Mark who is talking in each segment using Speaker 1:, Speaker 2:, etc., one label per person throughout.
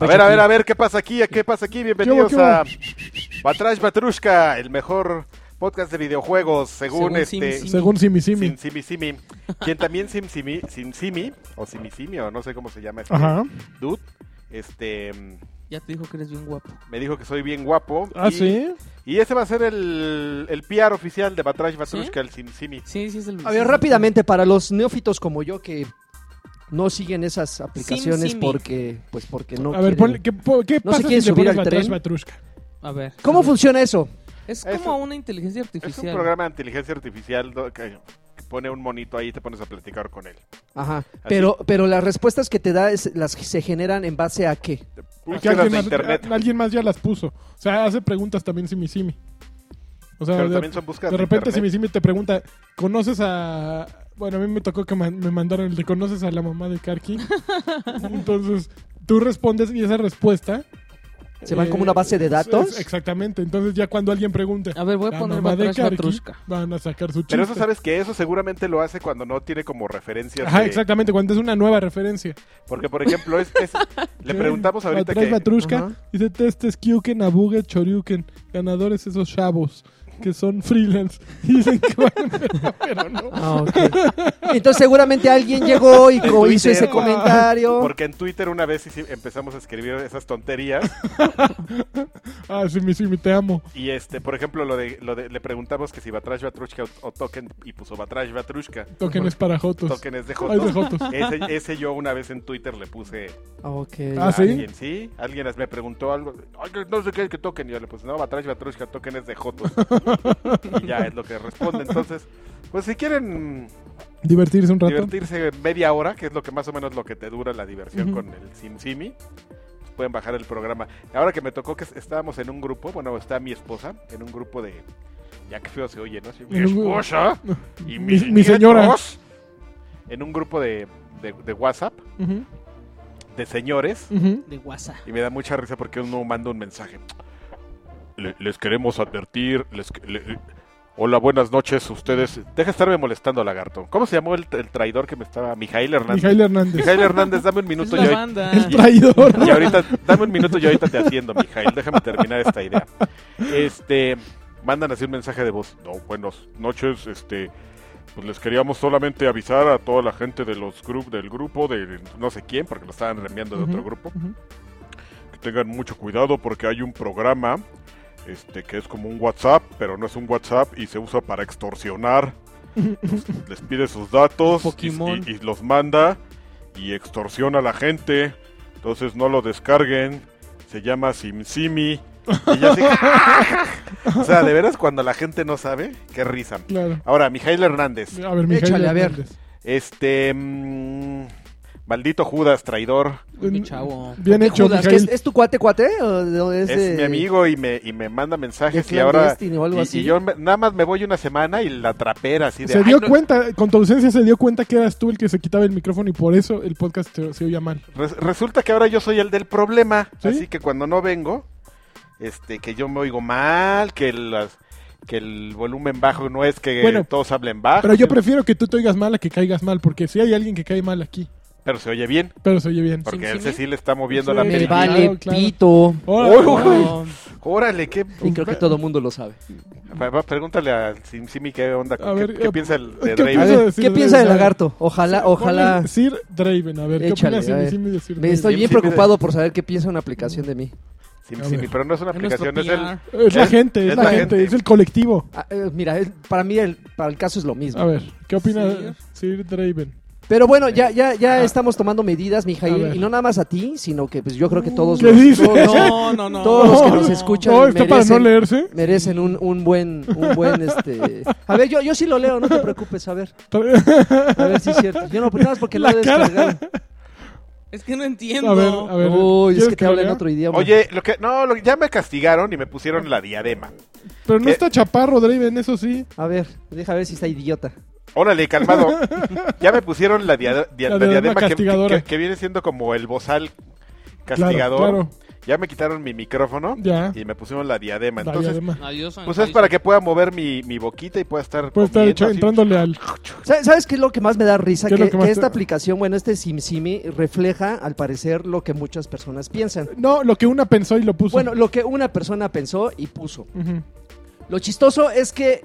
Speaker 1: A ver, a ver, a ver, ¿qué pasa aquí? ¿Qué pasa aquí? Bienvenidos
Speaker 2: ¿Qué hubo, qué hubo?
Speaker 1: a Batrash Batrushka, el mejor podcast de videojuegos, según,
Speaker 3: Según
Speaker 1: este...
Speaker 3: Simi
Speaker 2: Según Simi Simi.
Speaker 1: Sin Simi Simi. Quien también Sim Simi, Sim Simi, o Simi Simi, o no sé cómo se llama este
Speaker 2: Ajá.
Speaker 1: dude, este, mm,
Speaker 3: Ya te dijo que eres bien guapo.
Speaker 1: me dijo que soy bien guapo.
Speaker 2: Ah,
Speaker 1: y,
Speaker 2: sí.
Speaker 1: Y ese va a ser el, el PR oficial de Batrash Batrushka, el Sim Simi.
Speaker 3: Sí, sí es el
Speaker 4: A ver, rápidamente, para los neófitos como yo que no siguen esas aplicaciones
Speaker 3: Simi.
Speaker 4: porque, pues porque no.
Speaker 2: a ver,
Speaker 4: quieren-
Speaker 2: ponle, ¿qué, po- qué
Speaker 4: No
Speaker 2: pasa
Speaker 4: se quieren
Speaker 2: si le
Speaker 4: subir
Speaker 2: pones
Speaker 4: al
Speaker 2: Batrash
Speaker 4: tren.
Speaker 2: Batrushka?
Speaker 3: A ver.
Speaker 4: ¿Cómo funciona eso?
Speaker 3: Es
Speaker 1: Es
Speaker 3: como
Speaker 1: un-
Speaker 3: una inteligencia artificial.
Speaker 1: Es un programa de inteligencia artificial do- que que pone un monito ahí y te pones a platicar con él.
Speaker 4: Ajá. Pero, pero las respuestas que te da es, las que se generan en base a qué.
Speaker 2: Que
Speaker 1: Búsquedas
Speaker 2: alguien,
Speaker 1: de
Speaker 2: más,
Speaker 1: internet.
Speaker 2: a- alguien más ya las puso. O sea, hace preguntas también Simi Simi. O sea,
Speaker 1: Pero
Speaker 2: de,
Speaker 1: también son búsquedas
Speaker 2: de repente
Speaker 1: internet.
Speaker 2: Simi Simi te pregunta, ¿conoces a...? Bueno, a mí me tocó que man- me mandaron el de ¿conoces a la mamá de Karki? Entonces, tú respondes y esa respuesta...
Speaker 4: Se van como una base de
Speaker 2: es-
Speaker 4: datos.
Speaker 2: Eh, es- exactamente. Entonces ya cuando alguien pregunta...
Speaker 3: A ver, voy a
Speaker 2: "La
Speaker 3: poner
Speaker 2: mamá de
Speaker 3: Batrash
Speaker 2: Karki",
Speaker 3: Batrushka.
Speaker 2: Van a sacar su chiste.
Speaker 1: Pero eso sabes que eso seguramente lo hace cuando no tiene como referencias.
Speaker 2: Ajá,
Speaker 1: de-
Speaker 2: exactamente. Cuando es una nueva referencia.
Speaker 1: Porque, por ejemplo, es, es- le preguntamos ahorita
Speaker 2: Atrás
Speaker 1: que...
Speaker 2: Batrushka
Speaker 4: Ajá.
Speaker 2: dice testes Kyuken, Abuge, Choryuken. Ganadores esos chavos que son freelance. Y dicen que van a empezar, pero no.
Speaker 4: Ah, ok. Entonces seguramente alguien llegó y
Speaker 1: En
Speaker 4: co- hizo
Speaker 1: Twitter.
Speaker 4: ese comentario.
Speaker 1: Porque en Twitter una vez hici- empezamos a escribir esas tonterías
Speaker 2: Ah, sí, mi, sí, mi, te amo.
Speaker 1: y este, por ejemplo, lo de, lo de- le preguntamos que si Batrash Batrushka o, o Token y puso Batrash Batrushka.
Speaker 2: Token es para Jotos.
Speaker 1: Token es de
Speaker 2: Ah, es de
Speaker 1: Jotos.
Speaker 2: Jotos.
Speaker 1: Ese, ese yo una vez en Twitter le puse
Speaker 4: Ok.
Speaker 2: Ah,
Speaker 1: a
Speaker 2: ¿sí?
Speaker 1: alguien, ¿sí? Alguien me preguntó algo, "Ay, que no sé qué es que Token, y yo le puse, no, Batrash Batrushka, Token es de Jotos. y ya es lo que responde, entonces, pues si quieren
Speaker 2: Divertirse un rato.
Speaker 1: divertirse media hora, que es lo que más o menos lo que te dura la diversión
Speaker 2: Ujú.
Speaker 1: con el SimSimi. Pueden bajar el programa. Ahora que me tocó que es- estábamos en un grupo, bueno, está mi esposa, en un grupo de... Ya que feo se oye, ¿no? Sí, mi
Speaker 2: En un gru-
Speaker 1: esposa y
Speaker 2: Mi-
Speaker 1: mis
Speaker 2: mi señora.
Speaker 1: nietos. En un grupo de, de, de WhatsApp
Speaker 2: Ujú,
Speaker 1: de señores.
Speaker 2: ujú.
Speaker 3: De WhatsApp.
Speaker 1: Y me da mucha risa porque uno manda un mensaje. Le- les queremos advertir. Les, que- le- hola, buenas noches. Ustedes. Deja de estarme molestando, lagarto. ¿Cómo se llamó el, el traidor que me estaba? Mijail Hernández. Mijail,
Speaker 2: Mijail Hernández.
Speaker 1: Hernández, dame un
Speaker 3: Es
Speaker 1: minuto.
Speaker 3: la
Speaker 1: y ahorita-
Speaker 3: banda.
Speaker 2: El traidor.
Speaker 1: y ahorita, dame un minuto y ahorita te haciendo, Mijail. Déjame terminar esta idea. Este, mandan así un mensaje de voz. No, buenas noches, este. Pues les queríamos solamente avisar a toda la gente de los grup, del grupo, de no sé quién, porque lo estaban reenviando de otro
Speaker 2: Ujú,
Speaker 1: grupo.
Speaker 2: ujú.
Speaker 1: Que tengan mucho cuidado porque hay un programa este, que es como un WhatsApp, pero no es un WhatsApp y se usa para extorsionar. Los- les pide sus datos y,
Speaker 3: Pokémon.
Speaker 1: y- y los manda y extorsiona a la gente. Entonces no lo descarguen. Se llama SimSimi. Y ya así- o sea, de veras, cuando la gente no sabe, qué risa.
Speaker 2: Claro.
Speaker 1: Ahora, Mijail Hernández.
Speaker 2: A ver, Mijail
Speaker 4: Échale, a ver.
Speaker 2: Hernández.
Speaker 1: Este. mm, maldito Judas, traidor.
Speaker 3: Mi chavo.
Speaker 2: Bien
Speaker 4: ¿Qué
Speaker 2: hecho,
Speaker 4: Judas? ¿Qué
Speaker 2: Mijail.
Speaker 4: es, es tu cuate cuate? ¿O o es,
Speaker 1: Es
Speaker 4: de-
Speaker 1: mi amigo y me, y me manda mensajes
Speaker 4: de
Speaker 1: y ahora...
Speaker 4: clandestino o algo
Speaker 1: y- y,
Speaker 4: así.
Speaker 1: yo me- nada más me voy una semana y la trapera así de...
Speaker 2: Se
Speaker 1: "Ay,
Speaker 2: dio
Speaker 1: no".
Speaker 2: cuenta, con tu ausencia se dio cuenta que eras tú el que se quitaba el micrófono y por eso el podcast se, se oía mal.
Speaker 1: Res- resulta que ahora yo soy el del problema.
Speaker 2: ¿Sí?
Speaker 1: Así que cuando no vengo, este, que yo me oigo mal, que las- que el volumen bajo no es que
Speaker 2: Bueno,
Speaker 1: todos hablen bajo,
Speaker 2: Pero yo prefiero que tú te oigas mal a que caigas mal, porque si hay alguien que cae mal aquí,
Speaker 1: pero se oye bien,
Speaker 2: pero se oye bien.
Speaker 1: porque
Speaker 3: ¿Sim
Speaker 1: él
Speaker 3: Simi?
Speaker 1: se sí le está moviendo
Speaker 2: Sí.
Speaker 1: la
Speaker 2: Me
Speaker 4: Me
Speaker 1: película.
Speaker 4: vale
Speaker 2: Claro, claro.
Speaker 4: pito.
Speaker 2: Ahora,
Speaker 1: Uy, uy, uy.
Speaker 3: No,
Speaker 1: Órale, ¿qué?
Speaker 4: Y creo que todo el mundo lo sabe.
Speaker 1: Va- va, pregúntale a Sim Simi qué onda,
Speaker 2: A
Speaker 1: qué,
Speaker 2: ver,
Speaker 1: qué
Speaker 2: eh,
Speaker 1: piensa el,
Speaker 2: ¿qué
Speaker 1: de
Speaker 2: piensa?
Speaker 4: A
Speaker 1: Draven.
Speaker 2: Eso
Speaker 4: ver,
Speaker 2: decir
Speaker 4: ¿qué
Speaker 2: de-
Speaker 4: piensa del
Speaker 2: de-
Speaker 4: lagarto? Ojalá,
Speaker 2: Sí,
Speaker 4: ojalá.
Speaker 2: ponle Sir Draven, a ver, ¿qué
Speaker 4: Échale,
Speaker 2: opinas
Speaker 4: a
Speaker 2: de
Speaker 4: ver.
Speaker 2: Sir Draven? Sir
Speaker 4: Me estoy
Speaker 1: Sí,
Speaker 4: bien
Speaker 1: sí,
Speaker 4: preocupado por saber qué piensa una aplicación de mí.
Speaker 1: Sim
Speaker 2: A
Speaker 1: Simi,
Speaker 2: ver.
Speaker 1: pero no es una
Speaker 3: es nuestro
Speaker 1: aplicación, es el...
Speaker 2: Draven?
Speaker 3: PR.
Speaker 2: Es la
Speaker 1: Es-
Speaker 2: gente, es, la, gente, es el colectivo.
Speaker 4: Ah, eh, mira, eh, para mí, el, para el caso es lo mismo.
Speaker 2: A ver, ¿qué opina Sir Draven?
Speaker 4: Pero bueno, ya, ya, ya estamos tomando medidas, Mijail,
Speaker 2: Ah. ver.
Speaker 4: y no nada más a ti, sino que pues yo creo que todos
Speaker 2: ¿Qué
Speaker 4: los,
Speaker 2: dices?
Speaker 4: todos-
Speaker 3: No, no, no.
Speaker 4: todos los que
Speaker 2: No,
Speaker 4: nos escuchan
Speaker 2: No, está para no
Speaker 4: merecen,
Speaker 2: leerse.
Speaker 4: merecen un, un buen, un buen este. A ver, yo, yo sí lo leo, no te preocupes, a ver, a ver si es cierto. Yo no, pues, nada más porque
Speaker 2: La
Speaker 4: lo he
Speaker 2: cara.
Speaker 4: descargado.
Speaker 3: Es que no entiendo.
Speaker 2: A ver, a ver.
Speaker 4: Uy, es
Speaker 2: ¿quieres
Speaker 4: que te
Speaker 2: lo
Speaker 4: habla en
Speaker 2: lea?
Speaker 4: otro idioma.
Speaker 1: Oye, lo que, no, lo- ya me castigaron y me pusieron la diadema.
Speaker 2: Pero no
Speaker 1: ¿Qué?
Speaker 2: está chaparro Draven, eso sí.
Speaker 4: A ver, deja ver si está idiota.
Speaker 1: Órale, calmado. ya me pusieron la, dia- dia-
Speaker 2: La diadema
Speaker 1: la diadema que- que,
Speaker 2: castigadora.
Speaker 1: que- que viene siendo como el bozal castigador.
Speaker 2: Claro, claro.
Speaker 1: Ya me quitaron mi micrófono
Speaker 2: Ya.
Speaker 1: y me pusieron la diadema.
Speaker 2: La
Speaker 1: Entonces,
Speaker 2: diadema.
Speaker 3: Adiós.
Speaker 1: pues es para que pueda mover mi, mi boquita y pueda estar.
Speaker 2: Puede estar
Speaker 1: comiendo
Speaker 2: hecho-
Speaker 1: así.
Speaker 2: entrándole al.
Speaker 4: ¿Sabes sabes qué es lo que más me da risa?
Speaker 2: ¿Qué
Speaker 4: Que,
Speaker 2: es lo que más
Speaker 4: que
Speaker 2: te-
Speaker 4: esta aplicación, bueno, este SimSimi refleja, al parecer, lo que muchas personas piensan.
Speaker 2: No, lo que una pensó y lo puso.
Speaker 4: Bueno, lo que una persona pensó y puso.
Speaker 2: Ujú.
Speaker 4: Lo chistoso es que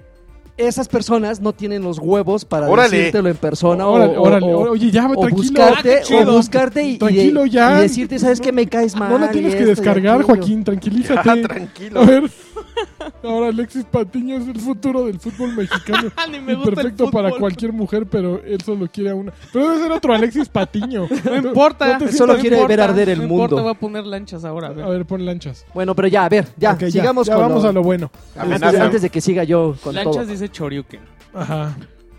Speaker 4: esas personas no tienen los huevos para
Speaker 1: Órale.
Speaker 4: decírtelo en persona o-
Speaker 2: Órale,
Speaker 4: o,
Speaker 2: órale.
Speaker 4: o-
Speaker 2: Oye, ya,
Speaker 4: o
Speaker 2: tranquilo.
Speaker 3: Ah,
Speaker 4: buscarte,
Speaker 3: qué
Speaker 4: o
Speaker 3: chido.
Speaker 4: buscarte y, y-
Speaker 2: Tranquilo, ya.
Speaker 4: y decirte, ¿sabes qué? Me caes mal.
Speaker 2: Ah, No la tienes
Speaker 4: y
Speaker 2: que
Speaker 4: esto y
Speaker 2: descargar,
Speaker 4: aquello".
Speaker 2: Joaquín, tranquilízate.
Speaker 3: Ah,
Speaker 1: Ya, Ah, tranquilo.
Speaker 2: A ver. Ahora Alexis Patiño es el futuro del fútbol mexicano.
Speaker 3: Ah, Ni me
Speaker 2: Y
Speaker 3: gusta el
Speaker 2: perfecto para
Speaker 3: fútbol.
Speaker 2: cualquier mujer, pero él solo quiere a una. Pero debe ser otro Alexis Patiño.
Speaker 3: No importa.
Speaker 2: No te
Speaker 4: Solo
Speaker 2: sientas-
Speaker 4: quiere
Speaker 3: importa,
Speaker 4: ver arder el
Speaker 3: no
Speaker 4: mundo.
Speaker 3: importa, voy a poner lanchas ahora. a ver.
Speaker 2: A ver, pon lanchas.
Speaker 4: Bueno, pero ya, a ver, ya,
Speaker 2: Ok,
Speaker 4: sigamos
Speaker 2: ya
Speaker 4: con
Speaker 2: vamos
Speaker 4: lo-
Speaker 2: a lo bueno.
Speaker 4: antes,
Speaker 1: Amenaza.
Speaker 4: antes de que siga yo con
Speaker 3: lanchas
Speaker 4: todo.
Speaker 3: dice Choryuken.
Speaker 2: Ajá.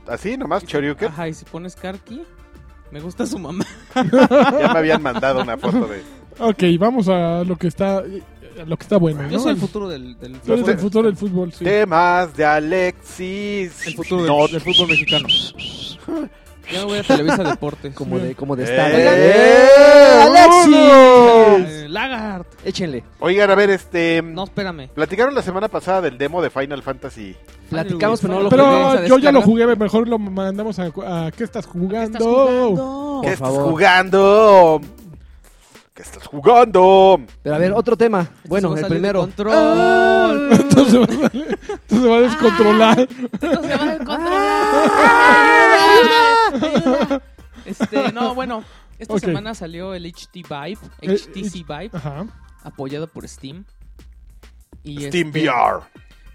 Speaker 1: Así nomás, Choryuken.
Speaker 3: Ajá, y si pones Karki, me gusta su mamá.
Speaker 1: Ya me habían mandado una foto de.
Speaker 2: Ok, vamos a lo que está a lo que está bueno.
Speaker 3: Yo
Speaker 2: ¿no?
Speaker 3: soy el futuro del, del
Speaker 2: Tú eres
Speaker 1: Te-
Speaker 2: el futuro del fútbol, sí.
Speaker 1: Temas de Alexis.
Speaker 3: El futuro del,
Speaker 1: No,
Speaker 3: del fútbol mexicano. Yo me voy a Televisa Deportes.
Speaker 4: Como de, como de
Speaker 1: Eh,
Speaker 4: estar.
Speaker 1: eh, vámonos.
Speaker 3: Eh, Lagart.
Speaker 4: Échenle.
Speaker 1: Oigan, a ver, este.
Speaker 3: No, espérame.
Speaker 1: Platicaron la semana pasada del demo de Final Fantasy.
Speaker 4: Platicamos, pero no lo jugué.
Speaker 2: Pero yo ya lo
Speaker 3: descargas?
Speaker 2: jugué, mejor lo mandamos a, a ¿qué estás jugando?
Speaker 3: ¿Estás jugando?
Speaker 1: ¿Qué
Speaker 4: Por
Speaker 1: estás
Speaker 4: favor.
Speaker 1: jugando? ¿Qué estás jugando?
Speaker 4: Pero a ver, otro tema.
Speaker 3: Este se
Speaker 4: bueno,
Speaker 3: va a
Speaker 4: el
Speaker 3: salir de
Speaker 4: primero. Ah.
Speaker 3: Control.
Speaker 2: Entonces se va a- entonces se va a descontrolar.
Speaker 3: Esto se va a controlar. Este, no, bueno. Esta
Speaker 2: Ok.
Speaker 3: semana salió el HT Vibe,
Speaker 2: Eh,
Speaker 3: HTC Vibe,
Speaker 2: Ajá.
Speaker 3: apoyado por Steam. Y
Speaker 1: Steam
Speaker 3: este,
Speaker 1: VR.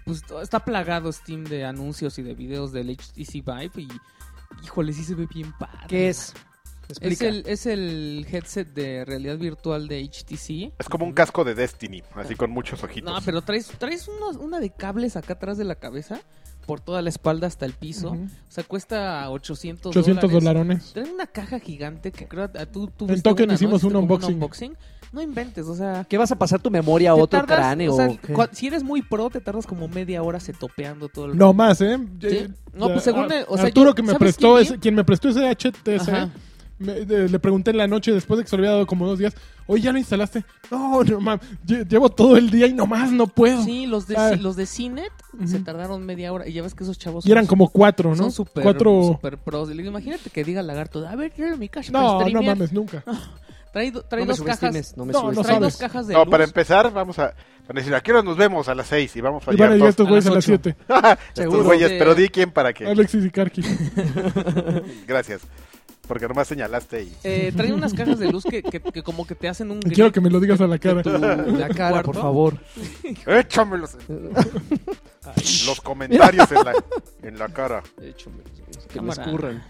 Speaker 3: pues to- está plagado Steam de anuncios y de videos del HTC Vive y híjole, sí se ve bien padre.
Speaker 4: ¿Qué es?
Speaker 3: Es
Speaker 4: Explica.
Speaker 3: el, es el headset de realidad virtual de HTC.
Speaker 1: Es como un casco de Destiny, así con muchos ojitos.
Speaker 2: pues
Speaker 3: No, pero traes, traes unos- una de cables acá atrás de la cabeza, por toda la espalda hasta el piso.
Speaker 2: Ujú.
Speaker 3: O sea, cuesta 800,
Speaker 2: 800
Speaker 3: dólares.
Speaker 2: dólares.
Speaker 3: Traen una caja gigante que creo a- a- tú, tú
Speaker 2: En
Speaker 3: viste
Speaker 2: Token
Speaker 3: una, ¿no?
Speaker 2: hicimos
Speaker 3: Hiciste
Speaker 2: un
Speaker 3: como
Speaker 2: unboxing.
Speaker 3: No inventes, o sea...
Speaker 4: ¿Qué vas a pasar tu memoria a
Speaker 3: te
Speaker 4: otro
Speaker 3: tardas-
Speaker 4: cráneo?
Speaker 3: o sea,
Speaker 4: o qué?
Speaker 3: cua- si eres muy pro, te tardas como media hora setopeando todo el
Speaker 2: No más, ¿eh?
Speaker 3: Sí. No,
Speaker 2: Ya,
Speaker 3: pues según
Speaker 2: a-
Speaker 3: el- o sea,
Speaker 2: Arturo
Speaker 3: yo-
Speaker 2: que me
Speaker 3: ¿sabes
Speaker 2: prestó,
Speaker 3: quién
Speaker 2: ese-
Speaker 3: vi?
Speaker 2: quien me prestó ese HTC,
Speaker 3: Ajá.
Speaker 2: me- de- le pregunté en la noche después de que se lo había dado como dos días, oye, ¿ya lo instalaste? No, no mames, lle- llevo todo el día y nomás no puedo.
Speaker 3: Sí, los de,
Speaker 2: Ah.
Speaker 3: ci- los de Cinet se
Speaker 2: Ujú.
Speaker 3: tardaron media hora. Y ya ves que esos chavos
Speaker 2: Y eran
Speaker 3: son-
Speaker 2: como cuatro, ¿no?
Speaker 3: son super,
Speaker 2: cuatro...
Speaker 3: super pros. Y le digo, imagínate que diga Lagarto, a ver, trae mi caja para
Speaker 2: no, no
Speaker 3: streamear".
Speaker 2: mames, nunca.
Speaker 3: Trae, do- trae
Speaker 4: no me
Speaker 3: dos cajas.
Speaker 4: subestimes, no me
Speaker 2: No, no
Speaker 4: subestimes.
Speaker 3: trae dos
Speaker 2: sabes.
Speaker 3: cajas de
Speaker 1: No,
Speaker 3: luz.
Speaker 1: para empezar, vamos a, van a decir, ¿a qué hora nos vemos? A las 6 y vamos a
Speaker 2: Y van a
Speaker 1: llegar
Speaker 2: llegar
Speaker 1: todos.
Speaker 2: estos güeyes a
Speaker 4: a
Speaker 2: las
Speaker 4: las ocho.
Speaker 2: 7.
Speaker 1: Estos
Speaker 3: Seguro.
Speaker 1: güeyes,
Speaker 3: Sí.
Speaker 1: pero di quién para qué.
Speaker 2: Alexis y Karki.
Speaker 1: Gracias. Porque nomás señalaste y...
Speaker 3: Eh, trae unas cajas de luz que, que- que como que te hacen un.
Speaker 2: Quiero que me lo digas a la cara.
Speaker 4: La cara, por
Speaker 3: cuarto.
Speaker 4: favor.
Speaker 1: ¡Échamelos! en- Los comentarios en la, en la cara.
Speaker 4: Que me
Speaker 3: Cámara.
Speaker 4: escurran.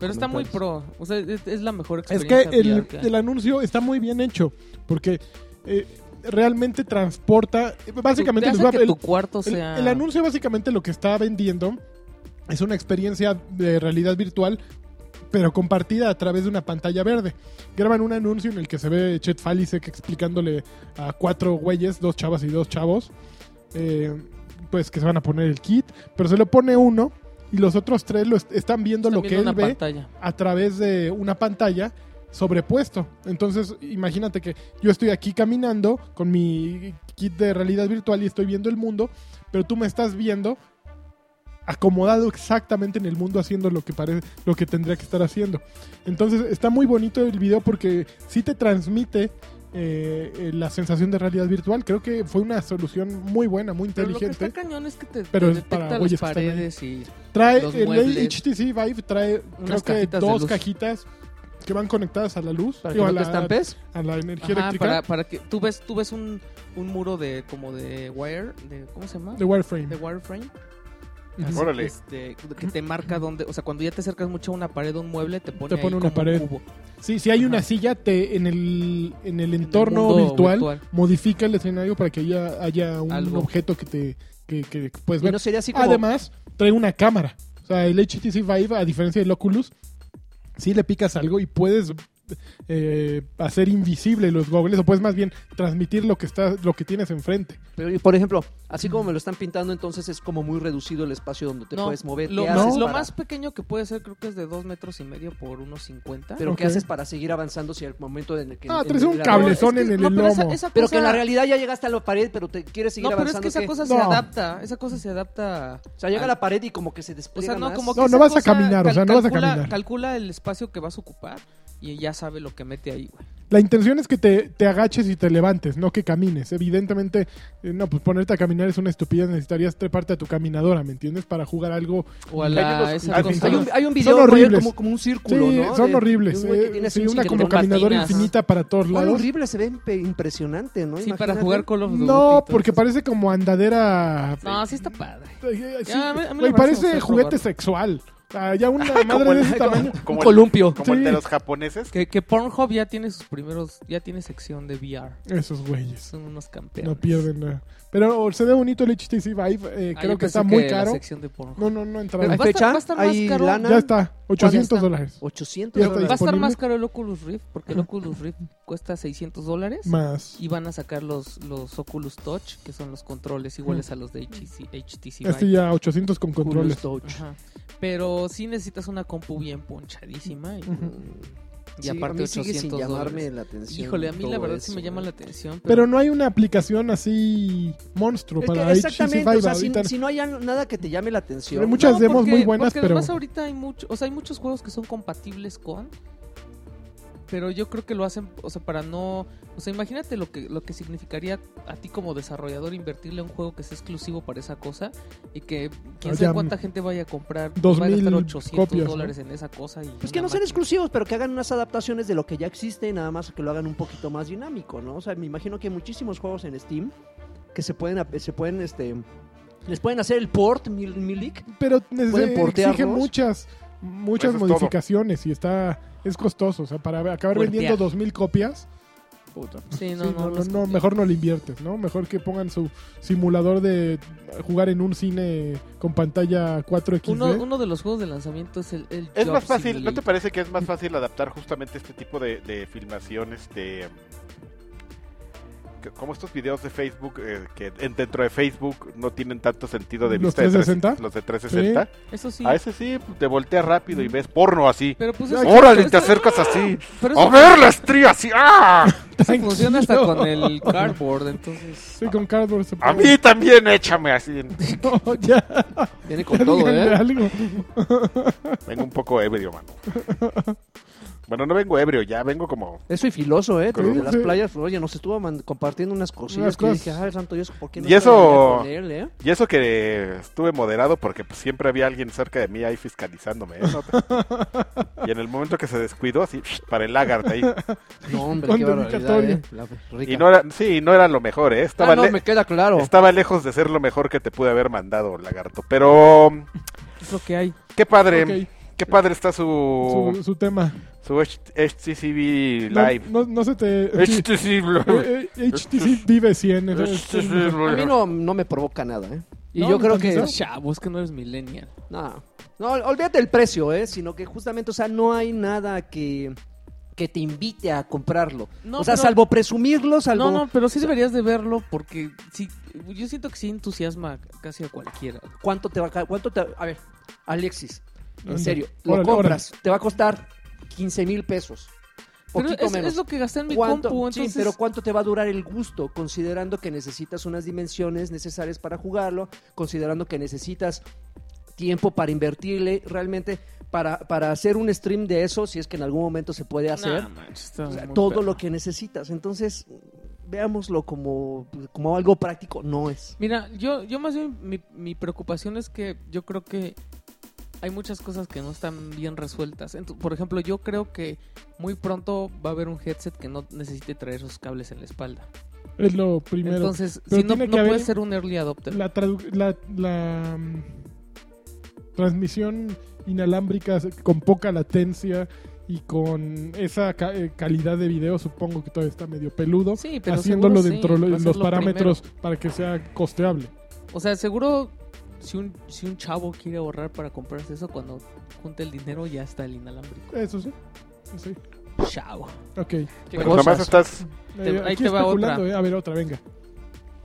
Speaker 3: Pero está muy pro. O sea, es, es la mejor
Speaker 2: Es que
Speaker 3: experiencia.
Speaker 2: el,
Speaker 3: VR que hay.
Speaker 2: el anuncio está muy bien hecho. Porque eh, realmente transporta. eh, Básicamente, les
Speaker 3: Te hace
Speaker 2: va-
Speaker 3: que
Speaker 2: el,
Speaker 3: tu cuarto
Speaker 2: el-
Speaker 3: sea.
Speaker 2: el anuncio, básicamente, lo que está vendiendo es una experiencia de realidad virtual. Pero compartida a través de una pantalla verde. Graban un anuncio en el que se ve Chet Falisek explicándole a cuatro güeyes, dos chavas y dos chavos, eh, pues que se van a poner el kit. Pero se lo pone uno y los otros tres lo est- están viendo lo
Speaker 3: Están
Speaker 2: que
Speaker 3: viendo
Speaker 2: él
Speaker 3: una
Speaker 2: ve
Speaker 3: pantalla.
Speaker 2: a través de una pantalla sobrepuesto. Entonces, imagínate que yo estoy aquí caminando con mi kit de realidad virtual y estoy viendo el mundo, pero tú me estás viendo acomodado exactamente en el mundo haciendo lo que parece lo que tendría que estar haciendo. Entonces, está muy bonito el video porque sí te transmite eh, eh, la sensación de realidad virtual. Creo que fue una solución muy buena, muy
Speaker 3: Pero lo que está
Speaker 2: inteligente.
Speaker 3: cañón es que te, te
Speaker 2: Pero es para
Speaker 3: detecta las
Speaker 2: güeyes que están ahí.
Speaker 3: paredes y.
Speaker 2: Trae
Speaker 3: los
Speaker 2: el
Speaker 3: muebles.
Speaker 2: HTC Vive trae creo
Speaker 3: Unas
Speaker 2: que
Speaker 3: cajitas de
Speaker 2: dos
Speaker 3: luz.
Speaker 2: cajitas que van conectadas a la luz
Speaker 4: ¿Para que
Speaker 2: digo,
Speaker 4: no te
Speaker 2: a, la,
Speaker 4: estampes?
Speaker 2: a la energía
Speaker 3: Ajá,
Speaker 2: eléctrica
Speaker 3: para, para que tú ves, tú ves un, un muro de como de wire, de ¿cómo se llama?
Speaker 2: de wireframe.
Speaker 3: De wireframe.
Speaker 2: Ujú.
Speaker 3: Así,
Speaker 1: Órale.
Speaker 3: Este, que te marca donde, o sea, cuando ya te acercas mucho a una pared, a un mueble, te pone,
Speaker 2: Te pone
Speaker 3: ahí
Speaker 2: una
Speaker 3: como
Speaker 2: pared.
Speaker 3: un cubo.
Speaker 2: Sí, si hay una
Speaker 3: Ajá.
Speaker 2: silla te en el en el
Speaker 3: el
Speaker 2: entorno
Speaker 3: mundo
Speaker 2: virtual,
Speaker 3: virtual.
Speaker 2: modifica el escenario para que haya, haya un
Speaker 3: Algo.
Speaker 2: objeto que te que, que puedes
Speaker 4: Y
Speaker 2: ver.
Speaker 4: no sería así como...
Speaker 2: Además, trae una cámara. O sea, el HTC Vive, a diferencia del Oculus, si le picas algo y puedes eh, hacer invisible los goggles o puedes más bien transmitir lo que está, lo que tienes enfrente.
Speaker 4: Pero, y, por ejemplo, así como me lo están pintando, entonces es como muy reducido el espacio donde te
Speaker 3: No,
Speaker 4: puedes mover.
Speaker 3: Lo,
Speaker 4: ¿Qué
Speaker 3: lo-
Speaker 4: haces
Speaker 3: lo
Speaker 4: para-
Speaker 3: más pequeño que puede ser creo que es de 2 metros y medio por 1,50.
Speaker 4: Pero ¿qué
Speaker 2: Ok.
Speaker 4: haces para seguir avanzando si al momento en el que...
Speaker 2: Ah,
Speaker 4: en
Speaker 2: traes
Speaker 4: el-
Speaker 2: un
Speaker 4: la-
Speaker 2: cable. cablezón en el
Speaker 3: pero esa-
Speaker 2: lomo.
Speaker 3: esa
Speaker 4: Pero
Speaker 3: cosa-
Speaker 4: que en la realidad ya llegaste a la pared, pero te quieres seguir
Speaker 3: No, pero es
Speaker 4: avanzando.
Speaker 3: que esa
Speaker 4: ¿qué?
Speaker 3: cosa
Speaker 2: No.
Speaker 3: se adapta. Esa cosa se adapta.
Speaker 4: O sea, llega a
Speaker 3: al-
Speaker 4: la pared y como que se
Speaker 3: O
Speaker 4: despliega
Speaker 3: sea, no,
Speaker 4: más.
Speaker 3: como que
Speaker 2: No, no
Speaker 3: esa
Speaker 2: vas a
Speaker 3: cosa
Speaker 2: caminar, o sea, no vas a
Speaker 3: calcula-
Speaker 2: caminar.
Speaker 3: Calcula el espacio que vas a ocupar y ya sabe lo que mete ahí, güey.
Speaker 2: La intención es que te, te agaches y te levantes, no que camines. Evidentemente, eh, no, pues ponerte a caminar es una estupidez, necesitarías treparte a tu caminadora, ¿me entiendes? Para jugar algo.
Speaker 3: O a
Speaker 1: Hay unos-
Speaker 3: la, esa
Speaker 1: hay
Speaker 3: cosa.
Speaker 4: Hay un, hay un video
Speaker 2: Son
Speaker 4: por ahí
Speaker 2: horribles.
Speaker 4: como, como un círculo,
Speaker 2: sí,
Speaker 4: ¿no?
Speaker 2: son
Speaker 4: De-
Speaker 2: horribles.
Speaker 4: de un güey que
Speaker 2: eh,
Speaker 4: tiene así
Speaker 2: sí,
Speaker 4: un
Speaker 2: una
Speaker 4: círculo
Speaker 2: como
Speaker 4: con
Speaker 2: caminadora
Speaker 3: patinas.
Speaker 2: infinita para todos
Speaker 4: Bueno,
Speaker 2: lados.
Speaker 4: horrible, se ve impe- impresionante, ¿no?
Speaker 3: Sí, para
Speaker 4: Imagínate.
Speaker 3: jugar Call of Duty.
Speaker 2: No,
Speaker 3: y todo
Speaker 2: porque
Speaker 3: eso.
Speaker 2: parece como andadera.
Speaker 3: No, sí está padre.
Speaker 2: Eh, sí,
Speaker 3: Ya, a mí- a mí me
Speaker 2: güey,
Speaker 3: parece
Speaker 2: parece
Speaker 3: gustar
Speaker 2: juguete
Speaker 3: probarlo.
Speaker 2: sexual. Ah, ya una madre de ese tamaño.
Speaker 1: Como
Speaker 3: un
Speaker 1: el-
Speaker 3: columpio.
Speaker 1: Como el de
Speaker 2: Sí.
Speaker 1: los japoneses.
Speaker 3: Que, que Pornhub ya tiene sus primeros, ya tiene sección de VR.
Speaker 2: Esos güeyes.
Speaker 3: Son unos campeones.
Speaker 2: No pierden nada. Pero se ve bonito el HTC Vive. eh,
Speaker 3: Ah,
Speaker 2: creo
Speaker 3: yo
Speaker 2: que
Speaker 3: pensé
Speaker 2: está muy
Speaker 3: la
Speaker 2: caro.
Speaker 3: sección de Pornhub.
Speaker 2: No, no, no
Speaker 4: Pero
Speaker 2: entraba.
Speaker 4: ¿Hay
Speaker 3: Va a estar-
Speaker 4: fecha?
Speaker 3: va a estar más
Speaker 4: ¿Hay
Speaker 3: caro.
Speaker 4: lana?
Speaker 2: Ya está, 800
Speaker 3: está?
Speaker 2: dólares.
Speaker 4: 800
Speaker 2: Ya está
Speaker 3: Va a
Speaker 4: dólares.
Speaker 3: estar
Speaker 2: disponible.
Speaker 3: más caro el Oculus Rift porque el Oculus Rift cuesta 600 dólares
Speaker 2: Más.
Speaker 3: y van a sacar los, los Oculus Touch que son los controles iguales a los de HTC, HTC Vive.
Speaker 2: Este ya 800 con controles.
Speaker 4: Oculus Touch.
Speaker 3: Ajá. Pero sí necesitas una compu bien ponchadísima y,
Speaker 2: Ujú.
Speaker 3: y
Speaker 4: Sí, a
Speaker 3: aparte
Speaker 4: mí sigue
Speaker 3: 800
Speaker 4: sin llamarme
Speaker 3: dólares.
Speaker 4: la atención.
Speaker 3: Híjole, a mí la
Speaker 4: todo
Speaker 3: verdad sí
Speaker 4: eso,
Speaker 3: me llama
Speaker 4: ¿no?
Speaker 3: la atención.
Speaker 2: Pero no hay una aplicación así monstruo
Speaker 4: Es que
Speaker 2: para HTC
Speaker 4: exactamente,
Speaker 2: Vive
Speaker 4: o sea, si,
Speaker 2: ahorita.
Speaker 4: si no hay nada que te llame la atención.
Speaker 2: Pero hay muchas demos muy buenas,
Speaker 3: porque
Speaker 2: pero-
Speaker 3: además ahorita hay mucho, o sea, hay muchos juegos que son compatibles con pero yo creo que lo hacen, o sea, para no, o sea, imagínate lo que lo que significaría a ti como desarrollador invertirle a un juego que sea exclusivo para esa cosa y que quién
Speaker 2: Ah,
Speaker 3: sabe
Speaker 2: ya,
Speaker 3: cuánta gente vaya a comprar,
Speaker 2: dos
Speaker 3: vaya a gastar
Speaker 2: mil
Speaker 3: 800
Speaker 2: copias, ¿no?
Speaker 3: dólares en esa cosa y
Speaker 4: Pues que
Speaker 3: una
Speaker 4: no sean
Speaker 3: máquina.
Speaker 4: exclusivos, pero que hagan unas adaptaciones de lo que ya existe, nada más que lo hagan un poquito más dinámico, ¿no? O sea, me imagino que hay muchísimos juegos en Steam que se pueden, ap- se pueden, este, les pueden hacer el port, mil, milic.
Speaker 2: Pero
Speaker 4: Pueden
Speaker 2: neces- exige
Speaker 4: portearlos.
Speaker 2: muchas, muchas
Speaker 1: Eso es todo.
Speaker 2: modificaciones y está. Es costoso. O sea, para acabar
Speaker 3: Puertear.
Speaker 2: vendiendo 2000 copias. Puta.
Speaker 3: Sí, no,
Speaker 2: Sí, no,
Speaker 3: no, no
Speaker 2: no,
Speaker 3: es
Speaker 2: no,
Speaker 3: compatible.
Speaker 2: mejor no le inviertes, ¿no? Mejor que pongan su simulador de jugar en un cine con pantalla 4X.
Speaker 3: Uno, uno de los juegos de lanzamiento es el, el
Speaker 1: Es
Speaker 3: Job
Speaker 1: más fácil, ¿no te
Speaker 3: Simulator.
Speaker 1: parece que es más fácil adaptar justamente este tipo de, de filmaciones de... mm, que- Como estos videos de Facebook, eh, que en- dentro de Facebook no tienen tanto sentido de
Speaker 2: ¿Los
Speaker 1: vista. de
Speaker 2: 360?
Speaker 1: 300, los de 360.
Speaker 3: Eso sí.
Speaker 1: A ese sí, te volteas rápido y ves porno así.
Speaker 3: Pero pues
Speaker 2: Ya,
Speaker 3: eso-
Speaker 1: Órale, te
Speaker 3: eso-
Speaker 1: acercas así.
Speaker 3: pero
Speaker 1: ¡A
Speaker 3: eso-
Speaker 1: ver la estría así! ¡Ah!
Speaker 3: eso funciona hasta con el cardboard, entonces.
Speaker 2: Sí, con cardboard se
Speaker 1: ¡A
Speaker 2: puede.
Speaker 1: mí también échame así!
Speaker 2: No, ya,
Speaker 4: Viene con todo,
Speaker 2: díganle
Speaker 4: ¿eh?
Speaker 2: algo.
Speaker 1: Vengo un poco ebrio, mano. Bueno, no vengo ebrio, ya vengo como...
Speaker 4: Eso y filoso, ¿eh? Te digo,
Speaker 1: Sí,
Speaker 4: De las
Speaker 2: sí.
Speaker 4: playas, oye, nos estuvo man- compartiendo unas
Speaker 2: Unas
Speaker 4: cosillas que yo dije,
Speaker 2: cosas.
Speaker 4: ay, santo Dios, ¿por qué no
Speaker 1: Y eso-
Speaker 4: trabajaría con él, eh?
Speaker 1: Y eso que estuve moderado porque pues, siempre había alguien cerca de mí ahí fiscalizándome. ¿eh? No te- y en el momento que se descuidó, así, para el lagarto ahí.
Speaker 4: No, hombre, qué barbaridad,
Speaker 2: Condenatoria.
Speaker 4: ¿eh? La rica.
Speaker 1: Y no era, sí, no era lo mejor, ¿eh? Estaba,
Speaker 4: Ah, no,
Speaker 1: le-
Speaker 4: me queda claro.
Speaker 1: estaba lejos de ser lo mejor que te pude haber mandado, lagarto. Pero
Speaker 3: Es lo que hay.
Speaker 1: qué padre,
Speaker 2: Ok,
Speaker 1: qué padre está
Speaker 2: su,
Speaker 1: su,
Speaker 2: su tema.
Speaker 1: su, H- HTCV
Speaker 2: No,
Speaker 1: Live.
Speaker 2: No, no se te... sí.
Speaker 1: HTC Live.
Speaker 2: Eh, eh, HTC Vive 100. es- es-
Speaker 1: HTC
Speaker 2: es-
Speaker 4: A mí
Speaker 1: Live.
Speaker 4: no, no me provoca nada, ¿eh? Y
Speaker 2: No,
Speaker 4: yo creo
Speaker 2: entonces,
Speaker 4: que
Speaker 2: ¿no?
Speaker 3: Chavo, es que no eres millennial.
Speaker 4: No, no, olvídate el precio, ¿eh? Sino que justamente, o sea, no hay nada que, que te invite a comprarlo.
Speaker 3: No,
Speaker 4: o sea,
Speaker 3: pero-
Speaker 4: salvo presumirlo, salvo...
Speaker 3: No, no, pero sí deberías de verlo porque sí, yo siento que sí entusiasma casi a cualquiera.
Speaker 4: ¿Cuánto te va a... ca- Cuánto te... A ver, Alexis, en
Speaker 2: Anda.
Speaker 4: serio,
Speaker 2: Órale,
Speaker 4: lo compras, te va a costar 15 mil pesos.
Speaker 3: Pero
Speaker 4: Poquito
Speaker 3: es,
Speaker 4: menos.
Speaker 3: es lo que gasté en mi
Speaker 4: ¿Cuánto-
Speaker 3: compu,
Speaker 4: sí,
Speaker 3: entonces...
Speaker 4: pero ¿cuánto te va a durar el gusto? Considerando que necesitas unas dimensiones necesarias para jugarlo, considerando que necesitas tiempo para invertirle, realmente para, para hacer un stream de eso, si es que en algún momento se puede hacer,
Speaker 3: Nah, manches, está
Speaker 4: o sea,
Speaker 3: muy
Speaker 4: todo
Speaker 3: perro.
Speaker 4: lo que necesitas. Entonces, veámoslo como, como algo práctico, no es.
Speaker 3: Mira, yo, yo más bien mi, mi preocupación es que yo creo que hay muchas cosas que no están bien resueltas. Entu- por ejemplo, yo creo que muy pronto va a haber un headset que no necesite traer sus cables en la espalda.
Speaker 2: Es lo primero.
Speaker 3: Entonces,
Speaker 2: Pero
Speaker 3: si no,
Speaker 2: tiene que
Speaker 3: no
Speaker 2: haber-
Speaker 3: puede ser un early adopter.
Speaker 2: la, tradu- la, la, mm, transmisión inalámbrica se- con poca latencia y con esa ca- eh, calidad de video supongo que todavía está medio peludo
Speaker 3: Sí, pero
Speaker 2: haciéndolo
Speaker 3: seguro
Speaker 2: dentro
Speaker 3: sí,
Speaker 2: de
Speaker 3: va a ser
Speaker 2: los
Speaker 3: lo
Speaker 2: parámetros para que sea costeable
Speaker 3: O sea, seguro si un, si un chavo quiere ahorrar para comprarse eso, cuando junte el dinero ya está el inalámbrico.
Speaker 2: eso sí, sí.
Speaker 3: Chao.
Speaker 2: Ok.
Speaker 3: Qué
Speaker 1: Pues
Speaker 3: cosa.
Speaker 1: nada más estás.
Speaker 3: Te-
Speaker 2: Eh,
Speaker 3: ahí
Speaker 2: aquí
Speaker 3: te va
Speaker 2: especulando,
Speaker 3: otra.
Speaker 2: eh. A ver, otra, venga.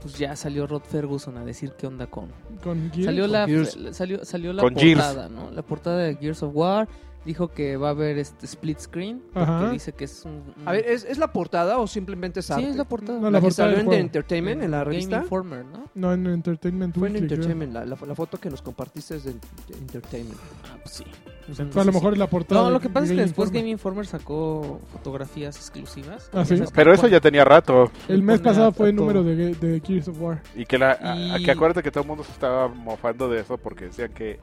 Speaker 3: Pues ya salió Rod Ferguson a decir qué onda con.
Speaker 2: Con Gears.
Speaker 3: Salió la,
Speaker 4: Gears.
Speaker 3: la- salió, salió la
Speaker 1: Con Gears.
Speaker 3: portada, ¿no? La portada de Gears of War. Dijo que va a haber este split screen. Porque
Speaker 2: Ajá.
Speaker 3: dice que es un. un-
Speaker 4: A ver, ¿es, es la portada o simplemente es
Speaker 3: Mm. sí,
Speaker 4: arte?
Speaker 3: es la portada.
Speaker 2: No,
Speaker 4: ¿La
Speaker 2: la
Speaker 4: que
Speaker 2: portada
Speaker 4: salió
Speaker 2: del
Speaker 4: en The
Speaker 2: juego.
Speaker 4: Entertainment, en la
Speaker 3: Game
Speaker 4: revista.
Speaker 3: Informer, ¿no?
Speaker 2: No, en Entertainment
Speaker 4: Fue en
Speaker 2: Weekly, creo.
Speaker 4: Entertainment, la, la, la foto que nos compartiste es de, de Entertainment.
Speaker 3: Ah, pues sí.
Speaker 2: Entonces, a lo mejor es la portada.
Speaker 3: No,
Speaker 2: de
Speaker 3: lo que pasa es que
Speaker 2: Game
Speaker 3: después
Speaker 2: Informer.
Speaker 3: Game Informer sacó fotografías exclusivas.
Speaker 2: Ah, ¿sí?
Speaker 3: Ya sabes que
Speaker 1: Pero eso
Speaker 3: pone-
Speaker 1: ya tenía rato.
Speaker 2: El mes
Speaker 3: pone
Speaker 2: pasado
Speaker 3: a-
Speaker 2: fue
Speaker 3: a
Speaker 2: el número
Speaker 3: todo.
Speaker 2: de, de Gears of War.
Speaker 1: Y que la. a-
Speaker 3: Y-
Speaker 1: a- que acuérdate que todo el mundo se estaba mofando de eso porque decían que.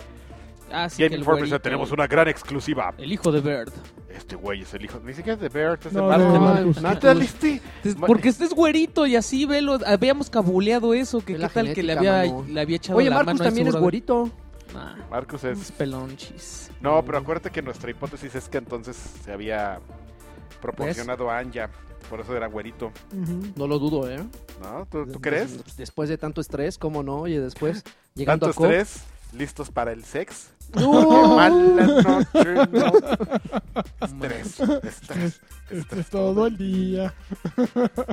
Speaker 3: Ah, sí,
Speaker 1: Game
Speaker 3: que el
Speaker 1: Informer, o sea,
Speaker 3: güerito, Eh.
Speaker 1: tenemos una gran exclusiva.
Speaker 3: El hijo de Bird.
Speaker 1: Este güey es el hijo. Ni siquiera es de Bear, es de
Speaker 2: No,
Speaker 1: Marcus.
Speaker 2: de
Speaker 3: Marcus.
Speaker 1: ¿No te aliste?
Speaker 3: Entonces,
Speaker 1: Ma-
Speaker 3: Porque este es güerito y así velo. Habíamos cabuleado eso. Que
Speaker 4: Es
Speaker 3: qué
Speaker 4: la
Speaker 3: tal que le
Speaker 4: genética,
Speaker 3: había,
Speaker 4: mano.
Speaker 3: le había echado
Speaker 4: Oye,
Speaker 3: la
Speaker 4: Marcus
Speaker 3: mano a
Speaker 4: también
Speaker 3: ese
Speaker 4: es
Speaker 3: brother. Ah,
Speaker 4: güerito.
Speaker 3: Nah,
Speaker 1: Marcus
Speaker 3: es
Speaker 1: es.
Speaker 3: pelonchis.
Speaker 1: No, pero acuérdate que nuestra hipótesis es que entonces se había proporcionado a Anja. Por eso era güerito.
Speaker 2: Ujú.
Speaker 4: No lo dudo, ¿eh?
Speaker 1: ¿No? ¿Tú, tú crees?
Speaker 4: Después de tanto estrés, ¿cómo no? Oye, después, llegando
Speaker 1: Tanto
Speaker 4: a Coke.
Speaker 1: estrés, listos para el sex.
Speaker 4: ¡No!
Speaker 1: Mala noche, no. Estrés, estrés,
Speaker 2: Este es todo el día.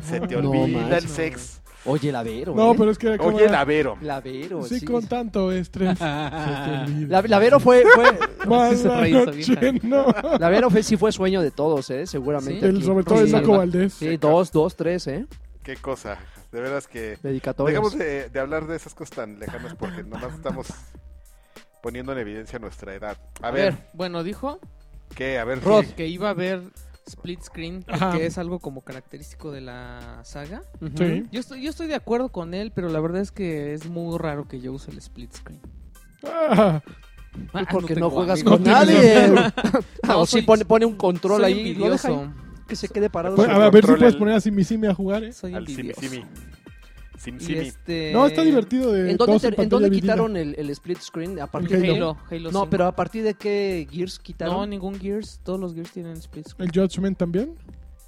Speaker 1: Se te
Speaker 4: No
Speaker 1: olvida
Speaker 4: manches.
Speaker 1: el sex.
Speaker 4: Oye, la Vero,
Speaker 2: No,
Speaker 4: ¿eh?
Speaker 2: pero es que. como
Speaker 1: Oye,
Speaker 2: era-
Speaker 1: la Vero.
Speaker 4: La Vero,
Speaker 2: Sí,
Speaker 4: sí.
Speaker 2: con tanto estrés. se te olvida.
Speaker 4: La, la Vero fue... fue...
Speaker 2: Más
Speaker 3: Se
Speaker 2: la
Speaker 3: reía esa
Speaker 2: noche,
Speaker 3: vieja.
Speaker 2: no.
Speaker 4: La Vero fue, sí fue sueño de todos, ¿eh? Seguramente.
Speaker 3: Sí.
Speaker 2: El,
Speaker 4: aquí.
Speaker 2: sobre todo el
Speaker 4: Sí,
Speaker 2: Naco Valdés.
Speaker 4: Sí, dos, dos, tres, ¿eh?
Speaker 1: Qué cosa. De veras que.
Speaker 4: Dedicatorias.
Speaker 1: Dejamos de, de hablar de esas cosas tan lejanas porque nomás estamos poniendo en evidencia nuestra edad. A ver,
Speaker 3: Bueno, dijo
Speaker 1: ¿qué? A ver,
Speaker 3: Rod
Speaker 1: sí.
Speaker 3: que iba a haber split screen,
Speaker 2: Ajá.
Speaker 3: que es algo como característico de la saga.
Speaker 4: Ujú.
Speaker 2: Sí.
Speaker 3: Yo estoy, yo estoy de acuerdo con él, pero la verdad es que es muy raro que yo use el split screen.
Speaker 2: Ah,
Speaker 3: Ah,
Speaker 4: Porque no,
Speaker 3: tengo
Speaker 4: juegas
Speaker 3: amigos.
Speaker 4: con
Speaker 2: No
Speaker 4: nadie.
Speaker 2: tienes
Speaker 3: No,
Speaker 4: o sí,
Speaker 3: soy-
Speaker 4: pone, pone un control
Speaker 3: Soy
Speaker 4: ahí. No deja
Speaker 3: envidioso.
Speaker 4: que se quede parado.
Speaker 2: pues,
Speaker 1: se
Speaker 2: a ver si
Speaker 1: controla
Speaker 2: puedes
Speaker 1: el-
Speaker 2: poner a Simisimi a jugar. ¿eh?
Speaker 3: Soy
Speaker 1: al Simi
Speaker 3: envidioso.
Speaker 1: Simi. Sim
Speaker 3: Y
Speaker 1: Simi.
Speaker 3: este-
Speaker 2: No, está divertido. De
Speaker 4: ¿En dónde,
Speaker 2: dos y
Speaker 4: ter- en
Speaker 2: pantalla
Speaker 4: dónde
Speaker 2: dividida.
Speaker 4: quitaron el, el split screen? ¿A partir de
Speaker 3: Halo,
Speaker 2: Halo?
Speaker 3: Halo,
Speaker 4: No,
Speaker 3: cinco.
Speaker 4: pero ¿a partir de qué Gears quitaron?
Speaker 3: No, ningún Gears. Todos los Gears tienen split screen.
Speaker 2: El Judgment también.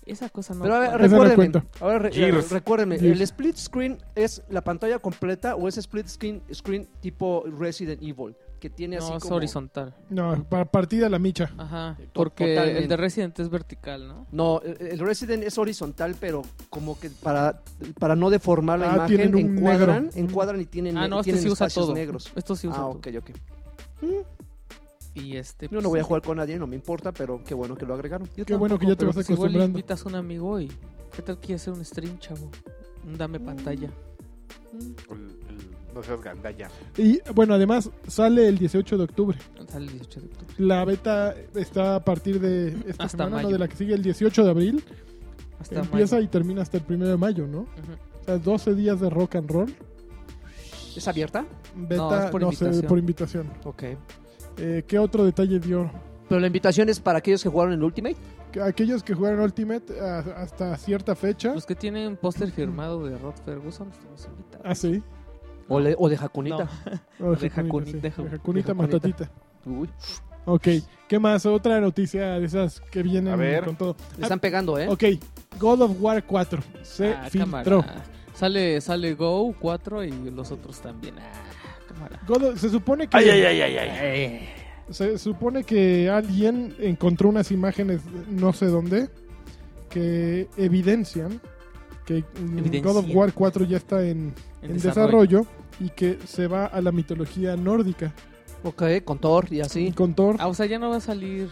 Speaker 3: Esa cosa no.
Speaker 4: Pero a ver,
Speaker 2: Ese no
Speaker 4: recuérdeme,
Speaker 2: cuenta.
Speaker 4: ahora re-
Speaker 1: Gears.
Speaker 4: eh, recuérdeme,
Speaker 2: Gears.
Speaker 4: ¿el split screen es la pantalla completa o es split screen, screen tipo Resident Evil? Que tiene así
Speaker 3: no, es
Speaker 4: como...
Speaker 3: horizontal.
Speaker 2: No, para partida la micha.
Speaker 3: Ajá.
Speaker 4: To-
Speaker 3: Porque
Speaker 4: totalmente.
Speaker 3: el de Resident es vertical, ¿no?
Speaker 4: No, el- el Resident es horizontal, pero como que para, para no deformar la
Speaker 2: Ah,
Speaker 4: imagen,
Speaker 2: tienen un
Speaker 4: encuadran,
Speaker 2: negro.
Speaker 4: encuadran y tienen,
Speaker 3: Ah, no, este
Speaker 4: tienen
Speaker 3: sí usa
Speaker 4: espacios
Speaker 3: todo.
Speaker 4: negros.
Speaker 3: Esto sí usa
Speaker 4: Ah,
Speaker 3: todo.
Speaker 4: ok, ok.
Speaker 3: Y este.
Speaker 4: Yo
Speaker 3: pues,
Speaker 4: no voy a
Speaker 3: sí.
Speaker 4: jugar con nadie, no me importa, pero qué bueno que lo agregaron.
Speaker 3: Yo
Speaker 2: Qué bueno que ya te
Speaker 3: pero
Speaker 2: vas
Speaker 3: pues igual le
Speaker 2: acostumbrando.
Speaker 3: invitas a un amigo y. ¿Qué tal que hacer un stream, chavo? Un dame pantalla.
Speaker 1: El- el- No seas gandalla.
Speaker 2: Y bueno, además sale el 18 de octubre.
Speaker 3: Mm. Sale el 18 de octubre.
Speaker 2: La beta está a partir de esta
Speaker 3: Hasta
Speaker 2: semana,
Speaker 3: mayo.
Speaker 2: no, de la que sigue el 18 de abril.
Speaker 3: Hasta
Speaker 2: empieza
Speaker 3: mayo.
Speaker 2: y termina hasta el 1 de mayo, ¿no?
Speaker 3: Ujú.
Speaker 2: O sea, 12 días de rock and roll.
Speaker 4: ¿Es abierta?
Speaker 2: Beta,
Speaker 3: es por
Speaker 2: no sé,
Speaker 3: invitación.
Speaker 2: por invitación.
Speaker 4: Ok.
Speaker 2: Eh, ¿Qué otro detalle dio?
Speaker 4: Pero la invitación es para aquellos que jugaron el Ultimate.
Speaker 2: Que Aquellos que jugaron Ultimate a- hasta cierta fecha.
Speaker 3: Los que tienen póster firmado de Rod Ferguson, pues, estamos invitados.
Speaker 2: Ah, sí.
Speaker 4: O, le- o de Jacunita.
Speaker 2: O sí,
Speaker 3: De Hakuni- de Hakuni-
Speaker 2: de Hakunita
Speaker 4: de Hakunita.
Speaker 2: Matatita.
Speaker 4: Uy,
Speaker 2: Ok, ¿qué más? Otra noticia de esas que vienen
Speaker 1: A ver.
Speaker 2: con todo.
Speaker 4: le están pegando, ¿eh?
Speaker 2: Ok, God of War 4 se
Speaker 3: Ah,
Speaker 2: filtró.
Speaker 3: cámara. Sale, sale Go 4 y los otros también. Ah, cámara.
Speaker 2: God of- se supone que
Speaker 1: Ay, ay, ay, ay, ay.
Speaker 3: Eh,
Speaker 2: se supone que alguien encontró unas imágenes no sé dónde que evidencian que mm,
Speaker 3: Evidencian.
Speaker 2: God of War 4 ya está en,
Speaker 3: en
Speaker 2: en desarrollo. y que se va a la mitología nórdica
Speaker 4: Ok, con Thor y así.
Speaker 2: con Thor.
Speaker 3: Ah, o sea, ya no va a salir.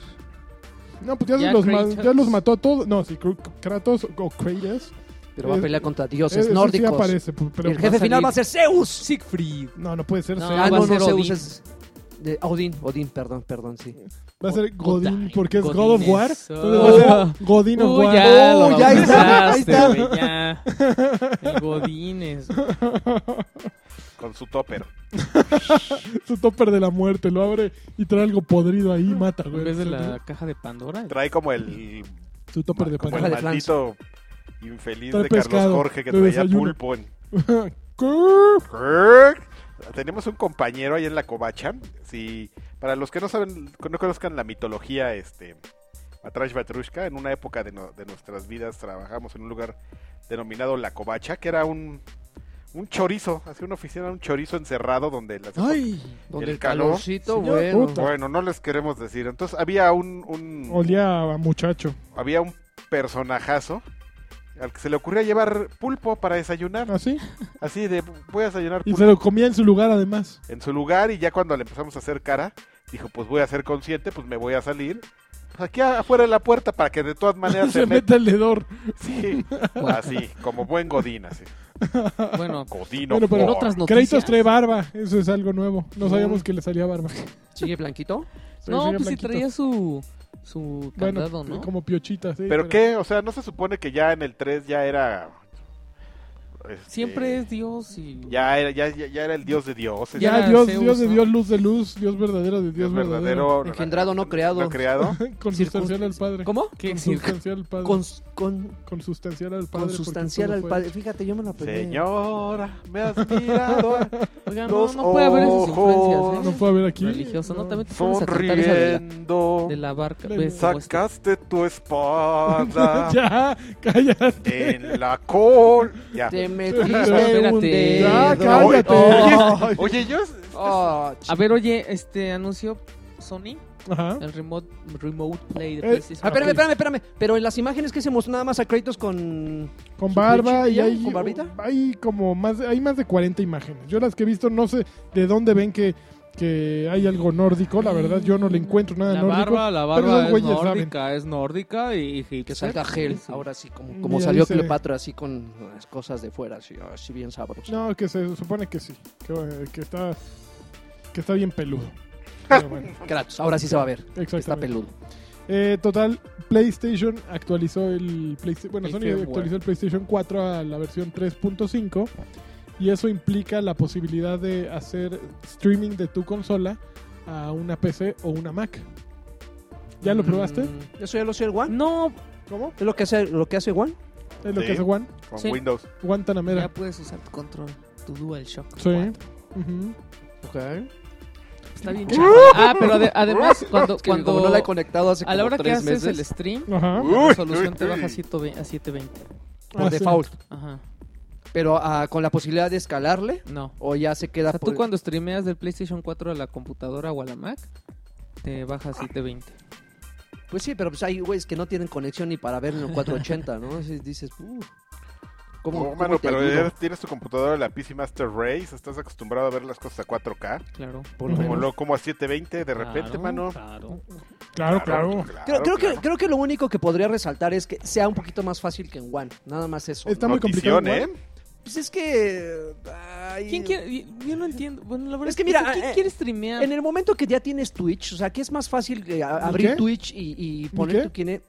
Speaker 2: No, pues ya,
Speaker 3: Ya
Speaker 2: los, ma-
Speaker 3: Kratos.
Speaker 2: ya los mató a todos. No, sí, Kr- Kratos o Kratos.
Speaker 4: Pero va a
Speaker 2: Eh,
Speaker 4: pelear contra
Speaker 2: Eh,
Speaker 4: dioses
Speaker 2: eso sí
Speaker 4: nórdicos.
Speaker 2: aparece, pu- pero
Speaker 4: Y el jefe
Speaker 3: salir.
Speaker 4: final va a ser Zeus.
Speaker 3: Siegfried.
Speaker 2: No, no puede ser.
Speaker 3: No,
Speaker 2: se-
Speaker 3: va
Speaker 4: Ah,
Speaker 3: a
Speaker 4: no, no,
Speaker 3: ser
Speaker 4: Zeus
Speaker 3: Odín.
Speaker 4: es de Odín, Odín, perdón, perdón, sí.
Speaker 2: Va a ser Godín
Speaker 3: Godín,
Speaker 2: porque es
Speaker 3: Godín
Speaker 2: God of War.
Speaker 3: eso.
Speaker 2: Entonces va a ser Godín of
Speaker 3: Uy,
Speaker 2: War.
Speaker 3: ya,
Speaker 4: Oh,
Speaker 3: lo
Speaker 4: ya está,
Speaker 3: bautizaste,
Speaker 4: ahí está.
Speaker 3: güey, ya. El Godínez.
Speaker 1: Con su topper.
Speaker 2: Su topper de la muerte. Lo abre y trae algo podrido ahí y mata, güey.
Speaker 3: En vez de la caja de Pandora.
Speaker 1: Trae como el.
Speaker 2: Su topper de
Speaker 1: como
Speaker 4: Caja
Speaker 1: el
Speaker 2: panela.
Speaker 4: de Flans.
Speaker 1: maldito infeliz
Speaker 2: Trae
Speaker 1: de Carlos
Speaker 2: pescado
Speaker 1: Jorge que
Speaker 2: de
Speaker 1: traía
Speaker 2: desayuno.
Speaker 1: pulpo en.
Speaker 2: ¿Qué?
Speaker 1: Kirk. Tenemos un compañero ahí en la covacha. Si, para los que no saben, que no conozcan la mitología, este, Matrash Batrushka, en una época de, no- de nuestras vidas trabajamos en un lugar denominado La Covacha, que era un, un chorizo, así una oficina, un chorizo encerrado donde las
Speaker 2: Ay,
Speaker 4: Donde
Speaker 1: El
Speaker 4: el,
Speaker 1: calor.
Speaker 4: calorcito,
Speaker 2: Señor,
Speaker 4: bueno.
Speaker 2: puta.
Speaker 1: Bueno, no les queremos decir. Entonces había un, un-
Speaker 2: olía a muchacho.
Speaker 1: había un personajazo al que se le ocurría llevar pulpo para desayunar,
Speaker 2: Así.
Speaker 1: así de voy a
Speaker 2: Ah.
Speaker 1: desayunar
Speaker 2: Y
Speaker 1: pulpo
Speaker 2: se lo comía en su lugar además.
Speaker 1: en su lugar y ya cuando le empezamos a hacer cara, dijo, "Pues voy a ser consciente, pues me voy a salir." Pues aquí afuera de la puerta para que de todas maneras
Speaker 2: se
Speaker 1: se
Speaker 2: mete
Speaker 1: meta.
Speaker 2: el hedor.
Speaker 1: ah, Sí, así, como buen Godín, así.
Speaker 3: Bueno,
Speaker 1: Godino.
Speaker 2: Bueno, pero en
Speaker 1: por-
Speaker 3: otras noticias.
Speaker 2: Créditos trae barba. Eso es algo nuevo. No sabíamos que le salía barba.
Speaker 4: Sigue blanquito.
Speaker 2: Pero
Speaker 3: no,
Speaker 2: sigue
Speaker 3: pues si
Speaker 2: blanquito.
Speaker 3: traía su, su
Speaker 2: Bueno,
Speaker 3: candado, ¿no?
Speaker 2: como piochita. sí,
Speaker 1: ¿Pero qué? O sea, ¿no se supone que ya en el 3 ya era... este,
Speaker 3: Siempre es Dios y...
Speaker 1: Ya era, ya, ya- ya era el dios de dioses.
Speaker 3: Ya
Speaker 2: Ya,
Speaker 3: era
Speaker 2: Dios,
Speaker 3: Zeus,
Speaker 2: Dios de
Speaker 3: ¿no?
Speaker 2: Dios, luz de luz, Dios verdadero de Dios,
Speaker 1: Dios
Speaker 2: verdadero.
Speaker 1: verdadero.
Speaker 4: Engendrado, no creado.
Speaker 1: No creado.
Speaker 2: Consustancial al Padre.
Speaker 4: ¿Cómo?
Speaker 3: ¿Qué?
Speaker 2: Consustancial al Padre.
Speaker 4: Cons- con,
Speaker 2: Consustancial al Padre. porque
Speaker 4: consustancial
Speaker 2: todo
Speaker 4: al
Speaker 2: fue
Speaker 4: padre.
Speaker 2: hecho.
Speaker 4: Fíjate, yo me lo aprendí.
Speaker 1: Señora, me has mirado.
Speaker 3: Oigan, no,
Speaker 1: Los
Speaker 3: no puede haber esas
Speaker 1: ojos.
Speaker 3: influencias,
Speaker 2: No
Speaker 3: ¿eh?
Speaker 2: fue a ver aquí.
Speaker 3: Religioso, ¿no?
Speaker 2: No.
Speaker 3: También te pones a cantar esa de la,
Speaker 1: Sonriendo.
Speaker 3: de la barca.
Speaker 2: Le-
Speaker 3: ¿Ves? Como este-
Speaker 1: Sacaste tu espada
Speaker 2: ya, cállate.
Speaker 1: en la col. Ya.
Speaker 4: Te
Speaker 2: Espérate.
Speaker 4: metiste un dedo.
Speaker 2: Ya, cállate.
Speaker 4: Oh.
Speaker 1: Oye, oye, yo.
Speaker 4: Oh,
Speaker 3: A ver, oye, este anuncio Sony,
Speaker 2: Ajá.
Speaker 3: el Remote, remote Play de
Speaker 2: Eh,
Speaker 4: Ah,
Speaker 3: PlayStation.
Speaker 4: espérame, espérame, espérame. Pero en las imágenes que se mostró nada más a Kratos con.
Speaker 2: Con barba y
Speaker 4: ¿Ya?
Speaker 2: hay,
Speaker 4: ¿Con barbita?
Speaker 2: hay como más, hay más de 40 imágenes. Yo las que he visto no sé de dónde ven que, que hay algo nórdico. La verdad yo no le encuentro nada
Speaker 5: La
Speaker 2: nórdico.
Speaker 5: barba, la
Speaker 2: esos
Speaker 5: barba es
Speaker 2: güeyes saben.
Speaker 5: nórdica, es nórdica y egipcia.
Speaker 4: Que salga gel. Ahora sí, como, como
Speaker 2: Mira,
Speaker 4: salió
Speaker 2: dice-
Speaker 4: Cleopatra, así con las cosas de fuera, así, así bien sabroso.
Speaker 2: No, que se supone que sí. Que, que está que está bien peludo. Pero bueno,
Speaker 4: Kratos, ahora sí se va a ver.
Speaker 2: exactamente.
Speaker 4: Está peludo.
Speaker 2: Eh, total, PlayStation actualizó el PlayStation, bueno,
Speaker 3: El
Speaker 2: Sony
Speaker 3: firmware.
Speaker 2: actualizó el PlayStation 4 a la versión 3.5 y eso implica la posibilidad de hacer streaming de tu consola a una PC o una Mac. ¿Ya lo probaste?
Speaker 4: Mm, Eso ya lo sé el One.
Speaker 3: Ah, No,
Speaker 2: ¿Cómo?
Speaker 4: Es lo que hace, lo que hace One.
Speaker 2: Es lo
Speaker 1: Sí.
Speaker 2: que hace Juan
Speaker 1: Con
Speaker 3: Sí.
Speaker 1: Windows.
Speaker 2: Guantanamera.
Speaker 3: ya puedes usar tu control, tu DualShock.
Speaker 2: Sí.
Speaker 3: 4.
Speaker 2: Ujú.
Speaker 4: Ok.
Speaker 3: Está bien chafa. Ah, pero ade- además, cuando,
Speaker 4: Cuando
Speaker 3: cuando
Speaker 4: no la he conectado hace
Speaker 3: a la
Speaker 4: como
Speaker 3: hora que
Speaker 4: tres
Speaker 3: haces
Speaker 4: meses,
Speaker 3: el stream,
Speaker 2: Ajá.
Speaker 1: Uh,
Speaker 3: la
Speaker 1: Uy,
Speaker 3: resolución te
Speaker 1: uy,
Speaker 3: baja a
Speaker 1: uy.
Speaker 3: 720, a 720.
Speaker 4: por
Speaker 2: Ah, sí.
Speaker 4: default.
Speaker 3: Ajá,
Speaker 4: Pero ah, con la posibilidad de escalarle,
Speaker 3: no.
Speaker 4: o ya se
Speaker 3: O
Speaker 4: queda
Speaker 3: sea, tú
Speaker 4: por-
Speaker 3: cuando streameas del PlayStation 4 a la computadora o a la Mac, te baja a 720.
Speaker 4: Pues sí, pero pues hay güeyes que no tienen conexión ni para ver en el 480, ¿no? Así dices, uh, ¿cómo,
Speaker 1: No,
Speaker 4: cómo
Speaker 1: mano,
Speaker 4: te
Speaker 1: pero
Speaker 4: ayudo?
Speaker 1: ya tienes tu computadora, la PC Master Race. Estás acostumbrado a ver las cosas a 4K.
Speaker 3: Claro.
Speaker 4: Por lo
Speaker 1: Como,
Speaker 4: menos.
Speaker 1: lo, como a 720 de repente,
Speaker 5: Claro,
Speaker 1: mano.
Speaker 5: claro.
Speaker 2: Claro, claro.
Speaker 4: Creo,
Speaker 1: claro.
Speaker 4: creo Que, creo que lo único que podría resaltar es que sea un poquito más fácil que en One. Nada más eso.
Speaker 2: Está
Speaker 4: ¿no?
Speaker 2: muy complicado,
Speaker 1: Notición, ¿eh?
Speaker 4: Pues es que. ay,
Speaker 3: ¿Quién quiere? Yo- Yo no entiendo. Bueno, la verdad
Speaker 4: Es
Speaker 3: es
Speaker 4: que
Speaker 3: que,
Speaker 4: mira,
Speaker 3: no sé, ¿quién
Speaker 4: eh,
Speaker 3: quiere streamear?
Speaker 4: En el momento que ya tienes Twitch, o sea, que es más fácil eh, a-
Speaker 2: ¿Mi
Speaker 4: abrir
Speaker 2: qué?
Speaker 4: Twitch y, y
Speaker 2: qué?
Speaker 4: poner tu kine-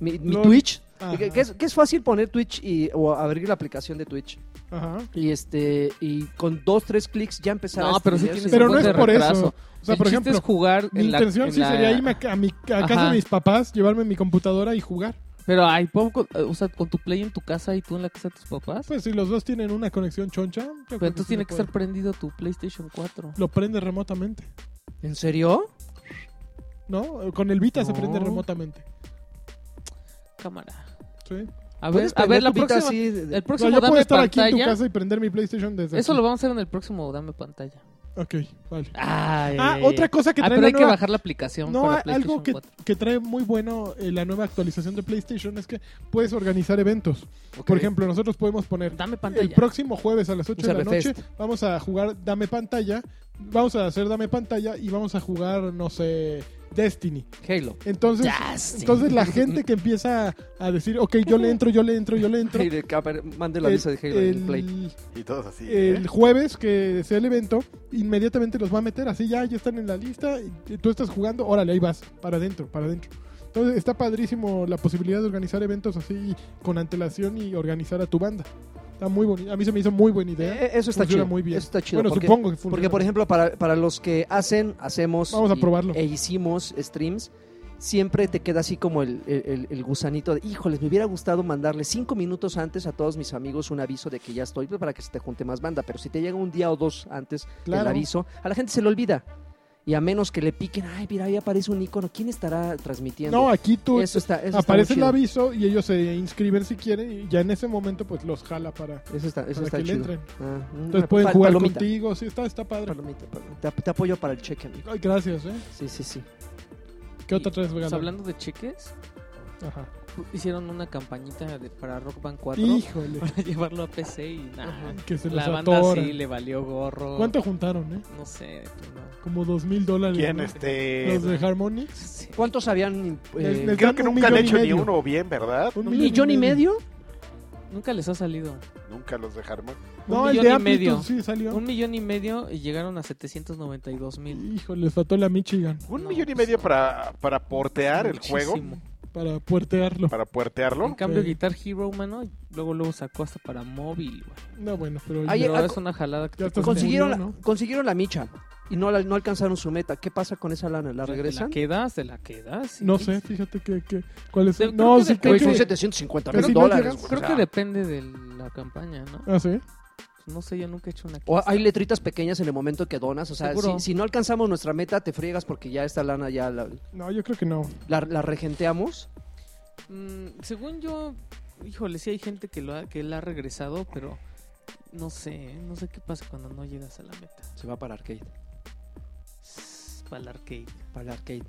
Speaker 4: mi, mi
Speaker 2: Lo-
Speaker 4: Twitch.
Speaker 2: Ajá.
Speaker 4: Que, que es, que es fácil poner Twitch y, o abrir la aplicación de Twitch.
Speaker 2: Ajá.
Speaker 4: Y este y con dos, tres clics ya empezar
Speaker 3: No,
Speaker 4: a
Speaker 3: pero sí
Speaker 4: streamear
Speaker 3: tienes
Speaker 4: sin
Speaker 2: Pero
Speaker 3: un
Speaker 2: no
Speaker 3: buen
Speaker 2: es
Speaker 3: de
Speaker 2: por
Speaker 3: retraso.
Speaker 2: eso. O sea,
Speaker 3: el
Speaker 2: por
Speaker 3: chiste
Speaker 2: ejemplo,
Speaker 3: es jugar
Speaker 2: mi
Speaker 3: en la-
Speaker 2: intención
Speaker 3: en
Speaker 2: sí
Speaker 3: la-
Speaker 2: sería irme a, a mi, a casa
Speaker 3: Ajá.
Speaker 2: de mis papás, llevarme mi computadora y jugar.
Speaker 3: Pero hay poco, eh, o sea, con tu play en tu casa y tú en la casa de tus papás.
Speaker 2: Pues si los dos tienen una conexión choncha, yo creo
Speaker 3: pero
Speaker 2: que
Speaker 3: entonces
Speaker 2: sí
Speaker 3: tiene
Speaker 2: se
Speaker 3: que
Speaker 2: puede.
Speaker 3: estar prendido tu PlayStation 4.
Speaker 2: Lo prende remotamente,
Speaker 4: ¿En serio?
Speaker 2: ¿no? Con el Vita se
Speaker 4: No.
Speaker 2: prende remotamente.
Speaker 3: Cámara.
Speaker 2: Sí.
Speaker 3: A ver, a ver, la próxima.
Speaker 4: Así, de- de-
Speaker 3: El
Speaker 2: O sea,
Speaker 3: próximo
Speaker 2: yo puedo
Speaker 3: dame
Speaker 2: estar aquí en tu
Speaker 3: pantalla.
Speaker 2: casa y prender mi PlayStation desde
Speaker 3: Eso lo
Speaker 2: aquí.
Speaker 3: vamos a hacer en el próximo dame pantalla.
Speaker 2: Ok, vale.
Speaker 3: Ay,
Speaker 2: Ah,
Speaker 3: ay, ay.
Speaker 2: otra cosa que
Speaker 3: Ah,
Speaker 2: trae
Speaker 3: pero
Speaker 2: la
Speaker 3: hay que
Speaker 2: nueva-
Speaker 3: bajar la aplicación
Speaker 2: No,
Speaker 3: para
Speaker 2: a-
Speaker 3: PlayStation
Speaker 2: algo que,
Speaker 3: 4.
Speaker 2: que trae muy bueno eh, la nueva actualización de PlayStation es que puedes organizar eventos.
Speaker 4: Ok.
Speaker 2: Por ejemplo, nosotros podemos poner
Speaker 3: Dame
Speaker 2: el
Speaker 3: pantalla.
Speaker 2: próximo jueves a las 8
Speaker 4: Un
Speaker 2: de la noche
Speaker 4: Cyberfest.
Speaker 2: vamos a jugar Dame Pantalla, vamos a hacer Dame Pantalla y vamos a jugar, no sé, Destiny.
Speaker 4: Halo.
Speaker 2: Entonces, entonces la gente que empieza a decir, ok, yo le entro, yo le entro, yo le entro.
Speaker 4: Halo, que, a ver, mande la
Speaker 2: el-
Speaker 4: lista de Halo en
Speaker 2: el-
Speaker 4: Play.
Speaker 1: Y todos así. ¿eh?
Speaker 2: el jueves que sea el evento, inmediatamente los va a meter, así ya, ya están en la lista, y tú estás jugando, órale, ahí vas, para adentro, para adentro. Entonces está padrísimo la posibilidad de organizar eventos así con antelación y organizar a tu banda. Está muy bonito, a mí se me hizo muy buena idea.
Speaker 4: Eh, eso está
Speaker 2: Funciona
Speaker 4: chido.
Speaker 2: muy bien.
Speaker 4: Eso está chido.
Speaker 2: bueno,
Speaker 4: porque,
Speaker 2: supongo que funciona.
Speaker 4: porque, por ejemplo, para, para los que hacen, hacemos
Speaker 2: Vamos a
Speaker 4: y-
Speaker 2: probarlo.
Speaker 4: e hicimos streams, siempre te queda así como el, el- el- el gusanito de, híjoles, me hubiera gustado mandarle cinco minutos antes a todos mis amigos un aviso de que ya estoy pues, para que se te junte más banda. Pero si te llega un día o dos antes
Speaker 2: Claro.
Speaker 4: el aviso, a la gente se le olvida. y a menos que le piquen, ay, mira, ahí aparece un icono. ¿Quién estará transmitiendo?
Speaker 2: No, aquí tú
Speaker 4: eso está, eso está
Speaker 2: aparece
Speaker 4: muy
Speaker 2: el
Speaker 4: chido.
Speaker 2: aviso y ellos se inscriben si quieren y ya en ese momento pues los jala para...
Speaker 4: Eso está, eso
Speaker 2: para
Speaker 4: está
Speaker 2: que le
Speaker 4: chido.
Speaker 2: entren.
Speaker 4: Ah,
Speaker 2: Entonces
Speaker 4: una
Speaker 2: pueden
Speaker 4: pal-
Speaker 2: jugar
Speaker 4: palomita,
Speaker 2: contigo, sí, está, está padre.
Speaker 4: palomita, palomita. Te, te apoyo para el cheque, amigo.
Speaker 2: Ay, gracias, ¿eh?
Speaker 4: Sí, sí, sí.
Speaker 2: ¿Qué otra traes,
Speaker 3: Pues
Speaker 2: vegana?
Speaker 3: hablando de cheques,
Speaker 2: Ajá.
Speaker 3: hicieron una campañita de- para Rock Band 4
Speaker 2: Híjole,
Speaker 3: para llevarlo a PC y nada.
Speaker 2: que se les
Speaker 3: La banda
Speaker 2: atora.
Speaker 3: sí le valió gorro.
Speaker 2: ¿Cuánto juntaron, eh?
Speaker 3: No sé, pues, no.
Speaker 2: Como dos mil dólares.
Speaker 1: ¿Quién
Speaker 2: ¿no?
Speaker 1: este?
Speaker 2: Los de Harmonix.
Speaker 3: Sí.
Speaker 4: ¿Cuántos habían?
Speaker 2: Les-
Speaker 4: eh,
Speaker 2: les
Speaker 1: Creo
Speaker 2: dan
Speaker 1: que
Speaker 2: un
Speaker 1: nunca han
Speaker 2: millón y
Speaker 1: hecho ni
Speaker 2: medio.
Speaker 1: uno bien, ¿verdad?
Speaker 2: Un
Speaker 4: ¿Un
Speaker 2: millón y
Speaker 4: millón y medio?
Speaker 3: Nunca les ha salido.
Speaker 1: Nunca los dejaron.
Speaker 2: No,
Speaker 3: un
Speaker 2: el
Speaker 3: millón
Speaker 2: de
Speaker 3: y
Speaker 2: Amplitude
Speaker 3: medio.
Speaker 2: sí salió.
Speaker 3: Un millón y medio y llegaron a 792 mil.
Speaker 2: Híjole, les faltó la Michigan
Speaker 1: Un
Speaker 3: No,
Speaker 1: millón y
Speaker 3: pues
Speaker 1: medio
Speaker 3: no.
Speaker 1: para, para portear el juego,
Speaker 2: para puertearlo.
Speaker 1: para
Speaker 3: En
Speaker 1: puertearlo.
Speaker 3: cambio,
Speaker 2: Ok.
Speaker 3: Guitar Hero, mano, luego luego sacó hasta para móvil. güey.
Speaker 2: No, bueno, pero...
Speaker 4: Ahí-
Speaker 2: ya-
Speaker 3: Pero
Speaker 4: ah,
Speaker 3: es
Speaker 4: co-
Speaker 3: una jalada
Speaker 2: ya
Speaker 3: que te
Speaker 2: estás
Speaker 3: cuesta-
Speaker 4: consiguieron,
Speaker 2: murió, ¿no?
Speaker 4: consiguieron la micha y no, la- no alcanzaron su meta. ¿Qué pasa con esa lana? ¿La regresan?
Speaker 3: ¿Te la quedas? ¿Te la quedas? Sí.
Speaker 2: No sé, fíjate que... que ¿Cuál es?
Speaker 3: Creo
Speaker 2: No,
Speaker 3: que
Speaker 2: sí
Speaker 3: de-
Speaker 2: creo
Speaker 4: Güey,
Speaker 2: que...
Speaker 4: son 750
Speaker 2: Pero si
Speaker 4: mil
Speaker 2: no
Speaker 4: dólares.
Speaker 2: llegan-
Speaker 4: o
Speaker 3: Creo
Speaker 4: sea,
Speaker 3: que depende de la campaña, ¿no?
Speaker 2: Ah, ¿sí?
Speaker 3: No sé, yo nunca he hecho una.
Speaker 4: o hay letritas pequeñas en el momento que donas. O sea,
Speaker 3: Seguro.
Speaker 4: si, si no alcanzamos nuestra meta, te friegas porque ya esta lana ya la,
Speaker 2: No, yo creo que no.
Speaker 4: la- la regenteamos.
Speaker 3: Mm, según yo, híjole, sí hay gente que, lo ha, que la ha regresado, pero no sé, ¿eh? no sé qué pasa cuando no llegas a la meta.
Speaker 4: Se va para arcade.
Speaker 3: Para el arcade.
Speaker 4: Para el arcade.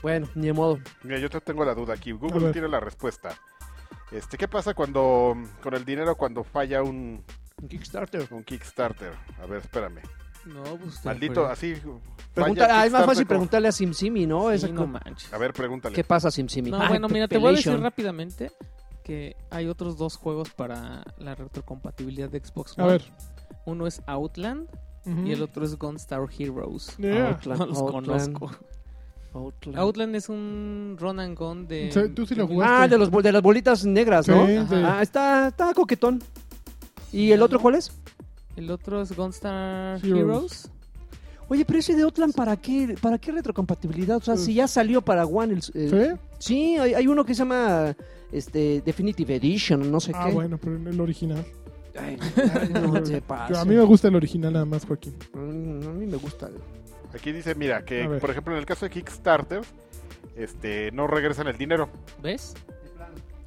Speaker 4: Bueno, ni de modo.
Speaker 1: Mira, yo te tengo la duda aquí.
Speaker 2: A ver.
Speaker 1: Google tiene la respuesta. Este, ¿qué pasa cuando con el dinero cuando falla un,
Speaker 4: Kickstarter.
Speaker 1: un Kickstarter? A ver, espérame.
Speaker 3: No, pues. te
Speaker 1: Maldito,
Speaker 3: fue-
Speaker 1: así.
Speaker 4: Pregunta,
Speaker 1: falla
Speaker 4: ah, es más
Speaker 1: Kickstarter
Speaker 4: fácil
Speaker 1: como-
Speaker 4: preguntarle a SimSimi, ¿no?
Speaker 3: Sí,
Speaker 4: Esa
Speaker 3: no
Speaker 4: co-
Speaker 3: manches.
Speaker 1: A ver, pregúntale.
Speaker 4: ¿Qué pasa, SimSimi?
Speaker 3: No,
Speaker 4: Ah,
Speaker 3: bueno, mira, te voy a decir
Speaker 4: Pelation.
Speaker 3: rápidamente que hay otros dos juegos para la retrocompatibilidad de Xbox
Speaker 2: A
Speaker 3: One.
Speaker 2: ver.
Speaker 3: Uno es Outland
Speaker 2: Ujú.
Speaker 3: y el otro es Gunstar Heroes.
Speaker 2: Yeah.
Speaker 4: Outland,
Speaker 3: No los
Speaker 4: Outland,
Speaker 3: conozco.
Speaker 4: Outland.
Speaker 3: Outland es un run and gun de.
Speaker 2: Sí, tú sí lo
Speaker 3: de-
Speaker 2: jugaste.
Speaker 4: Ah, de, los, bol- de las bolitas negras,
Speaker 2: Sí,
Speaker 4: ¿no?
Speaker 2: sí.
Speaker 3: Ajá.
Speaker 4: Ah, está, está coquetón. ¿Y el otro cuál es?
Speaker 3: El otro es Gunstar
Speaker 2: Heroes.
Speaker 3: Heroes.
Speaker 4: Oye, pero ese de Outland, ¿para qué, ¿para qué retrocompatibilidad? O sea,
Speaker 2: Sí.
Speaker 4: si ya salió para One. el- eh, sí,
Speaker 2: ¿Sí?
Speaker 4: hay, hay uno que se llama este, Definitive Edition, no sé
Speaker 2: Ah,
Speaker 4: qué.
Speaker 2: bueno, pero en el original.
Speaker 4: Ay, ay, no se
Speaker 3: Ah,
Speaker 2: Yo-
Speaker 4: pase.
Speaker 2: a mí me gusta el original nada más, Joaquín.
Speaker 4: Mm, a mí me gusta.
Speaker 1: Aquí dice, mira, que
Speaker 2: A ver.
Speaker 1: por ejemplo en el caso de Kickstarter, este, no regresan el dinero.
Speaker 3: ¿Ves?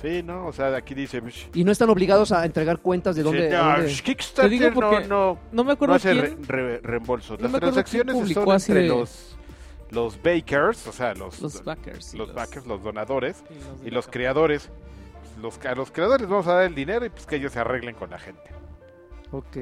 Speaker 1: Sí, no, o sea, aquí dice. "Sh-
Speaker 4: Y no están obligados a entregar cuentas de dónde.
Speaker 1: sí,
Speaker 4: de
Speaker 1: no,
Speaker 4: dónde-
Speaker 1: sh- Kickstarter
Speaker 3: Te digo porque-
Speaker 1: no, no,
Speaker 3: No me
Speaker 1: no
Speaker 3: acuerdo
Speaker 1: hace re-
Speaker 3: quién.
Speaker 1: re- reembolsos.
Speaker 3: no
Speaker 1: Las
Speaker 3: me acuerdo quién
Speaker 1: transacciones son
Speaker 3: publicó así
Speaker 1: entre
Speaker 3: de-
Speaker 1: los, los bakers, o sea, los,
Speaker 3: Los backers. y
Speaker 1: los backers, los donadores
Speaker 3: Y los, de
Speaker 1: y
Speaker 3: la
Speaker 1: los
Speaker 3: campaña.
Speaker 1: creadores. Los, a los creadores vamos a dar el dinero y pues que ellos se arreglen con la gente.
Speaker 4: Ok.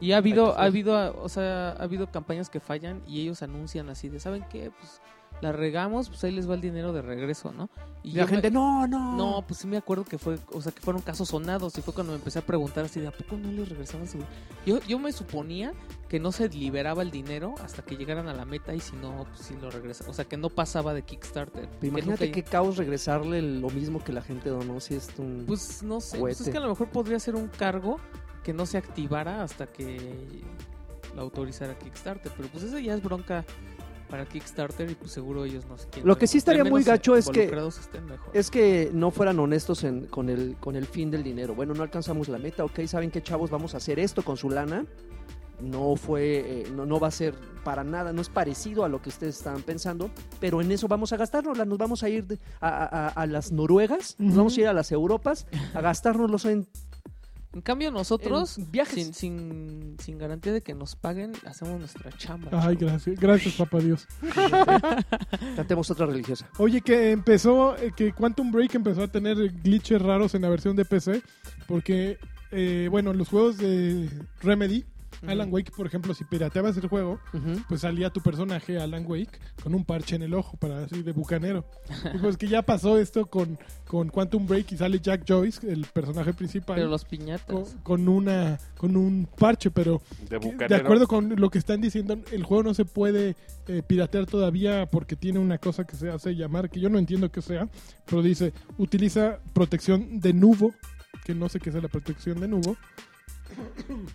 Speaker 3: Y ha habido,
Speaker 4: Entonces-
Speaker 3: ha habido, o sea, ha habido campañas que fallan y ellos anuncian así de, ¿saben qué? Pues la regamos, pues ahí les va el dinero de regreso, ¿no?
Speaker 4: Y
Speaker 3: Y
Speaker 4: la
Speaker 3: yo me-
Speaker 4: gente, no, no.
Speaker 3: No, pues sí me acuerdo que fue, o sea, que fueron casos sonados y fue cuando me empecé a preguntar así de, ¿a poco no les regresaban su... Yo, yo me suponía que no se liberaba el dinero hasta que llegaran a la meta y si no, pues sí lo regresaban. O sea, que no pasaba de Kickstarter.
Speaker 4: Pero
Speaker 3: Que
Speaker 4: Imagínate
Speaker 3: nunca-
Speaker 4: qué caos regresarle lo mismo que la gente donó si es un...
Speaker 3: Pues no sé, pues es
Speaker 4: Cohete.
Speaker 3: que a lo mejor podría ser un cargo que no se activara hasta que lo autorizara Kickstarter, pero pues esa ya es bronca para Kickstarter y pues seguro ellos no se quieren.
Speaker 4: Lo que sí estaría muy gacho es que-
Speaker 3: estén mejor.
Speaker 4: es que no fueran honestos en- con, el, con el fin del dinero. Bueno, no alcanzamos la meta, ok, ¿saben qué chavos? Vamos a hacer esto con su lana. No fue, eh, no, no va a ser para nada, no es parecido a lo que ustedes estaban pensando, pero en eso vamos a gastárnosla, nos vamos a ir de- a, a- a- a las Noruegas, nos
Speaker 2: Ujú.
Speaker 4: vamos a ir a las Europas, a gastárnoslos en,
Speaker 3: En cambio nosotros,
Speaker 4: en viajes.
Speaker 3: sin, sin, sin garantía de que nos paguen, hacemos nuestra chamba.
Speaker 2: Ay, gracias. Gracias, papá Dios.
Speaker 4: Cantemos otra religiosa.
Speaker 2: Oye, que empezó, eh, que Quantum Break empezó a tener glitches raros en la versión de PC, porque, eh, bueno, los juegos de Remedy, Alan Wake, por ejemplo, si pirateabas el juego, pues salía tu personaje, Alan Wake, con un parche en el ojo, para así de bucanero. Y pues que ya pasó esto con, con Quantum Break y sale Jack Joyce, el personaje principal.
Speaker 3: Pero los
Speaker 2: con,
Speaker 3: piñatas.
Speaker 2: con una con un parche pero
Speaker 1: De,
Speaker 2: que- de
Speaker 1: bucanero.
Speaker 2: acuerdo con lo que están diciendo el juego no se puede eh, piratear todavía porque tiene una cosa que se hace llamar que yo no entiendo qué sea pero dice utiliza protección de nubo que no sé qué es la protección de nubo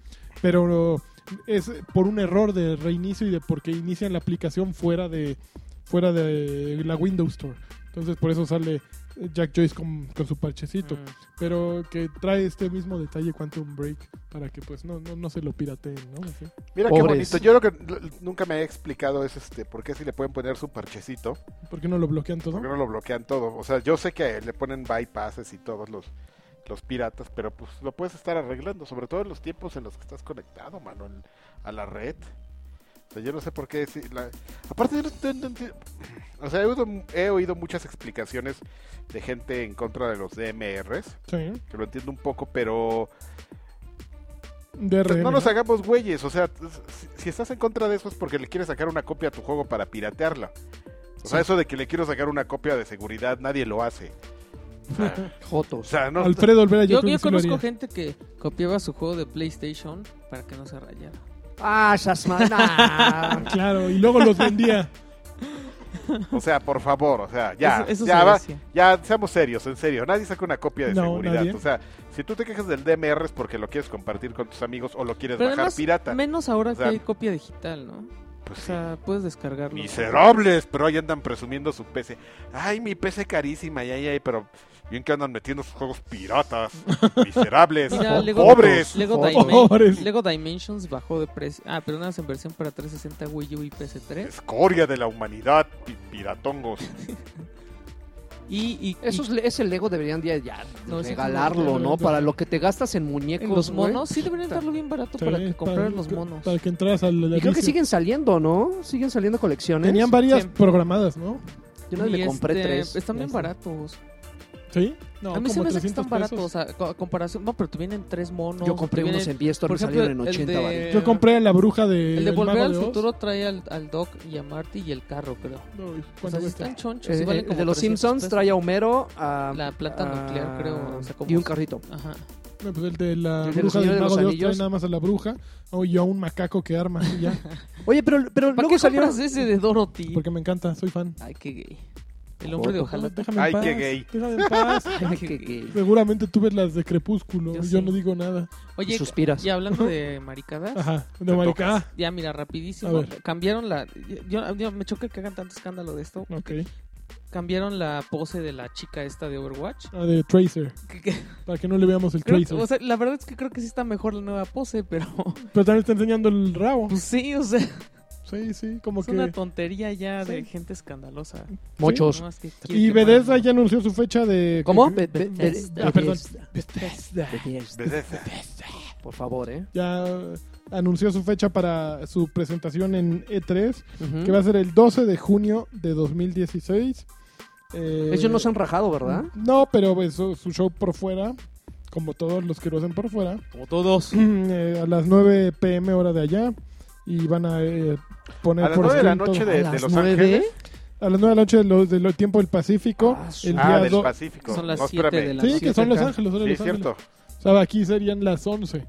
Speaker 2: pero es por un error de reinicio y de porque inician la aplicación fuera de fuera de la Windows Store entonces por eso sale eh, Jack Joyce con, con su parchecito.
Speaker 3: Mm.
Speaker 2: Pero que trae este mismo detalle Quantum Break para que pues no, no, no se lo pirateen, ¿no? Así.
Speaker 1: Mira qué
Speaker 4: Pobres.
Speaker 1: bonito. Yo creo que l- nunca me he explicado es este, por qué si le pueden poner su parchecito,
Speaker 2: ¿Por qué no lo bloquean todo?
Speaker 1: por qué no lo bloquean todo. O sea, yo sé que le ponen bypasses y todos los, los piratas, pero pues lo puedes estar arreglando, sobre todo en los tiempos en los que estás conectado, mano, en- a la red. O sea, yo no sé por qué. si la- Aparte, yo no te- no enti- o sea, he oído, he oído muchas explicaciones de gente en contra de los DMRs,
Speaker 2: Sí.
Speaker 1: que lo entiendo un poco, pero
Speaker 2: DRM,
Speaker 1: no
Speaker 2: ¿no?
Speaker 1: nos hagamos güeyes, o sea, si, si estás en contra de eso es porque le quieres sacar una copia a tu juego para piratearla. O sea, eso de que le quiero sacar una copia de seguridad, nadie lo hace. O sea, o
Speaker 4: Jotos.
Speaker 1: sea, no,
Speaker 2: Alfredo Olvera, yo,
Speaker 3: Yo,
Speaker 2: creo
Speaker 3: yo
Speaker 2: que sí lo
Speaker 3: conozco
Speaker 2: haría.
Speaker 3: gente que copiaba su juego de PlayStation para que no se rayara.
Speaker 4: Ah, Shasman.
Speaker 2: Claro, y luego los vendía.
Speaker 1: o sea, por favor, o sea, ya,
Speaker 3: Eso- eso
Speaker 1: ya,
Speaker 3: se
Speaker 1: va-
Speaker 3: decía.
Speaker 1: ya, seamos serios, en serio, nadie saca una copia de
Speaker 2: No,
Speaker 1: seguridad.
Speaker 2: nadie.
Speaker 1: O sea, si tú te quejas del DMR es porque lo quieres compartir con tus amigos o lo quieres
Speaker 3: Pero
Speaker 1: bajar
Speaker 3: además,
Speaker 1: pirata.
Speaker 3: menos ahora
Speaker 1: O sea,
Speaker 3: que hay copia digital, ¿no?
Speaker 1: Pues
Speaker 3: O
Speaker 1: sí.
Speaker 3: sea, puedes descargarlo.
Speaker 1: Miserables, pero ahí andan presumiendo su PC. Ay, mi PC carísima, ay, ay, pero bien que andan metiendo sus juegos piratas. Miserables,
Speaker 3: Mira, Lego,
Speaker 1: pobres.
Speaker 3: Lego,
Speaker 4: Jotos.
Speaker 3: Dimen-
Speaker 2: Pobres.
Speaker 3: Lego Dimensions bajó de precio. Ah, pero nada más en versión para 360 Wii U y PS3.
Speaker 1: Escoria de la humanidad, pi- piratongos.
Speaker 3: Y, y, y
Speaker 4: Esos, le- ese Lego deberían de ya
Speaker 3: No, ese
Speaker 4: regalarlo,
Speaker 2: Lego
Speaker 4: ¿no?
Speaker 2: deberían de-
Speaker 4: Para lo que te gastas en muñecos.
Speaker 3: en los
Speaker 4: güey.
Speaker 3: monos, sí deberían darlo bien barato
Speaker 2: Sí,
Speaker 3: para que comprar
Speaker 2: para-
Speaker 3: los monos.
Speaker 2: Para que entraras al... al
Speaker 4: Y creo que
Speaker 2: vicio.
Speaker 4: siguen saliendo, ¿no? Siguen saliendo colecciones.
Speaker 2: Tenían varias
Speaker 3: Sí.
Speaker 2: programadas, ¿no?
Speaker 4: Yo no le
Speaker 3: Y
Speaker 4: compré
Speaker 3: este,
Speaker 4: tres.
Speaker 3: Están bien
Speaker 4: Ya está.
Speaker 3: baratos.
Speaker 2: ¿Sí? No,
Speaker 3: a mí se
Speaker 2: como
Speaker 3: me hace que están
Speaker 2: 300
Speaker 3: baratos. O
Speaker 2: pesos.
Speaker 3: sea, co- a comparación. No, pero te vienen tres monos.
Speaker 4: Yo compré
Speaker 3: te vienen-
Speaker 4: unos en Viestor,
Speaker 3: por
Speaker 4: me
Speaker 3: ejemplo,
Speaker 4: salieron en
Speaker 3: el
Speaker 4: 80
Speaker 3: de-
Speaker 4: varitos.
Speaker 2: Yo compré a la bruja de...
Speaker 3: eh, El de
Speaker 2: del
Speaker 3: Volver
Speaker 2: Mago
Speaker 3: al
Speaker 2: Oz.
Speaker 3: futuro trae al, al Doc y a Marty y el carro, creo.
Speaker 2: Uy,
Speaker 3: O
Speaker 2: ¿cuánto
Speaker 3: sea, sí
Speaker 2: cuesta?
Speaker 3: están chonchos.
Speaker 4: Eh,
Speaker 3: sí valen
Speaker 4: el
Speaker 3: como
Speaker 4: de los
Speaker 3: 300
Speaker 4: Simpsons
Speaker 3: pesos.
Speaker 4: trae a Homero a...
Speaker 3: La planta
Speaker 4: a-
Speaker 3: nuclear, creo, o sea, como-
Speaker 4: y un carrito.
Speaker 3: Ajá.
Speaker 2: No, pues el de la
Speaker 4: El
Speaker 2: bruja
Speaker 4: de los
Speaker 2: del
Speaker 4: Señores de
Speaker 2: Mago
Speaker 4: los
Speaker 2: de Oz trae
Speaker 4: Anillos.
Speaker 2: nada más a la bruja o yo a un macaco que arma y ya,
Speaker 4: Oye, pero, pero
Speaker 3: ¿Para qué
Speaker 4: luego salieron...
Speaker 3: compras ese de Dorothy?
Speaker 2: porque me encanta, soy fan.
Speaker 3: Ay, qué gay. El hombre de ojalá.
Speaker 2: Déjame en
Speaker 1: Ay,
Speaker 2: paz,
Speaker 1: qué gay.
Speaker 2: Déjame en paz.
Speaker 4: Ay, qué gay.
Speaker 2: Seguramente tú ves las de Crepúsculo, yo,
Speaker 3: Yo sí.
Speaker 2: no digo nada.
Speaker 4: Y
Speaker 3: Oye,
Speaker 4: suspiras.
Speaker 3: y hablando de maricadas,
Speaker 2: Ajá, de marica. Ah,
Speaker 3: ya mira,
Speaker 2: A
Speaker 3: rapidísimo.
Speaker 2: ver.
Speaker 3: Cambiaron la. Yo, yo- me choca que hagan tanto escándalo de esto.
Speaker 2: Ah, ok.
Speaker 3: Cambiaron la pose de la chica esta de Overwatch.
Speaker 2: Ah, de Tracer,
Speaker 3: Que- que-
Speaker 2: para que no le veamos el
Speaker 3: creo que-
Speaker 2: Tracer.
Speaker 3: o sea, la verdad es que creo que sí está mejor la nueva pose, pero.
Speaker 2: Pero también está enseñando el rabo.
Speaker 3: Pues sí, o sea,
Speaker 2: Sí, sí, como
Speaker 3: es una
Speaker 2: que...
Speaker 3: tontería ya de
Speaker 2: Sí.
Speaker 3: gente escandalosa.
Speaker 4: Mochos.
Speaker 3: No, es que quiere
Speaker 2: Y
Speaker 3: quemar,
Speaker 2: Bethesda
Speaker 3: ¿no?
Speaker 2: ya anunció su fecha de...
Speaker 4: ¿Cómo?
Speaker 2: Be-
Speaker 4: Be-
Speaker 2: Be-
Speaker 4: Be-
Speaker 2: ah, perdón.
Speaker 4: Bethesda.
Speaker 2: Bethesda.
Speaker 1: Bethesda.
Speaker 4: Por favor, ¿eh?
Speaker 2: Ya eh, anunció su fecha para su presentación en E3.
Speaker 4: Ujú.
Speaker 2: que va a ser el 12 de junio de 2016. Eh,
Speaker 4: Ellos no se han rajado, ¿verdad?
Speaker 2: No, pero pues, su, su show por fuera, como todos los que lo hacen por fuera,
Speaker 6: Como todos.
Speaker 2: eh, a las 9 pm hora de allá, y van a eh, poner
Speaker 1: A las
Speaker 2: por
Speaker 1: 9 de la
Speaker 2: stream todo.
Speaker 1: noche de, de
Speaker 4: las
Speaker 1: Los
Speaker 4: nueve?
Speaker 1: Ángeles.
Speaker 2: A las 9 de la noche de lo- de lo- tiempo del Pacífico,
Speaker 4: Ah, su-
Speaker 2: el día
Speaker 1: Ah, del
Speaker 2: do-
Speaker 1: Pacífico.
Speaker 3: Son las
Speaker 1: no,
Speaker 3: 7
Speaker 1: espérame.
Speaker 3: de la
Speaker 2: Sí, que son Los
Speaker 3: acá.
Speaker 2: Ángeles, son
Speaker 1: Sí,
Speaker 2: Los
Speaker 1: es cierto.
Speaker 2: Ángeles. O sea, aquí serían las 11.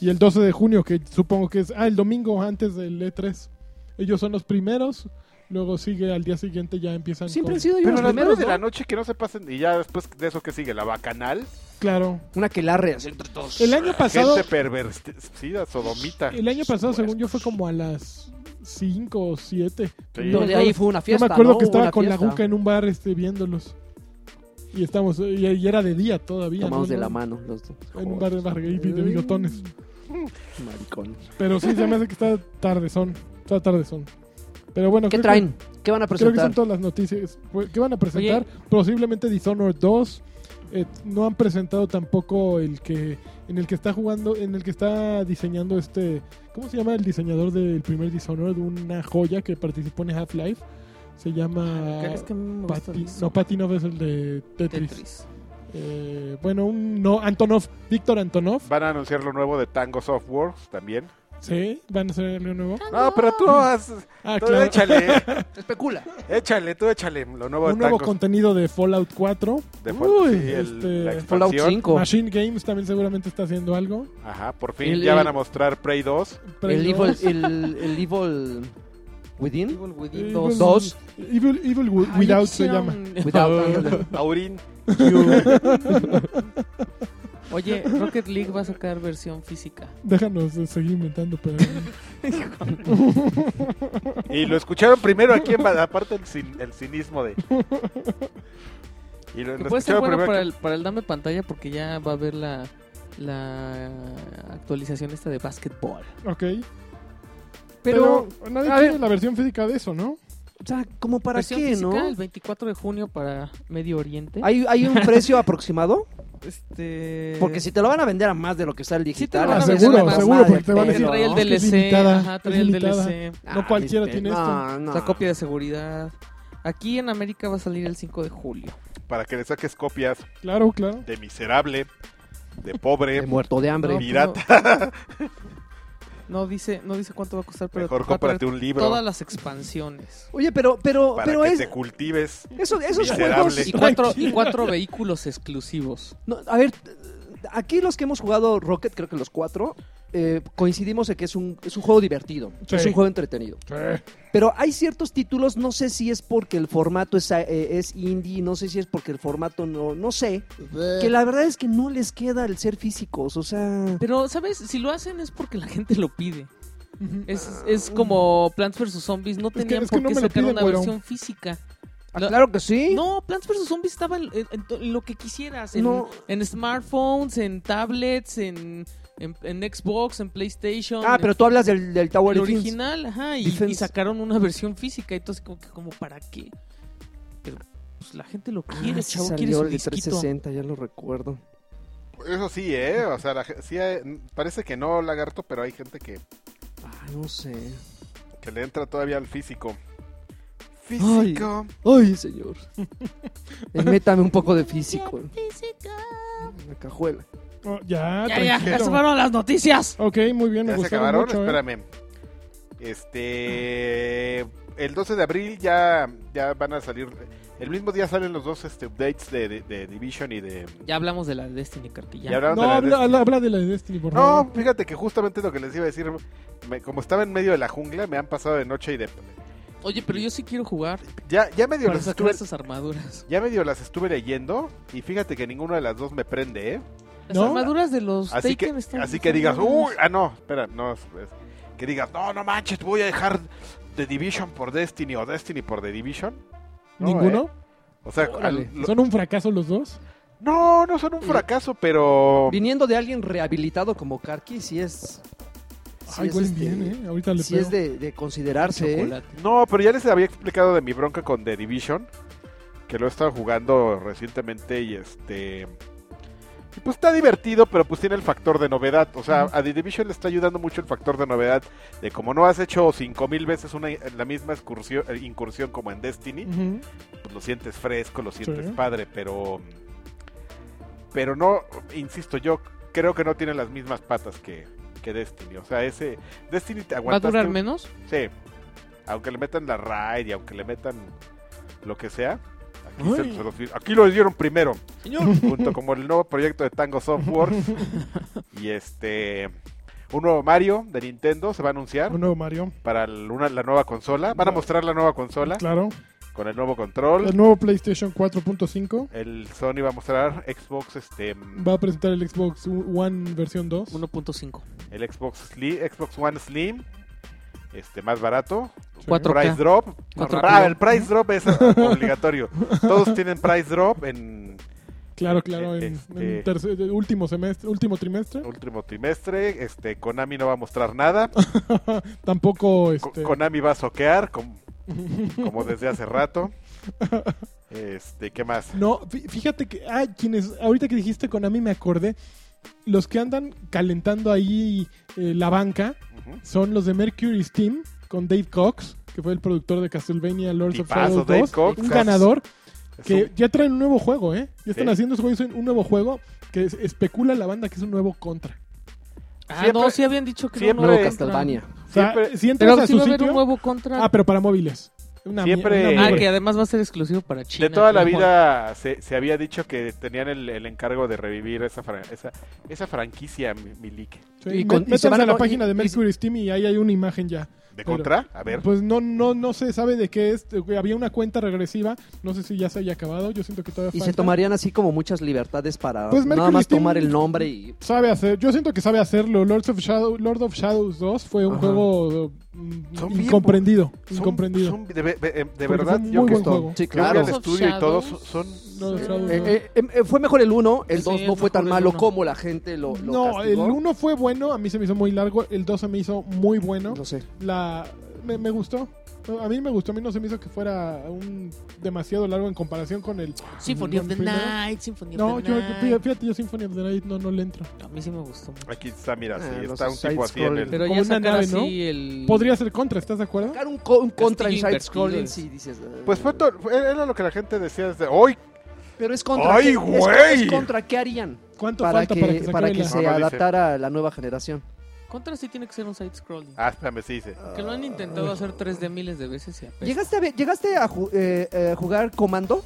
Speaker 2: Y el 12 de junio, que supongo que es... Ah, el domingo antes del E3. Ellos son los primeros, luego sigue al día siguiente ya empiezan
Speaker 4: Siempre
Speaker 2: con-
Speaker 4: han sido ellos
Speaker 1: Pero
Speaker 4: los
Speaker 1: a las nueve
Speaker 4: primeros,
Speaker 1: de la
Speaker 4: ¿no?
Speaker 1: noche que no se pasen. Y ya después de eso que sigue, la bacanal.
Speaker 2: Claro.
Speaker 4: Una que la entre todos.
Speaker 2: El año pasado,
Speaker 1: Gente pervertida, sodomita.
Speaker 2: el año pasado según yo fue como a las 5 o 7.
Speaker 1: Sí.
Speaker 4: No, de ahí fue
Speaker 2: Yo
Speaker 4: una
Speaker 2: me
Speaker 4: fiesta,
Speaker 2: acuerdo
Speaker 4: ¿no?
Speaker 2: que estaba
Speaker 4: Una
Speaker 2: con la
Speaker 4: fiesta.
Speaker 2: Juca en un bar este, viéndolos. Y estamos y, y era de día todavía.
Speaker 4: Tomados
Speaker 2: ¿no?
Speaker 4: de la mano los dos.
Speaker 2: En un bar de Margarita y de bigotones.
Speaker 4: Maricón.
Speaker 2: Pero sí, se me hace que está tardezón. Está tardezón. Pero bueno, creo
Speaker 4: ¿Qué
Speaker 2: que-
Speaker 4: traen? ¿Qué van a
Speaker 2: Creo que son
Speaker 4: presentar?
Speaker 2: todas las noticias. Pues, ¿Qué van a presentar? Posiblemente Dishonored 2. Eh, no han presentado tampoco el que en el que está jugando, en el que está diseñando este, ¿cómo se llama el diseñador del primer Dishonored? Una joya que participó en Half-Life. Se llama
Speaker 3: Es que a mí me gusta
Speaker 2: Pati-
Speaker 3: eso.
Speaker 2: no Patinov es el de Tetris.
Speaker 3: Tetris.
Speaker 2: Eh, bueno, un no Antonov, Víctor Antonov.
Speaker 1: Van a anunciar lo nuevo de Tango Softworks también.
Speaker 2: Sí, van a hacer algo nuevo.
Speaker 1: No, pero tú, has,
Speaker 2: Ah,
Speaker 1: tú
Speaker 2: claro.
Speaker 1: échale,
Speaker 4: Especula.
Speaker 1: échale, tú échale lo nuevo de
Speaker 2: Un nuevo
Speaker 1: Tango
Speaker 2: contenido de Fallout 4.
Speaker 1: de Fallout,
Speaker 2: Uy,
Speaker 1: sí, el-
Speaker 2: este,
Speaker 1: la
Speaker 4: Fallout
Speaker 1: expansión.
Speaker 4: 5.
Speaker 2: Machine Games también seguramente está haciendo algo.
Speaker 1: Ajá, por fin
Speaker 4: El-
Speaker 1: ya
Speaker 4: el-
Speaker 1: van a mostrar Prey 2.
Speaker 2: Pero
Speaker 4: El
Speaker 2: yo-
Speaker 4: Evil, el, el Evil Within.
Speaker 3: Evil Within
Speaker 2: Evil-
Speaker 3: dos.
Speaker 4: Dos.
Speaker 2: Evil, Evil Wi-
Speaker 3: Ay,
Speaker 2: Without
Speaker 3: yo
Speaker 2: se
Speaker 3: quisiera
Speaker 2: llama.
Speaker 3: un-
Speaker 4: Without.
Speaker 1: Taurín.
Speaker 3: Oye, Rocket League va a sacar versión física.
Speaker 2: Déjanos eh, seguir inventando, pero
Speaker 1: Y lo escucharon primero aquí en Bad- aparte el, cin- el cinismo de Y lo,
Speaker 3: Que
Speaker 1: lo
Speaker 3: puede ser
Speaker 1: escuchaba
Speaker 3: bueno
Speaker 1: primero
Speaker 3: para
Speaker 1: que-
Speaker 3: el, para el dame pantalla porque ya va a haber la, la actualización esta de básquetbol.
Speaker 2: Ok.
Speaker 4: Pero,
Speaker 2: Pero, nadie
Speaker 4: a
Speaker 2: tiene
Speaker 4: ver.
Speaker 2: la versión física de eso, ¿no?
Speaker 4: o sea, como para
Speaker 3: Versión
Speaker 4: qué,
Speaker 3: física,
Speaker 4: ¿no?
Speaker 3: El 24 de junio para Medio Oriente.
Speaker 4: ¿Hay, hay un precio aproximado?
Speaker 3: este...
Speaker 4: Porque si te lo van a vender a más de lo que está el
Speaker 3: Sí te
Speaker 4: digital.
Speaker 3: lo van a
Speaker 2: Ah,
Speaker 3: vender
Speaker 2: seguro,
Speaker 3: más,
Speaker 2: seguro,
Speaker 3: madre,
Speaker 2: porque te van a
Speaker 3: Porque
Speaker 2: decir,
Speaker 3: trae el
Speaker 2: "No, es que es
Speaker 3: DLC,
Speaker 2: limitada,
Speaker 3: ajá,
Speaker 2: es
Speaker 3: trae el
Speaker 2: limitada".
Speaker 3: DLC.
Speaker 2: No cualquiera tiene
Speaker 4: no, no.
Speaker 3: La copia de seguridad. Aquí en América va a salir el 5 de julio.
Speaker 1: para que le saques copias
Speaker 2: Claro, claro.
Speaker 1: de miserable, de
Speaker 4: De
Speaker 1: pobre,
Speaker 4: muerto de hambre.
Speaker 3: No, pues
Speaker 1: pirata.
Speaker 3: No, no dice, no dice cuánto va a costar, pero
Speaker 1: mejor
Speaker 3: va a traer
Speaker 1: cómprate un libro
Speaker 3: todas las expansiones.
Speaker 4: Oye, pero, pero,
Speaker 1: para
Speaker 4: pero
Speaker 1: que
Speaker 4: es,
Speaker 1: te cultives.
Speaker 4: eso, esos
Speaker 1: Miserable.
Speaker 4: juegos.
Speaker 3: Y cuatro, y cuatro vehículos exclusivos.
Speaker 4: No, a ver, aquí los que hemos jugado Rocket, creo que los cuatro, eh, coincidimos en que es un, es un juego divertido.
Speaker 2: Sí.
Speaker 4: Es un juego entretenido. Pero hay ciertos títulos, no sé si es porque el formato es, eh, es indie, no sé si es porque el formato no, no sé. Que la verdad es que no les queda el ser físicos, o sea...
Speaker 3: Pero, ¿sabes? Si lo hacen es porque la gente lo pide.
Speaker 2: Ujú.
Speaker 3: Es, es como Plants vs. Zombies. No
Speaker 2: que-
Speaker 3: tenían
Speaker 2: es que
Speaker 3: por
Speaker 2: no
Speaker 3: qué
Speaker 2: me lo
Speaker 3: sacar
Speaker 2: piden,
Speaker 3: una
Speaker 2: güero.
Speaker 3: versión física.
Speaker 4: Ah,
Speaker 3: la-
Speaker 4: claro que sí.
Speaker 3: No, Plants vs. Zombies estaba en, en- en to- en lo que quisieras. En,
Speaker 4: No.
Speaker 3: en smartphones, en tablets, en, en, en Xbox, en PlayStation.
Speaker 4: Ah, pero tú hablas del, del Tower
Speaker 3: el
Speaker 4: Defense.
Speaker 3: original, ajá, y,
Speaker 4: Defense.
Speaker 3: y sacaron una versión física, entonces como que como para qué. Pero pues la gente lo
Speaker 4: Ah,
Speaker 3: quiere,
Speaker 4: sí
Speaker 3: chavo,
Speaker 4: salió
Speaker 3: quiere su
Speaker 4: el de
Speaker 3: disquito.
Speaker 4: 360, ya lo recuerdo.
Speaker 1: Eso sí, ¿eh? O sea, la ge- sí, eh, parece que no, lagarto, pero hay gente que,
Speaker 4: Ah, no sé.
Speaker 1: que le entra todavía al físico. Físico.
Speaker 4: Ay, señor. Eh, Métame un poco de físico. en La cajuela.
Speaker 2: Oh, ya,
Speaker 3: Ya, ya, ya
Speaker 2: tranquilo.
Speaker 3: se fueron las noticias.
Speaker 2: Ok, muy bien, me
Speaker 1: ya se
Speaker 2: gustaron
Speaker 1: acabaron,
Speaker 2: mucho. ¿eh?
Speaker 1: espérame. Este. El 12 de abril ya, ya van a salir. El mismo día salen los dos este, updates de, de- de Division y de.
Speaker 3: Ya hablamos de la de Destiny Cartilla.
Speaker 1: ya hablaron de
Speaker 2: No,
Speaker 1: la
Speaker 2: habla,
Speaker 1: Destiny.
Speaker 2: habla- habla de la de Destiny, por
Speaker 1: No, eh,
Speaker 2: favor.
Speaker 1: fíjate que justamente lo que les iba a decir, me- como estaba en medio de la jungla, me han pasado de noche y de...
Speaker 3: Oye, pero yo sí quiero jugar
Speaker 1: Ya, ya medio
Speaker 3: para
Speaker 1: las
Speaker 3: sacar
Speaker 1: estuve,
Speaker 3: esas armaduras.
Speaker 1: ya medio las estuve leyendo y fíjate que ninguna de las dos me prende, ¿eh?
Speaker 3: Las
Speaker 2: ¿No?
Speaker 3: armaduras de los
Speaker 1: Así que,
Speaker 3: Taken están
Speaker 1: así
Speaker 3: bien
Speaker 1: que digas,
Speaker 3: cabronas.
Speaker 1: uy, ah no, espera, no, es- es- que digas, no, no manches, voy a dejar The Division por Destiny o Destiny por The Division. No,
Speaker 2: ¿Ninguno?
Speaker 1: ¿eh? O sea,
Speaker 4: Órale.
Speaker 1: al- lo-
Speaker 2: ¿Son un fracaso los dos?
Speaker 1: no, no son un fracaso, pero...
Speaker 4: Viniendo de alguien rehabilitado como Karki, sí es. sí
Speaker 2: Ay,
Speaker 4: es,
Speaker 2: huelen
Speaker 4: este,
Speaker 2: bien, ¿eh? Ahorita le
Speaker 4: sí
Speaker 2: pego.
Speaker 4: es de, de considerarse. ¿eh?
Speaker 3: Chocolate.
Speaker 1: No, pero ya les había explicado de mi bronca con The Division, que lo he estado jugando recientemente y este... y Pues está divertido, pero pues tiene el factor de novedad. O sea, a The Division le está ayudando mucho el factor de novedad de como no has hecho 5000 veces una, la misma excursión- eh, incursión como en Destiny,
Speaker 2: Ujú.
Speaker 1: pues lo sientes fresco, lo sientes
Speaker 2: Sí.
Speaker 1: padre, pero... Pero no, insisto, yo creo que no tiene las mismas patas que, que Destiny. O sea, ese... Destiny te
Speaker 3: ¿Va a
Speaker 1: aguantaste...
Speaker 3: durar
Speaker 1: un-
Speaker 3: menos?
Speaker 1: Sí. Aunque le metan la raid y aunque le metan lo que sea. Aquí,
Speaker 2: Ay.
Speaker 1: se- se los- aquí lo dieron primero.
Speaker 3: Señor.
Speaker 1: Junto como el nuevo proyecto de Tango Softworks. y este. Un nuevo Mario de Nintendo se va a anunciar
Speaker 2: Un nuevo Mario.
Speaker 1: para el- una- la nueva consola. Van a mostrar la nueva consola
Speaker 2: Claro.
Speaker 1: con el nuevo
Speaker 2: El
Speaker 1: control.
Speaker 2: nuevo PlayStation 4.5
Speaker 1: El Sony va a mostrar Xbox, este,
Speaker 2: va a presentar el Xbox One versión 2.
Speaker 3: 1.5.
Speaker 1: el Xbox, Sli- Xbox One Slim, este más barato,
Speaker 2: Sí.
Speaker 3: 4K.
Speaker 1: Price drop.
Speaker 3: Cuatro
Speaker 1: Ah,
Speaker 3: K.
Speaker 1: el price drop es obligatorio. Todos tienen price drop en
Speaker 2: Claro, claro. En,
Speaker 1: Este-
Speaker 2: en tercer- de- último semestre, último trimestre.
Speaker 1: último trimestre. Este Konami no va a mostrar nada.
Speaker 2: Tampoco
Speaker 1: Ko-
Speaker 2: este.
Speaker 1: Konami va a soquear com- como desde hace rato. Este, ¿qué más?
Speaker 2: No, fí- fíjate que ah, quienes ahorita que dijiste Konami me acordé, los que andan calentando ahí eh, la banca
Speaker 1: Ujú.
Speaker 2: son los de Mercury Steam con Dave Cox, que fue el productor de Castlevania Lords of
Speaker 1: Tipazo,
Speaker 2: Shadow
Speaker 1: Dave
Speaker 2: 2,
Speaker 1: Cox.
Speaker 2: un ganador
Speaker 1: Es
Speaker 2: que
Speaker 1: un-
Speaker 2: ya traen un nuevo juego, ¿eh? Ya están
Speaker 1: Sí.
Speaker 2: haciendo esos juegos un nuevo juego que es- especula la banda que es un nuevo Contra.
Speaker 3: Ah,
Speaker 1: Siempre-
Speaker 3: no, sí habían dicho que era un
Speaker 1: siempre-
Speaker 3: nuevo
Speaker 4: Nuevo
Speaker 1: Entra.
Speaker 4: Castlevania.
Speaker 2: O sea,
Speaker 1: Siempre-
Speaker 2: si entras
Speaker 3: Pero
Speaker 2: a
Speaker 3: sí
Speaker 2: su
Speaker 3: va a haber un
Speaker 2: sitio,
Speaker 3: nuevo contra.
Speaker 2: ah, pero para móviles. Una mie-
Speaker 1: Siempre-
Speaker 2: una
Speaker 3: Ah,
Speaker 2: mugre.
Speaker 3: que además va a ser exclusivo para China.
Speaker 1: de toda la
Speaker 3: claro.
Speaker 1: vida se, se había dicho que tenían el, el encargo de revivir esa, fran- esa, esa franquicia, mi- Milik.
Speaker 2: Sí,
Speaker 4: Y
Speaker 2: me-
Speaker 4: con- y se
Speaker 2: métanse
Speaker 4: van
Speaker 2: a la
Speaker 4: a-
Speaker 2: página
Speaker 4: y-
Speaker 2: de
Speaker 4: y-
Speaker 2: Mercury Steam y ahí hay una imagen ya.
Speaker 1: ¿De
Speaker 2: Pero-
Speaker 1: contra? A ver.
Speaker 2: Pues no, no, no se sabe de qué es. eh, Había una cuenta regresiva. No sé si ya se haya acabado. Yo siento que todavía
Speaker 4: Y
Speaker 2: falta.
Speaker 4: se tomarían así como muchas libertades para
Speaker 2: Pues
Speaker 4: nada
Speaker 2: Mercury
Speaker 4: más
Speaker 2: Steam-
Speaker 4: tomar el nombre y.
Speaker 2: Sabe hacer. Yo siento que sabe hacerlo. Lords of Shadow, Lord of Shadows 2 fue un
Speaker 4: Ajá.
Speaker 2: juego eh, mm,
Speaker 7: Son bien
Speaker 2: incomprendido.
Speaker 7: Son-
Speaker 2: incomprendido.
Speaker 7: son- de ve- ve-
Speaker 1: em,
Speaker 7: de
Speaker 2: Porque
Speaker 7: verdad,
Speaker 2: son muy
Speaker 7: yo que
Speaker 2: buen
Speaker 7: estoy.
Speaker 2: juego.
Speaker 4: pues Sí,
Speaker 7: Yo vi
Speaker 4: claro.
Speaker 7: el estudio y todos son.
Speaker 2: No, el Shadows
Speaker 4: Eh,
Speaker 2: no.
Speaker 4: eh, eh, eh, fue mejor el 1, el
Speaker 3: Sí,
Speaker 4: 2 no
Speaker 3: es
Speaker 4: fue tan
Speaker 3: mejor el
Speaker 4: malo
Speaker 3: uno.
Speaker 4: como la gente lo, lo
Speaker 2: No, el
Speaker 4: castigó.
Speaker 2: 1 fue bueno, a mí se me hizo muy largo, el 2 se me hizo muy bueno.
Speaker 4: No sé.
Speaker 2: La me, me gustó. A mí me gustó, a mí no se me hizo que fuera un demasiado largo en comparación con el
Speaker 3: Symphony of the
Speaker 2: Primero.
Speaker 3: Night, Symphony
Speaker 2: No,
Speaker 3: of the
Speaker 2: yo
Speaker 3: Night.
Speaker 2: fíjate, yo Symphony of the Night no no le entro.
Speaker 3: A mí sí me gustó mucho.
Speaker 1: Aquí está, mira, sí,
Speaker 4: Ah, los
Speaker 1: está un tipo así en
Speaker 4: side-scrolling.
Speaker 1: el.
Speaker 3: Pero
Speaker 2: Como
Speaker 3: ya
Speaker 2: una
Speaker 3: sacar
Speaker 2: nave,
Speaker 3: así
Speaker 2: ¿no?
Speaker 3: el...
Speaker 2: Podría ser contra, ¿estás de acuerdo?
Speaker 4: Sacar un, co- un contra
Speaker 3: Castillo
Speaker 4: Inside Scrolling,
Speaker 3: invertido.
Speaker 4: sí, dices. eh,
Speaker 1: Pues fue to- fue- era lo que la gente decía desde hoy.
Speaker 4: Pero es contra.
Speaker 1: ¡Ay,
Speaker 4: ¿qué- es-
Speaker 1: güey!
Speaker 4: Es, contra qué harían
Speaker 2: ¿Cuánto
Speaker 4: para
Speaker 2: falta
Speaker 4: que,
Speaker 2: para que se
Speaker 4: para
Speaker 2: acabe
Speaker 4: que
Speaker 2: la-
Speaker 4: se
Speaker 1: No, no dice.
Speaker 4: adaptara a la nueva generación.
Speaker 3: Pues Contra sí tiene que ser un side-scrolling.
Speaker 1: Ah, espérame, sí dice.
Speaker 3: Que lo han intentado hacer 3D miles de veces y apesta.
Speaker 4: ¿Llegaste a, ver- llegaste a ju- eh, eh, jugar Comando?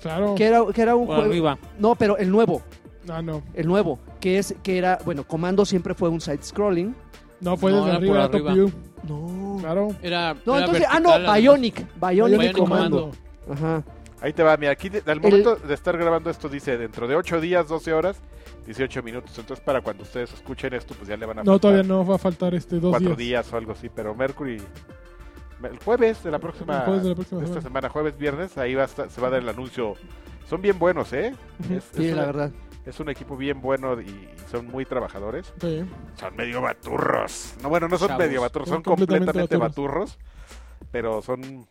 Speaker 2: Claro.
Speaker 4: Que era, que era un
Speaker 5: Por
Speaker 4: juego.
Speaker 5: arriba.
Speaker 4: No, pero el nuevo.
Speaker 2: Ah, no.
Speaker 4: El nuevo. Que es que era. Bueno, Comando siempre fue un side scrolling.
Speaker 2: No fue
Speaker 5: No,
Speaker 2: desde
Speaker 5: era
Speaker 2: arriba,
Speaker 5: por
Speaker 2: era top
Speaker 5: arriba.
Speaker 2: view.
Speaker 4: No.
Speaker 2: Claro.
Speaker 5: Era,
Speaker 4: No,
Speaker 5: era
Speaker 4: entonces. Ah,
Speaker 5: vertical,
Speaker 4: no,
Speaker 5: además.
Speaker 4: Bionic. Bionic,
Speaker 5: Bionic
Speaker 4: Comando.
Speaker 5: Commando.
Speaker 4: Ajá.
Speaker 1: Ahí te va, mira, aquí de- al momento de estar grabando esto dice dentro de 8 días, 12 horas, 18 minutos. Entonces, para cuando ustedes escuchen esto, pues ya le van a.
Speaker 2: No,
Speaker 1: faltar
Speaker 2: todavía no va a faltar este dos
Speaker 1: Cuatro
Speaker 2: días.
Speaker 1: días o algo así, pero Mercury. El jueves de la próxima.
Speaker 2: El jueves de la próxima
Speaker 1: de esta
Speaker 2: semana.
Speaker 1: semana, jueves, viernes, ahí va a estar- se va a dar el anuncio. Son bien buenos, ¿eh?
Speaker 2: Ujú.
Speaker 1: Es,
Speaker 4: Sí,
Speaker 1: es
Speaker 4: la
Speaker 1: una-
Speaker 4: verdad.
Speaker 1: es un equipo bien bueno y, y son muy trabajadores.
Speaker 2: Sí.
Speaker 1: Son medio baturros. No, bueno, no son
Speaker 5: Chavos.
Speaker 1: medio baturros,
Speaker 2: Son
Speaker 1: son
Speaker 2: completamente
Speaker 1: completamente, baturros. Pero son,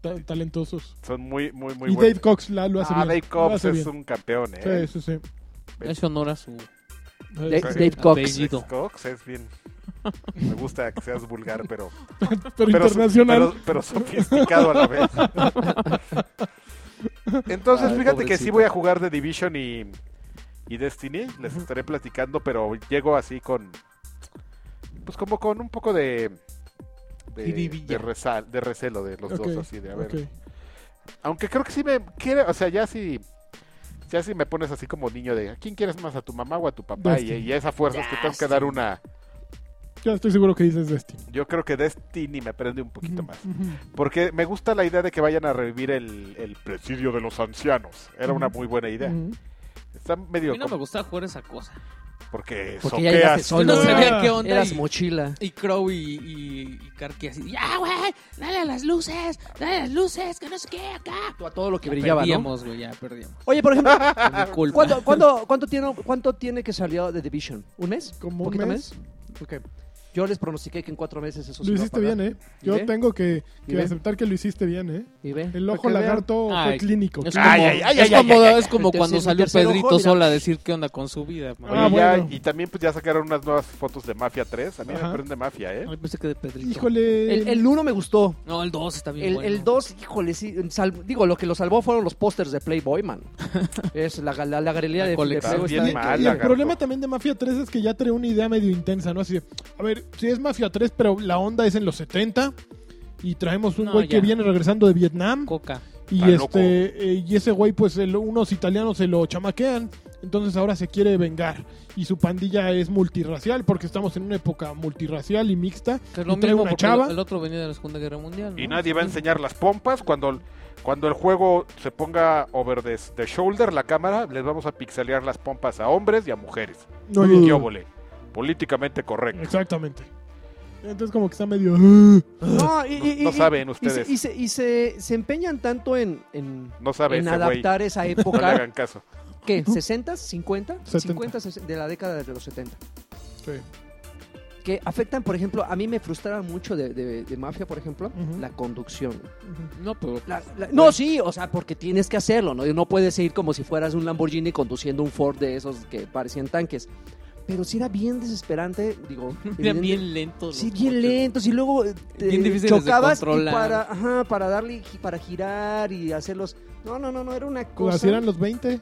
Speaker 2: Ta- talentosos.
Speaker 1: son muy, muy, muy
Speaker 2: Y
Speaker 1: buenos.
Speaker 2: Dave Cox la, lo hace
Speaker 1: ah,
Speaker 2: bien.
Speaker 1: Dave
Speaker 2: Lo
Speaker 1: Cobbs
Speaker 2: hace
Speaker 1: es
Speaker 2: bien.
Speaker 1: un campeón,
Speaker 2: Sí,
Speaker 1: ¿eh?
Speaker 2: sí, sí.
Speaker 5: Es honor a su
Speaker 4: Dave,
Speaker 1: sí.
Speaker 4: Dave Cox.
Speaker 5: apellido.
Speaker 1: Dave Cox es bien. Me gusta que seas vulgar, pero.
Speaker 2: Pero
Speaker 1: pero,
Speaker 2: internacional.
Speaker 1: pero- pero sofisticado a la vez. Entonces,
Speaker 4: Ay,
Speaker 1: fíjate que sí
Speaker 4: pobrecito.
Speaker 1: voy a jugar The Division y, y Destiny. Les estaré platicando, pero llego así con. Pues como con un poco de. De,
Speaker 5: Jiribilla.
Speaker 1: de rezal- de recelo de los
Speaker 2: Ok,
Speaker 1: dos, así de a ver.
Speaker 2: ok.
Speaker 1: Aunque creo que sí me quiere, o sea, ya sí. Ya sí me pones así como niño de ¿a quién quieres más? ¿A tu mamá o a tu papá? Y,
Speaker 2: Destiny.
Speaker 1: y a esa fuerza es que tengo que dar una.
Speaker 2: Yo estoy seguro que dices Destiny.
Speaker 1: Yo creo que Destiny me prende un poquito más.
Speaker 2: Ujú.
Speaker 1: Porque me gusta la idea de que vayan a revivir el, el presidio de los ancianos. Era una muy buena idea.
Speaker 2: Ujú.
Speaker 1: Está
Speaker 3: A
Speaker 1: medio...
Speaker 3: mí no me
Speaker 1: com-
Speaker 3: gusta jugar esa cosa.
Speaker 1: Porque,
Speaker 4: Porque ya llegaste
Speaker 1: soqueas.
Speaker 4: solo.
Speaker 3: No
Speaker 2: Ah.
Speaker 3: sabía qué onda
Speaker 4: Eras
Speaker 3: y,
Speaker 4: mochila.
Speaker 3: y Crow y, y, y Karki así. ¡Ya, güey! ¡Dale a las luces! ¡Dale a las luces! ¡Que no sé qué acá!
Speaker 4: A todo lo que
Speaker 3: Ya
Speaker 4: brillaba, ¿no?
Speaker 3: perdíamos, güey, ya perdíamos.
Speaker 4: Oye, por ejemplo,
Speaker 3: Por mi culpa.
Speaker 4: ¿Cuánto, cuánto, cuánto, tiene, ¿Cuánto tiene que salió de Division? ¿Un mes?
Speaker 2: Como un
Speaker 4: ¿Poquito
Speaker 2: mes.
Speaker 4: Ok. Yo les pronostiqué que en cuatro meses eso se
Speaker 2: Lo
Speaker 4: iba a
Speaker 2: hiciste
Speaker 4: pagar.
Speaker 2: bien, ¿eh?
Speaker 4: ¿Y
Speaker 2: Yo
Speaker 4: ve?
Speaker 2: tengo que,
Speaker 4: ¿Y
Speaker 2: que
Speaker 4: ve?
Speaker 2: aceptar que lo hiciste bien, ¿eh?
Speaker 4: ¿Y ven?
Speaker 2: El ojo
Speaker 4: Para que vean.
Speaker 2: lagarto fue
Speaker 5: Ay,
Speaker 2: clínico.
Speaker 5: Es
Speaker 1: Ay,
Speaker 5: como,
Speaker 1: ay, ay,
Speaker 5: es
Speaker 1: ay,
Speaker 5: como-
Speaker 1: ay, ay,
Speaker 5: es como
Speaker 4: El tercer-
Speaker 5: cuando
Speaker 4: el
Speaker 5: salió
Speaker 4: tercer ojo,
Speaker 5: Pedrito
Speaker 4: mira.
Speaker 5: Solo a decir qué onda con su vida. man.
Speaker 1: Oye,
Speaker 2: Ah,
Speaker 1: ya-
Speaker 2: bueno.
Speaker 1: y también pues ya sacaron unas nuevas fotos de Mafia 3. A mí
Speaker 2: Ajá.
Speaker 1: me prende Mafia, ¿eh?
Speaker 5: Ay, pensé que de Pedrito.
Speaker 2: Híjole.
Speaker 4: El, el uno me gustó.
Speaker 3: No, el 2 está bien
Speaker 4: El,
Speaker 3: bueno.
Speaker 4: el 2, híjole, sí. sal- digo, lo que lo salvó fueron los pósters de Playboy, man. es la, la, la galería
Speaker 5: La
Speaker 4: de, de
Speaker 5: colección.
Speaker 4: Playboy.
Speaker 1: Bien
Speaker 4: está-
Speaker 1: mal,
Speaker 2: Y el
Speaker 1: lagarto.
Speaker 2: problema también de Mafia 3 es que ya trae una idea medio intensa, ¿no? Así de, a ver, si es Mafia 3, pero la onda es en los 70 y traemos un
Speaker 5: No,
Speaker 2: güey que
Speaker 5: ya.
Speaker 2: viene regresando de Vietnam
Speaker 5: Coca.
Speaker 2: y
Speaker 1: Está loco.
Speaker 2: este eh, y ese güey pues el- unos italianos se lo chamaquean, entonces ahora se quiere vengar y su pandilla es multirracial porque estamos en una época multirracial y mixta.
Speaker 3: Que es lo
Speaker 2: y trae
Speaker 3: mismo
Speaker 2: una
Speaker 3: porque
Speaker 2: chava.
Speaker 3: el- el otro venía de la Segunda Guerra Mundial. ¿no?
Speaker 1: Y nadie va a enseñar las pompas. Cuando, cuando el juego se ponga over the, the shoulder, la cámara, les vamos a pixelear las pompas a hombres y a mujeres.
Speaker 2: No, pues, eh.
Speaker 1: Y
Speaker 2: yo-
Speaker 1: qué óvole. Políticamente correcto.
Speaker 2: Exactamente. Entonces como que está medio "Ugh".
Speaker 4: No, y, y- y-
Speaker 1: No
Speaker 4: y-
Speaker 1: saben
Speaker 4: y se-
Speaker 1: ustedes.
Speaker 4: Y, se, y se- se empeñan tanto en, en,
Speaker 1: No sabe
Speaker 4: en
Speaker 1: ese güey.
Speaker 4: adaptar esa
Speaker 1: No le
Speaker 4: época.
Speaker 1: hagan caso.
Speaker 4: ¿Qué? ¿60? ¿50?
Speaker 2: 70.
Speaker 4: 50 ses- de la década de los 70.
Speaker 2: Sí.
Speaker 4: que afectan, por ejemplo, a mí me frustraba mucho de, de- de Mafia, por ejemplo,
Speaker 2: Ujú.
Speaker 4: la conducción.
Speaker 5: No, pero
Speaker 4: La- la- no, sí, o sea, porque tienes que hacerlo, ¿no? No puedes ir como si fueras un Lamborghini conduciendo un Ford de esos que parecían tanques. Pero sí era bien desesperante, digo.
Speaker 3: Eran
Speaker 4: evidente-
Speaker 3: bien lentos.
Speaker 4: Sí,
Speaker 3: los
Speaker 4: bien
Speaker 3: coches.
Speaker 4: lentos y luego eh, te
Speaker 5: Bien difíciles de
Speaker 4: chocabas y
Speaker 5: controlar.
Speaker 4: para, ajá, para darle, gi- para girar y hacerlos. No, no, no, no, era una
Speaker 2: Pues
Speaker 4: cosa.
Speaker 2: así eran los 20.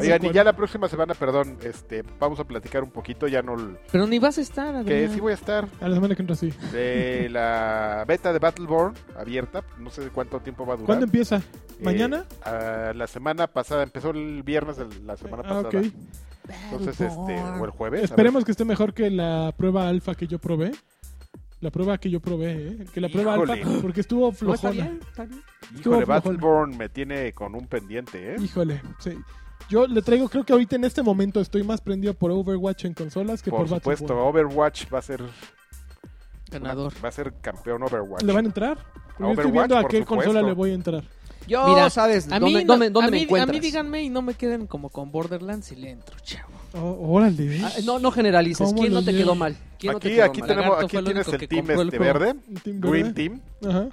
Speaker 1: Oigan, y ya la próxima semana, perdón, este, vamos a platicar un poquito, ya no... l-
Speaker 3: Pero ni vas a estar,
Speaker 1: Que
Speaker 3: además.
Speaker 1: sí voy a estar
Speaker 2: A la semana que entra sí.
Speaker 1: de la beta de Battleborn abierta, no sé cuánto tiempo va a durar.
Speaker 2: ¿Cuándo empieza? ¿Mañana?
Speaker 1: Eh, ah, la semana pasada, empezó el viernes de la semana
Speaker 2: Ah,
Speaker 1: pasada.
Speaker 2: ok.
Speaker 1: Entonces, este, o el jueves. a ver.
Speaker 2: Esperemos que esté mejor que la prueba alfa que yo probé. La prueba que yo probé, ¿eh? Que la prueba
Speaker 1: Híjole.
Speaker 2: alfa, porque estuvo
Speaker 4: No, está
Speaker 2: flojona.
Speaker 4: bien, está bien.
Speaker 1: Híjole,
Speaker 2: Estuvo flojón.
Speaker 1: Battleborn me tiene con un pendiente, ¿eh?
Speaker 2: Híjole, sí. Yo le traigo, creo que ahorita en este momento estoy más prendido por Overwatch en consolas que por,
Speaker 1: Por supuesto,
Speaker 2: Battleborn.
Speaker 1: Overwatch va a ser...
Speaker 8: Ganador.
Speaker 9: Va a ser campeón Overwatch.
Speaker 2: ¿Le van a entrar? Porque yo estoy
Speaker 9: Overwatch,
Speaker 2: viendo a
Speaker 9: por
Speaker 2: qué
Speaker 9: supuesto.
Speaker 2: consola le voy a entrar.
Speaker 4: Yo,
Speaker 3: Mira,
Speaker 4: ¿sabes?
Speaker 3: A
Speaker 4: ¿Dónde,
Speaker 3: mí, no-
Speaker 4: dónde- dónde
Speaker 3: a
Speaker 4: me
Speaker 3: mí- a
Speaker 4: encuentras?
Speaker 3: mí díganme y no me queden como con Borderlands y le entro, chavo.
Speaker 2: Oh, órale.
Speaker 4: Ah, no, no generalices.
Speaker 2: ¿Cómo
Speaker 4: ¿Quién
Speaker 2: lo
Speaker 4: no te
Speaker 2: llevo?
Speaker 4: quedó mal? ¿Quién no te
Speaker 1: Aquí,
Speaker 4: quedó
Speaker 1: aquí
Speaker 4: mal?
Speaker 1: tenemos,
Speaker 3: Lagarto
Speaker 1: aquí
Speaker 3: fue el
Speaker 1: tienes
Speaker 3: único
Speaker 1: el
Speaker 3: que
Speaker 1: team
Speaker 3: compró el
Speaker 1: este
Speaker 3: juego.
Speaker 1: verde,
Speaker 2: Un team
Speaker 1: Green
Speaker 2: verde.
Speaker 1: Team,
Speaker 2: Ajá.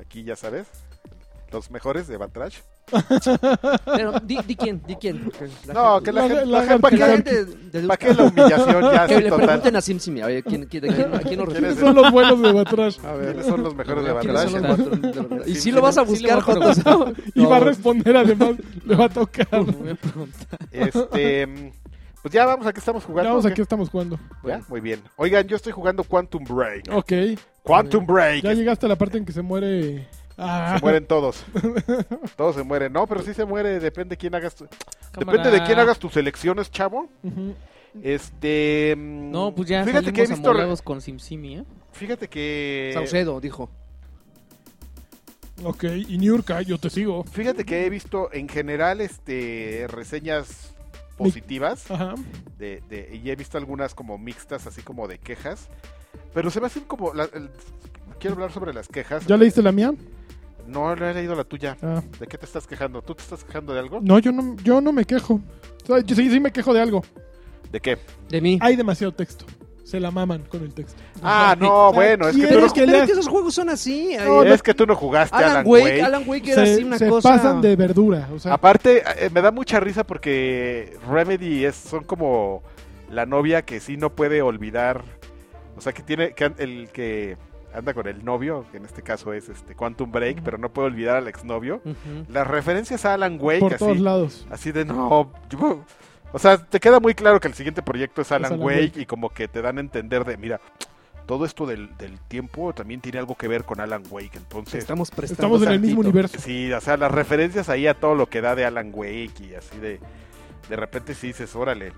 Speaker 1: aquí ya sabes, los mejores de Batrash.
Speaker 4: Pero, di, di quién, di quién. porque la
Speaker 1: No,
Speaker 4: gente-
Speaker 1: que la,
Speaker 2: La-
Speaker 1: gente,
Speaker 2: la-
Speaker 1: ¿para,
Speaker 4: que la
Speaker 1: qué,
Speaker 4: gente deduzca.
Speaker 1: pa' qué la humillación ya?
Speaker 4: Que
Speaker 1: sí,
Speaker 4: le
Speaker 1: total.
Speaker 4: pregunten a Simsimi, a ver, ¿quién, quién, a quién nos
Speaker 1: ¿Quién
Speaker 4: referimos?
Speaker 2: ¿Quiénes son los buenos de Batrash?
Speaker 1: A ver, ¿quiénes son los mejores de
Speaker 3: ¿Quiénes
Speaker 1: Batrash?
Speaker 3: son los
Speaker 4: Y si lo vas a buscar,
Speaker 3: Sí, lo
Speaker 4: Jotos.
Speaker 3: vas a
Speaker 2: Y va a responder además, le va a tocar.
Speaker 3: Me voy a preguntar.
Speaker 1: Este, mm, pues ya vamos, aquí estamos jugando.
Speaker 2: Vamos,
Speaker 1: ¿o qué?
Speaker 2: aquí estamos jugando.
Speaker 1: Ya, Muy bien. Oigan, yo estoy jugando Quantum Break.
Speaker 2: Ok.
Speaker 1: Quantum Break.
Speaker 2: Oh, Ya llegaste a la parte en que se muere. Ah,
Speaker 1: Se mueren todos. Todos se mueren. No, pero sí se muere. Depende de quién hagas. tu- Depende de
Speaker 3: Cámara.
Speaker 1: quién hagas tus elecciones, chavo.
Speaker 2: ujú.
Speaker 1: Este. mm,
Speaker 3: No, pues ya
Speaker 1: Fíjate que he visto. re-
Speaker 3: amolados con Simsimi, ¿eh?
Speaker 1: Fíjate que.
Speaker 4: Saucedo, dijo.
Speaker 2: Ok, y Niurka, yo te sigo.
Speaker 1: Fíjate que he visto en general este reseñas positivas
Speaker 2: Ajá.
Speaker 1: de, de- y he visto algunas como mixtas así como de quejas pero se me hacen como la- el- quiero hablar sobre las quejas
Speaker 2: ¿Ya leíste la mía?
Speaker 1: no no he leído la tuya
Speaker 2: Ah.
Speaker 1: de qué te estás quejando tú te estás quejando de algo
Speaker 2: No, yo no, yo no me quejo. O sea, yo sí, sí me quejo de algo.
Speaker 1: de qué
Speaker 4: De mí.
Speaker 2: Hay demasiado texto. Se la maman con el texto.
Speaker 1: ah no bueno es que tú
Speaker 2: ¿Quieres
Speaker 1: no,
Speaker 2: que
Speaker 4: Pero
Speaker 2: leas-
Speaker 4: que esos juegos son así. ay,
Speaker 2: No,
Speaker 1: es que tú no jugaste
Speaker 4: Alan,
Speaker 1: Alan
Speaker 4: Wake,
Speaker 1: Wake.
Speaker 4: Alan Wake era así
Speaker 2: Se,
Speaker 4: una
Speaker 2: se
Speaker 4: cosa.
Speaker 2: pasan de verdura. O sea,
Speaker 1: Aparte, eh, me da mucha risa porque Remedy es, son como la novia que sí no puede olvidar. O sea, que tiene que an- el que anda con el novio, que en este caso es este Quantum Break, pero no puede olvidar al exnovio.
Speaker 4: Ujú.
Speaker 1: Las referencias a Alan Wake,
Speaker 2: por
Speaker 1: así,
Speaker 2: todos lados.
Speaker 1: así de no. yo- o sea, te queda muy claro que el siguiente proyecto es Alan,
Speaker 2: Alan
Speaker 1: Wake,
Speaker 2: Wake.
Speaker 1: y como que te dan a entender de, mira, todo esto del, del tiempo también tiene algo que ver con Alan Wake,
Speaker 4: Te
Speaker 1: entonces...
Speaker 4: Estamos prestando.
Speaker 2: Estamos en el
Speaker 4: tantito.
Speaker 2: mismo universo.
Speaker 1: Sí, o sea, las referencias ahí a todo lo que da de Alan Wake y así de. De repente sí dices, órale.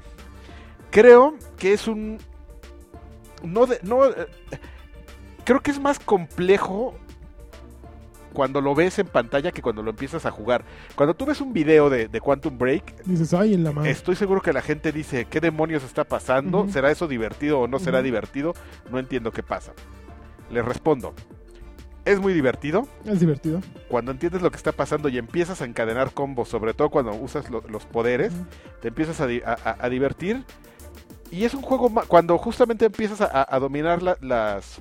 Speaker 1: Creo que es un. No, de- no. eh, Creo que es más complejo cuando lo ves en pantalla que cuando lo empiezas a jugar. Cuando tú ves un video de, de Quantum Break,
Speaker 2: Dices, ay, en la mano.
Speaker 1: estoy seguro que la gente dice, ¿qué demonios está pasando?
Speaker 2: Ah. Ujú.
Speaker 1: ¿Será eso divertido o no será
Speaker 2: Ujú.
Speaker 1: divertido? No entiendo qué pasa. Les respondo. Es muy divertido
Speaker 2: Es divertido.
Speaker 1: cuando entiendes lo que está pasando y empiezas a encadenar combos, sobre todo cuando usas lo- los poderes, te empiezas a, di- a- a- a divertir. Y es un juego ma- cuando justamente empiezas a- a, a dominar la- las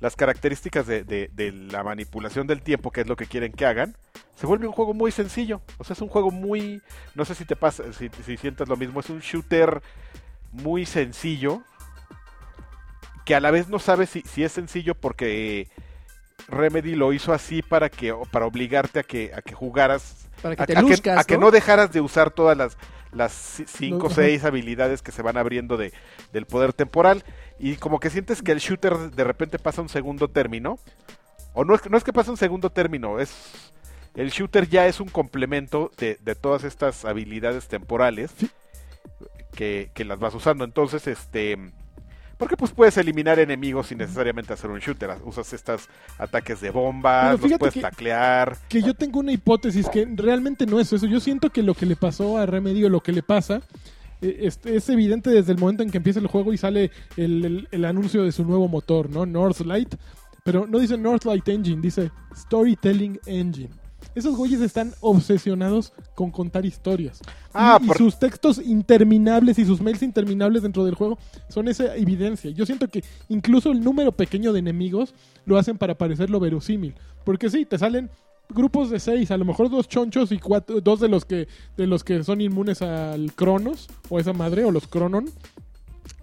Speaker 1: las características de, de- de la manipulación del tiempo, que es lo que quieren que hagan, se vuelve un juego muy sencillo. O sea, es un juego muy, no sé si te pasa, si, si sientes lo mismo, es un shooter muy sencillo, que a la vez no sabes si, si es sencillo porque Remedy lo hizo así para que para obligarte a que a que jugaras
Speaker 4: Para
Speaker 1: a,
Speaker 4: que te
Speaker 1: a
Speaker 4: luzcas.
Speaker 1: a que no dejaras de usar todas las las ci- cinco o
Speaker 2: Ajá.
Speaker 1: seis habilidades que se van abriendo de del poder temporal y como que sientes que el shooter de repente pasa un segundo término o no es que no es que pasa un segundo término es el shooter ya es un complemento de, de todas estas habilidades temporales
Speaker 2: Sí.
Speaker 1: que, que las vas usando entonces este porque pues puedes eliminar enemigos sin necesariamente hacer un shooter. Usas estos ataques de
Speaker 2: Pero
Speaker 1: bombas, los
Speaker 2: fíjate
Speaker 1: puedes
Speaker 2: que-
Speaker 1: taclear.
Speaker 2: Que yo tengo una hipótesis que realmente no es eso. Yo siento que lo que le pasó a Remedio, lo que le pasa, eh, es, es evidente desde el momento en que empieza el juego y sale el, el- el anuncio de su nuevo motor, ¿no? Northlight. Pero no dice Northlight Engine, dice Storytelling Engine. Esos güeyes están obsesionados con contar historias.
Speaker 1: Ah,
Speaker 2: y, y
Speaker 1: por-
Speaker 2: sus textos interminables y sus mails interminables dentro del juego son esa evidencia. Yo siento que incluso el número pequeño de enemigos lo hacen para parecerlo verosímil. Porque sí, te salen grupos de seis, a lo mejor dos chonchos y cuatro, dos de los que de los que son inmunes al Cronos o esa madre o los Cronon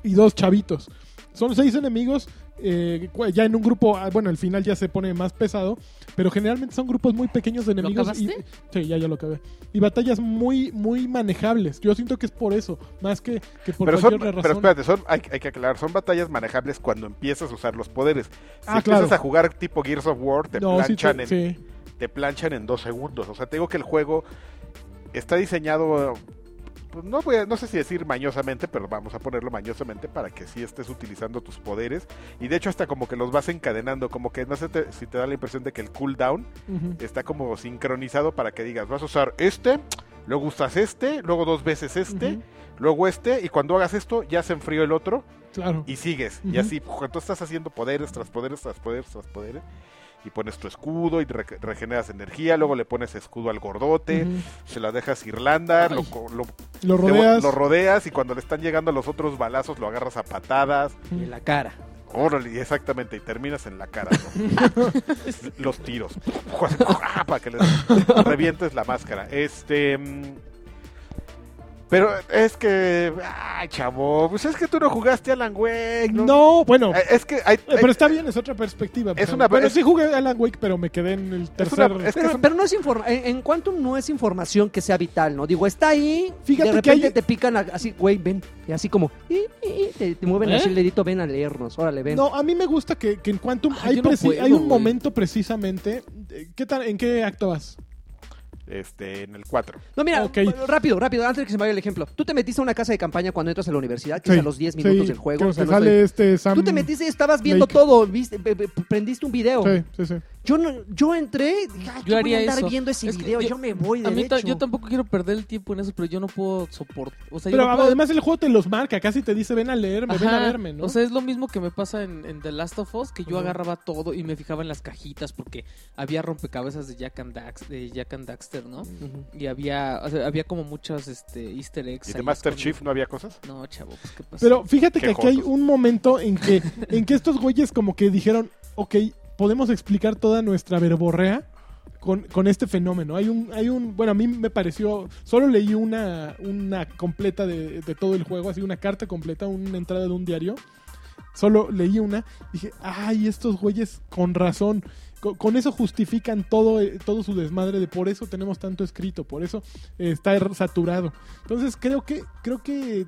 Speaker 2: y dos chavitos. Son seis enemigos eh, cu- ya en un grupo, ah, bueno, al final ya se pone más pesado, pero generalmente son grupos muy pequeños de enemigos. y-
Speaker 3: acabaste?
Speaker 2: sí, ya, ya lo acabé. Y batallas muy, muy manejables. Yo siento que es por eso, más que, que por
Speaker 1: Pero, son,
Speaker 2: cualquier otra
Speaker 1: pero
Speaker 2: razón.
Speaker 1: espérate, son, hay, hay que aclarar, son batallas manejables cuando empiezas a usar los poderes. Si
Speaker 2: Ah,
Speaker 1: empiezas
Speaker 2: claro.
Speaker 1: a jugar tipo Gears of War, te,
Speaker 2: No, sí,
Speaker 1: planchan
Speaker 2: te-
Speaker 1: en,
Speaker 2: sí.
Speaker 1: te planchan en dos segundos. O sea, te digo que el juego está diseñado, pues, no, voy a- no sé si decir mañosamente, pero vamos a ponerlo mañosamente para que sí estés utilizando tus poderes. Y de hecho hasta como que los vas encadenando, como que no sé te- si te da la impresión de que el cooldown
Speaker 2: Ujú.
Speaker 1: está como sincronizado para que digas, vas a usar este, luego usas este, luego dos veces este,
Speaker 2: Ujú.
Speaker 1: luego este, y cuando hagas esto ya se enfrió el otro
Speaker 2: Claro.
Speaker 1: y sigues. Y
Speaker 2: Ujú.
Speaker 1: así, puf, entonces estás haciendo poderes tras poderes, tras poderes, tras poderes. Y pones tu escudo y re- regeneras energía. Luego le pones escudo al gordote.
Speaker 2: Ujú.
Speaker 1: Se la dejas Irlanda. Lo,
Speaker 10: Ay.
Speaker 1: co- lo-
Speaker 2: Lo
Speaker 1: te-
Speaker 2: rodeas.
Speaker 1: lo rodeas. Y cuando le están llegando los otros balazos, lo agarras a patadas.
Speaker 4: En la cara.
Speaker 1: Órale, exactamente. Y terminas en la cara. ¿no? los tiros. puf, así, ¡ah! para que les revientes la máscara. Este. mm, Pero es que. Ay, chavo. Pues es que tú no jugaste Alan Wake.
Speaker 2: no, bueno.
Speaker 1: Eh, Es que hay-
Speaker 2: eh, pero
Speaker 1: hay-
Speaker 2: está bien, es otra perspectiva. pero-
Speaker 1: una-
Speaker 2: pero
Speaker 1: es-
Speaker 2: sí jugué Alan Wake, pero me quedé en el
Speaker 1: es una-
Speaker 2: tercer.
Speaker 1: es que es
Speaker 4: Pero,
Speaker 1: un-
Speaker 4: pero no es informa en, en Quantum no es información que sea vital, ¿no? Digo, está ahí,
Speaker 2: Fíjate
Speaker 4: de
Speaker 2: que
Speaker 4: repente
Speaker 2: hay-
Speaker 4: te pican a- así, güey, ven, y así como, y, y, y, te, te mueven
Speaker 10: ¿Eh?
Speaker 4: así el dedito, ven a leernos, órale, ven.
Speaker 2: No, a mí me gusta que, que en Quantum
Speaker 10: Ay,
Speaker 2: hay,
Speaker 10: yo no
Speaker 2: preci-
Speaker 10: puedo,
Speaker 2: hay un
Speaker 10: güey.
Speaker 2: momento precisamente. eh, ¿Qué tan, ¿En qué acto vas?
Speaker 1: este, en el 4.
Speaker 4: No, mira,
Speaker 2: Ok.
Speaker 4: rápido, rápido, antes de que se me vaya el ejemplo. Tú te metiste a una casa de campaña cuando entras a la universidad, que
Speaker 2: Sí,
Speaker 4: es a los 10 minutos
Speaker 2: sí,
Speaker 4: del juego.
Speaker 2: que
Speaker 4: que
Speaker 2: se
Speaker 4: no
Speaker 2: sale
Speaker 4: estoy-
Speaker 2: este Sam.
Speaker 4: Tú te metiste y estabas viendo
Speaker 2: Lake.
Speaker 4: todo, viste, pe- pe- prendiste un video.
Speaker 2: Sí, sí, sí.
Speaker 4: Yo no, yo entré, dije, "Ay,
Speaker 3: Yo
Speaker 4: voy a
Speaker 3: haría
Speaker 4: andar
Speaker 3: eso.
Speaker 4: viendo ese
Speaker 3: Es que
Speaker 4: video, yo,
Speaker 3: yo-
Speaker 4: me voy
Speaker 3: A mí ta-
Speaker 4: derecho.
Speaker 3: yo tampoco quiero perder el tiempo en eso, pero yo no puedo soportar. O sea, yo
Speaker 2: Pero
Speaker 3: no puedo-
Speaker 2: además el juego te los marca, casi te dice ven a leerme, ven a
Speaker 3: Ajá,
Speaker 2: verme, ¿no?
Speaker 3: O sea, es lo mismo que me pasa en, en The Last of Us, que yo
Speaker 2: Ujú.
Speaker 3: agarraba todo y me fijaba en las cajitas porque había rompecabezas de Jack and, Dax, de Jack and Daxter, ¿no?
Speaker 4: Ujú.
Speaker 3: Y había, o sea, había como muchas este, easter eggs.
Speaker 1: ¿Y de
Speaker 3: ahí
Speaker 1: Master
Speaker 3: escondidas.
Speaker 1: Chief no había cosas?
Speaker 3: No, chavo, pues qué pasa.
Speaker 2: Pero fíjate que
Speaker 1: Qué
Speaker 2: aquí hay
Speaker 1: jotos.
Speaker 2: un momento en que, en que estos güeyes como que dijeron, ok, podemos explicar toda nuestra verborrea con, con este fenómeno. Hay un, hay un, bueno, a mí me pareció, solo leí una, una completa de, de todo el juego, así una carta completa, una entrada de un diario. Solo leí una, dije, ay, estos güeyes con razón. co- Con, eso justifican todo, eh, todo su desmadre de por eso tenemos tanto escrito, por eso eh, está er- saturado. Entonces creo que, creo que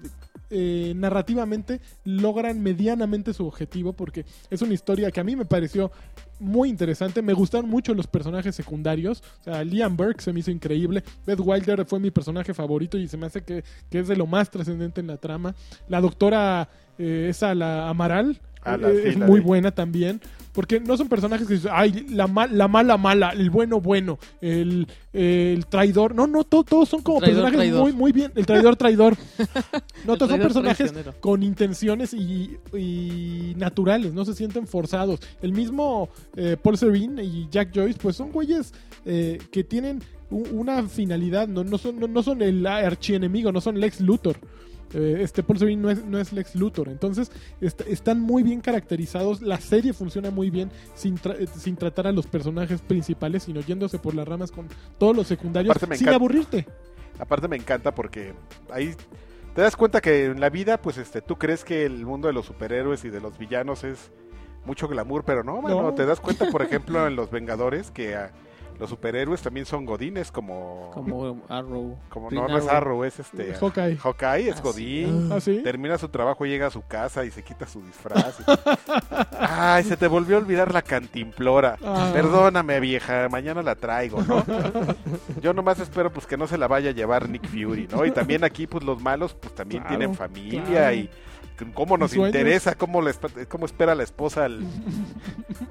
Speaker 2: eh, narrativamente logran medianamente su objetivo porque es una historia que a mí me pareció muy interesante. Me gustaron mucho los personajes secundarios. O sea, Liam Burke se me hizo increíble. Beth Wilder fue mi personaje favorito y se me hace que, que es de lo más trascendente en la trama. La doctora, eh, esa, la Amaral,
Speaker 1: Ah, la-
Speaker 2: eh,
Speaker 1: sí,
Speaker 2: es
Speaker 1: la
Speaker 2: muy
Speaker 1: de-
Speaker 2: buena también. Porque no son personajes que dicen, ay, la, ma- la mala, mala, el bueno, bueno, el, el traidor. No, no, to- todos son como
Speaker 3: Traidor,
Speaker 2: personajes
Speaker 3: traidor.
Speaker 2: muy, muy bien. El traidor, traidor. No, todos son
Speaker 3: El traidor
Speaker 2: personajes
Speaker 3: traicionero.
Speaker 2: con intenciones y, y naturales, no se sienten forzados. El mismo eh, Paul Serene y Jack Joyce, pues son güeyes eh, que tienen u- una finalidad, no, no, son, no, no son el archienemigo, no son Lex Luthor. Eh, este Paul Serene no es, no es Lex Luthor, entonces est- están muy bien caracterizados, la serie funciona muy bien sin, tra- eh, sin tratar a los personajes principales, sino yéndose por las ramas con todos los secundarios,
Speaker 1: Aparte me
Speaker 2: sin
Speaker 1: encanta-
Speaker 2: aburrirte.
Speaker 1: Aparte me encanta porque ahí te das cuenta que en la vida, pues este, tú crees que el mundo de los superhéroes y de los villanos es mucho glamour, pero no, mano,
Speaker 2: No.
Speaker 1: te das cuenta, por ejemplo, en Los Vengadores que ah, los superhéroes también son godines como...
Speaker 10: Como Arrow.
Speaker 1: como-
Speaker 10: Green
Speaker 1: no, no es
Speaker 10: Arrow.
Speaker 1: Arrow, es este...
Speaker 2: Hawkeye.
Speaker 1: Hawkeye es
Speaker 10: Ah, sí.
Speaker 1: godín.
Speaker 2: ¿Ah, sí?
Speaker 1: Termina su trabajo, llega a su casa y se quita su disfraz. Ay, se te volvió a olvidar la cantimplora.
Speaker 2: Ah.
Speaker 1: Perdóname, vieja, mañana la traigo, ¿no? Yo nomás espero pues que no se la vaya a llevar Nick Fury, ¿no? Y también aquí pues los malos pues también
Speaker 2: Claro,
Speaker 1: tienen familia
Speaker 2: claro.
Speaker 1: y cómo nos
Speaker 2: Y sueños.
Speaker 1: interesa, cómo, les- cómo espera la esposa al,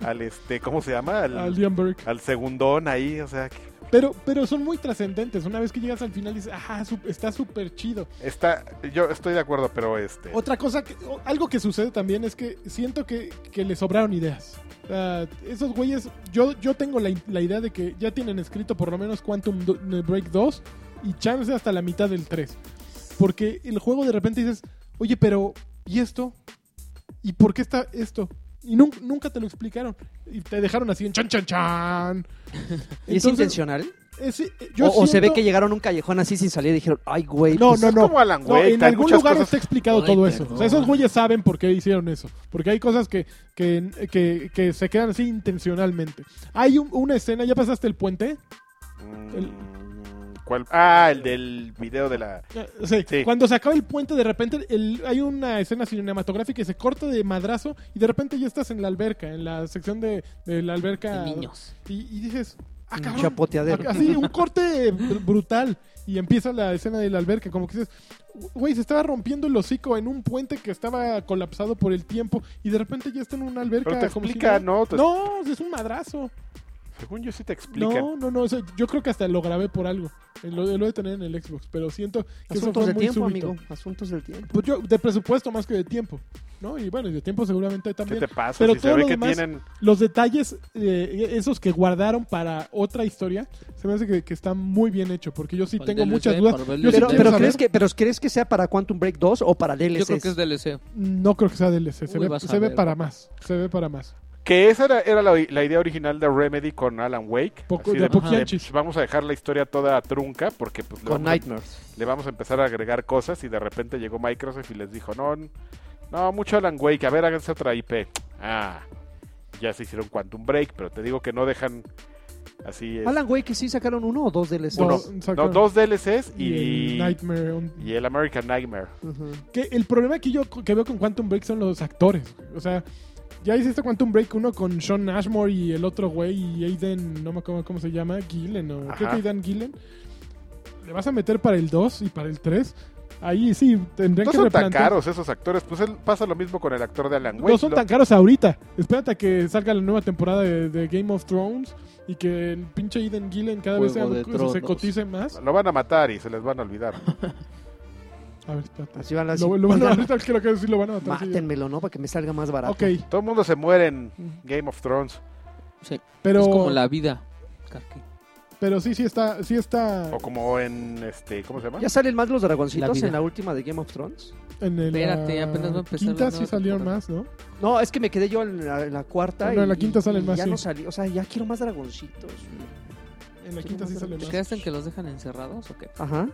Speaker 1: al este, ¿cómo se llama?
Speaker 2: A
Speaker 1: Al,
Speaker 2: Liam Burke.
Speaker 1: al segundón ahí, o sea, que
Speaker 2: Pero, pero son muy trascendentes. Una vez que llegas al final dices, ajá, su- está súper chido.
Speaker 1: está, yo estoy de acuerdo, pero este...
Speaker 2: Otra cosa, que, o- algo que sucede también es que siento que, que le sobraron ideas. O sea, esos güeyes, yo, yo tengo la, la idea de que ya tienen escrito por lo menos Quantum Do- eh, Break 2 y chance hasta la mitad del 3. Porque el juego de repente dices, oye, pero ¿y esto? ¿Y por qué está esto? Y nun- nunca te lo explicaron. Y te dejaron así en chan, chan, chan.
Speaker 4: ¿Y es
Speaker 2: Entonces,
Speaker 4: intencional?
Speaker 2: ese- eh,
Speaker 4: O,
Speaker 2: yo
Speaker 4: o se ve
Speaker 2: siento-
Speaker 4: que llegaron a un callejón así sin salir y dijeron, ay, güey.
Speaker 2: No,
Speaker 4: pues,
Speaker 2: no,
Speaker 1: es
Speaker 2: no.
Speaker 1: como Alan
Speaker 2: No,
Speaker 1: Wake,
Speaker 2: en
Speaker 1: hay
Speaker 2: algún
Speaker 1: muchas
Speaker 2: lugar
Speaker 1: cosas-
Speaker 2: está explicado
Speaker 10: Ay,
Speaker 2: todo eso.
Speaker 10: perdón.
Speaker 2: O sea, esos güeyes saben por qué hicieron eso. Porque hay cosas que, que, que- que se quedan así intencionalmente. Hay un- una escena, ¿ya pasaste el puente? El-
Speaker 1: Mm, ¿Cuál? Ah, el del video de la...
Speaker 2: Eh, sí.
Speaker 1: Sí.
Speaker 2: Cuando se acaba el puente, de repente el- hay una escena cinematográfica y se corta de madrazo y de repente ya estás en la alberca, en la sección de, de la alberca.
Speaker 3: De niños.
Speaker 2: Y, y dices, ah,
Speaker 4: Un
Speaker 2: cabrón.
Speaker 4: chapoteadero.
Speaker 2: Así, un corte br- brutal. Y empieza la escena de la alberca, como que dices, güey, se estaba rompiendo el hocico en un puente que estaba colapsado por el tiempo y de repente ya está en una alberca.
Speaker 1: Pero te
Speaker 2: como si
Speaker 1: explica,
Speaker 2: nada.
Speaker 1: ¿no? Te-
Speaker 2: No, es un madrazo.
Speaker 1: Según yo sí te explican.
Speaker 2: No, no, no. o sea, yo creo que hasta lo grabé por algo. Eh, Lo, lo de tener en el Xbox. Pero siento que eso
Speaker 4: Asuntos
Speaker 2: fue
Speaker 4: del
Speaker 2: muy
Speaker 4: tiempo,
Speaker 2: súbito.
Speaker 4: amigo. Asuntos del tiempo.
Speaker 2: Pues yo, de presupuesto más que de tiempo. ¿No? Y bueno, y de tiempo seguramente
Speaker 1: ¿Qué
Speaker 2: también.
Speaker 1: te pasa?
Speaker 2: Pero
Speaker 1: si se
Speaker 2: todo
Speaker 1: ve
Speaker 2: lo
Speaker 1: que
Speaker 2: demás-
Speaker 1: tienen.
Speaker 2: Los detalles, eh, esos que guardaron para otra historia, se me hace que, que está muy bien hecho. Porque yo sí
Speaker 5: Para el
Speaker 2: tengo
Speaker 5: DLC,
Speaker 2: muchas dudas.
Speaker 5: para ver
Speaker 2: Yo sí
Speaker 4: Pero,
Speaker 5: Pero-
Speaker 2: quiero
Speaker 4: pero,
Speaker 2: saber-
Speaker 4: ¿crees que, pero ¿crees que sea para Quantum Break 2 o para DLC?
Speaker 5: Yo creo que es DLC.
Speaker 2: No creo que sea DLC. Se,
Speaker 5: Uy,
Speaker 2: ve,
Speaker 5: vas a
Speaker 2: se ve
Speaker 5: ver,
Speaker 2: para
Speaker 5: papá.
Speaker 2: más. Se ve para más.
Speaker 1: Que esa era, era la, la idea original de Remedy con Alan Wake.
Speaker 2: Poco-
Speaker 1: así
Speaker 2: de a poquianchis.
Speaker 1: pues, Vamos a dejar la historia toda trunca porque pues, le,
Speaker 4: Con
Speaker 1: vamos a,
Speaker 4: Nightmares.
Speaker 1: le vamos a empezar a agregar cosas y de repente llegó Microsoft y les dijo, no, no, mucho Alan Wake, a ver, háganse otra IP. Ah, ya se hicieron Quantum Break, pero te digo que no dejan así... es-
Speaker 4: Alan Wake sí sacaron uno o dos DLCs.
Speaker 1: Uno.
Speaker 2: Dos,
Speaker 1: no,
Speaker 2: sacaron.
Speaker 1: dos DLCs
Speaker 2: Y, el
Speaker 1: y,
Speaker 2: Nightmare on-
Speaker 1: y el American Nightmare.
Speaker 4: Ujú.
Speaker 2: Que el problema que yo que veo con Quantum Break son los actores. güey. O sea, ya hiciste Quantum Break uno con Sean Ashmore y el otro güey y Aiden, no me acuerdo cómo se llama, Gillen o creo que
Speaker 1: Ajá.
Speaker 2: Aidan Gillen. Le vas a meter para el 2 y para el 3. Ahí sí tendrían
Speaker 1: No
Speaker 2: que
Speaker 1: son tan
Speaker 2: replantear.
Speaker 1: caros esos actores, pues él- pasa lo mismo con el actor de Alan Wake.
Speaker 2: No son
Speaker 1: lo-
Speaker 2: tan caros ahorita. Espérate a que salga la nueva temporada de, de Game of Thrones y que el pinche Aiden Gillen cada vez
Speaker 5: Juego
Speaker 2: sea-
Speaker 5: de
Speaker 2: se,
Speaker 5: Tronos.
Speaker 2: cotice más.
Speaker 1: Lo van a matar y se les van a olvidar.
Speaker 2: A ver, espérate.
Speaker 4: Así van las.
Speaker 2: Lo, lo van a,
Speaker 4: Oigan,
Speaker 2: ahorita creo que sí lo van a matar. sí.
Speaker 4: Mátenmelo, ¿no? Para que me salga más barato.
Speaker 2: Ok,
Speaker 1: Todo el mundo se muere en Game of Thrones.
Speaker 2: pero,
Speaker 5: Es como la vida. Karki.
Speaker 2: pero sí, sí está, sí está
Speaker 1: O como en este, ¿cómo se llama?
Speaker 4: ¿Ya salen más los
Speaker 5: La
Speaker 4: dragoncitos
Speaker 5: vida.
Speaker 4: en la última de Game of Thrones?
Speaker 2: En el,
Speaker 5: Espérate,
Speaker 2: ah,
Speaker 5: apenas va a empezar
Speaker 2: Quinta
Speaker 5: la
Speaker 2: sí
Speaker 5: nueva
Speaker 2: salieron
Speaker 5: temporada.
Speaker 2: más, ¿no?
Speaker 4: No, es que me quedé yo en la, en la cuarta.
Speaker 2: No,
Speaker 4: y-
Speaker 2: en la quinta
Speaker 4: y-
Speaker 2: salen
Speaker 4: y
Speaker 2: más,
Speaker 4: Ya
Speaker 2: sí.
Speaker 4: no salí. O sea, ya quiero más dragoncitos.
Speaker 2: En la
Speaker 4: Sí,
Speaker 2: quinta sí
Speaker 4: no,
Speaker 2: salen
Speaker 5: ¿Te
Speaker 2: más.
Speaker 5: quedaste en que los dejan encerrados o qué?
Speaker 4: Ajá.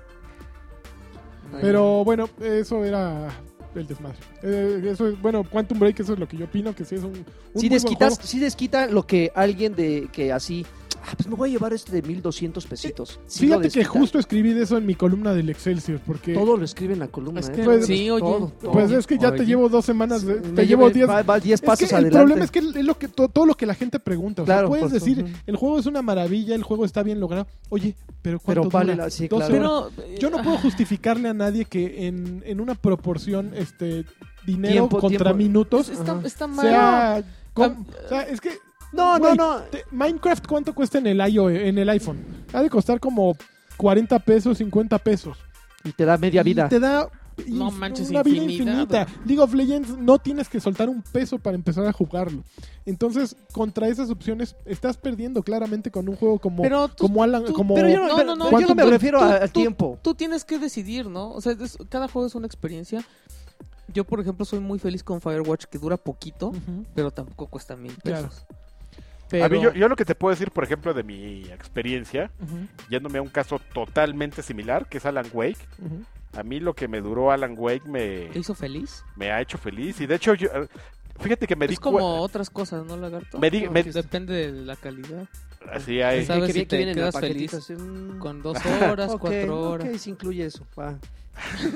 Speaker 2: Pero bueno, eso era el desmadre. Eh, eso es, bueno, Quantum Break, eso es lo que yo opino, que sí es un, un
Speaker 4: Si
Speaker 2: muy buen
Speaker 4: desquitas,
Speaker 2: juego.
Speaker 4: sí desquita lo que alguien de que así. Ah, pues me voy a llevar este de 1200 pesitos. Sí lo
Speaker 2: Fíjate que
Speaker 4: desquita.
Speaker 2: justo escribí de eso en mi columna del Excelsior, porque
Speaker 4: Todo lo escribe en la columna.
Speaker 5: Es
Speaker 4: ¿eh?
Speaker 5: que-
Speaker 2: Pues-
Speaker 5: sí, oye.
Speaker 4: todo, todo.
Speaker 2: pues es que ya te
Speaker 5: Oye.
Speaker 2: llevo dos semanas, de-
Speaker 4: Me
Speaker 2: te llevo
Speaker 4: llevé-
Speaker 2: diez...
Speaker 4: va- va 10
Speaker 2: Es que
Speaker 4: pasos
Speaker 2: el
Speaker 4: adelante.
Speaker 2: problema es que, es lo que todo, todo lo que la gente pregunta. O sea,
Speaker 4: Claro,
Speaker 2: puedes
Speaker 4: por su-
Speaker 2: decir,
Speaker 4: ujú.
Speaker 2: el juego es una maravilla, el juego está bien logrado. Oye, pero ¿cuánto
Speaker 4: Pero ah. vale
Speaker 2: dura?
Speaker 4: la- sí,
Speaker 2: Dos
Speaker 4: claro.
Speaker 2: horas.
Speaker 5: Pero,
Speaker 2: Yo no puedo justificarle a nadie que en, en una proporción este dinero
Speaker 4: Tiempo,
Speaker 2: contra
Speaker 4: tiempo.
Speaker 2: minutos
Speaker 3: Está,
Speaker 4: Ajá.
Speaker 3: está mal.
Speaker 2: sea, com-
Speaker 3: Ah,
Speaker 2: o sea, es que
Speaker 4: No, no,
Speaker 2: güey,
Speaker 4: no.
Speaker 2: te- Minecraft cuánto cuesta en el iOS, en el iPhone? Ha de costar como 40 pesos, 50 pesos.
Speaker 4: Y te da media
Speaker 2: Y
Speaker 4: vida.
Speaker 2: te da
Speaker 3: No
Speaker 2: inf-
Speaker 3: manches,
Speaker 2: una vida
Speaker 3: infinidad.
Speaker 2: infinita. League of Legends no tienes que soltar un peso para empezar a jugarlo. Entonces, contra esas opciones estás perdiendo claramente con un juego como
Speaker 3: Pero tú-
Speaker 2: como Alan,
Speaker 3: tú-
Speaker 2: como
Speaker 4: Pero yo no,
Speaker 3: No,
Speaker 4: pero-
Speaker 3: no, no,
Speaker 4: yo
Speaker 2: ¿cuánto-
Speaker 4: no me
Speaker 3: tú-
Speaker 4: refiero
Speaker 3: tú-
Speaker 4: a- al
Speaker 3: tú-
Speaker 4: tiempo.
Speaker 3: Tú tienes que decidir, ¿no? O sea, es- cada juego es una experiencia. Yo, por ejemplo, soy muy feliz con Firewatch, que dura poquito,
Speaker 2: Ujú.
Speaker 3: pero tampoco cuesta mil
Speaker 2: Claro.
Speaker 3: pesos.
Speaker 1: A mí,
Speaker 3: Pero-
Speaker 1: yo, yo lo que te puedo decir, por ejemplo, de mi experiencia,
Speaker 2: Ujú,
Speaker 1: yéndome a un caso totalmente similar, que es Alan Wake.
Speaker 2: ujú.
Speaker 1: A mí lo que me duró Alan Wake me,
Speaker 3: ¿Te hizo feliz?
Speaker 1: me ha hecho feliz. Y de hecho, yo, fíjate que me di
Speaker 3: es como otras cosas, ¿no, lagarto?
Speaker 1: Me di-
Speaker 3: No,
Speaker 1: me-
Speaker 3: que Depende de la calidad.
Speaker 1: cuenta- así hay-
Speaker 3: Exacto. sabes si te
Speaker 4: viene en el
Speaker 3: quedas feliz
Speaker 4: paquetito, así, mm,
Speaker 3: Con dos horas,
Speaker 4: ok,
Speaker 3: cuatro horas.
Speaker 4: Ok, se incluye eso. va.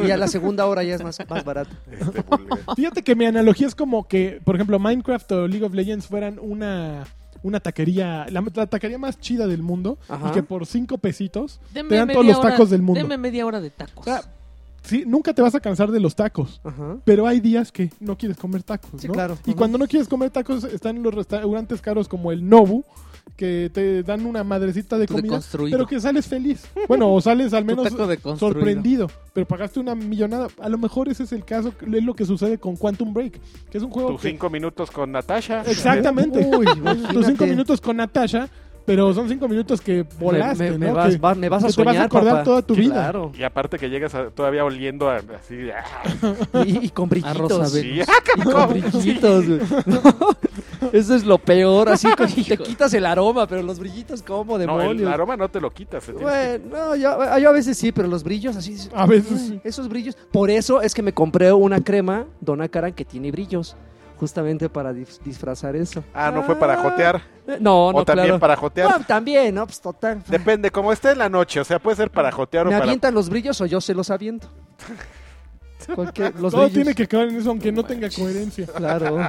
Speaker 4: Y a la segunda hora ya es más, más barato.
Speaker 1: este, bule-
Speaker 2: Fíjate que mi analogía es como que, por ejemplo, Minecraft o League of Legends fueran una, una taquería, la, la taquería más chida del mundo,
Speaker 4: Ajá.
Speaker 2: y que por cinco pesitos,
Speaker 3: Deme
Speaker 2: Te dan todos
Speaker 3: media
Speaker 2: los tacos del mundo.
Speaker 3: Deme media hora de tacos.
Speaker 2: o sea, sí, nunca te vas a cansar de los tacos.
Speaker 4: Ajá.
Speaker 2: Pero hay días que no quieres comer tacos,
Speaker 4: Sí,
Speaker 2: ¿no?
Speaker 4: claro.
Speaker 2: Y
Speaker 4: Ajá.
Speaker 2: cuando no quieres comer tacos están los restaurantes caros como el Nobu, que te dan una madrecita de comida,
Speaker 5: Deconstruido.
Speaker 2: pero que sales feliz. Bueno, o sales al
Speaker 5: Tu
Speaker 2: menos
Speaker 5: taco deconstruido.
Speaker 2: sorprendido, pero pagaste una millonada. A lo mejor ese es el caso, es lo que sucede con Quantum Break, que es un juego
Speaker 1: Tus
Speaker 2: que-
Speaker 1: cinco minutos con Natasha.
Speaker 2: Exactamente.
Speaker 4: Uy,
Speaker 2: Tus cinco
Speaker 4: imagínate.
Speaker 2: minutos con Natasha, pero son cinco minutos que volaste,
Speaker 4: me, me- me
Speaker 2: ¿no?
Speaker 4: vas,
Speaker 2: Que-
Speaker 4: va- me vas a
Speaker 2: que te vas a
Speaker 4: soñar,
Speaker 2: acordar
Speaker 4: papá.
Speaker 2: toda tu vida.
Speaker 4: Claro.
Speaker 1: Y aparte que llegas a- todavía oliendo a- así. ah,
Speaker 4: Y, y con
Speaker 5: A Rosa
Speaker 4: brillitos.
Speaker 1: sí,
Speaker 5: Venus.
Speaker 4: Y con brillitos, güey. No, Eso es lo peor. Así con- te quitas el aroma, pero los brillitos, como
Speaker 1: No,
Speaker 4: demonios?
Speaker 1: el aroma no te lo quitas. te tienes que-
Speaker 4: Bueno, yo, yo a veces sí, pero los brillos así.
Speaker 2: A veces sí.
Speaker 4: Esos brillos. Por eso es que me compré una crema Dona Karan que tiene brillos. Justamente para dis- disfrazar eso.
Speaker 1: Ah, no fue para jotear.
Speaker 4: Eh, No, no,
Speaker 1: o también
Speaker 4: claro.
Speaker 1: para jotear.
Speaker 4: No, también, ¿no? Pues total.
Speaker 1: Depende, como esté en la noche. O sea, puede ser para jotear o
Speaker 4: ¿Me
Speaker 1: para.
Speaker 4: avientan los brillos o yo se los aviento? Cualquier- los
Speaker 2: Todo
Speaker 4: brillos.
Speaker 2: tiene que Ah, acabar en eso, aunque no tenga coherencia.
Speaker 4: Claro.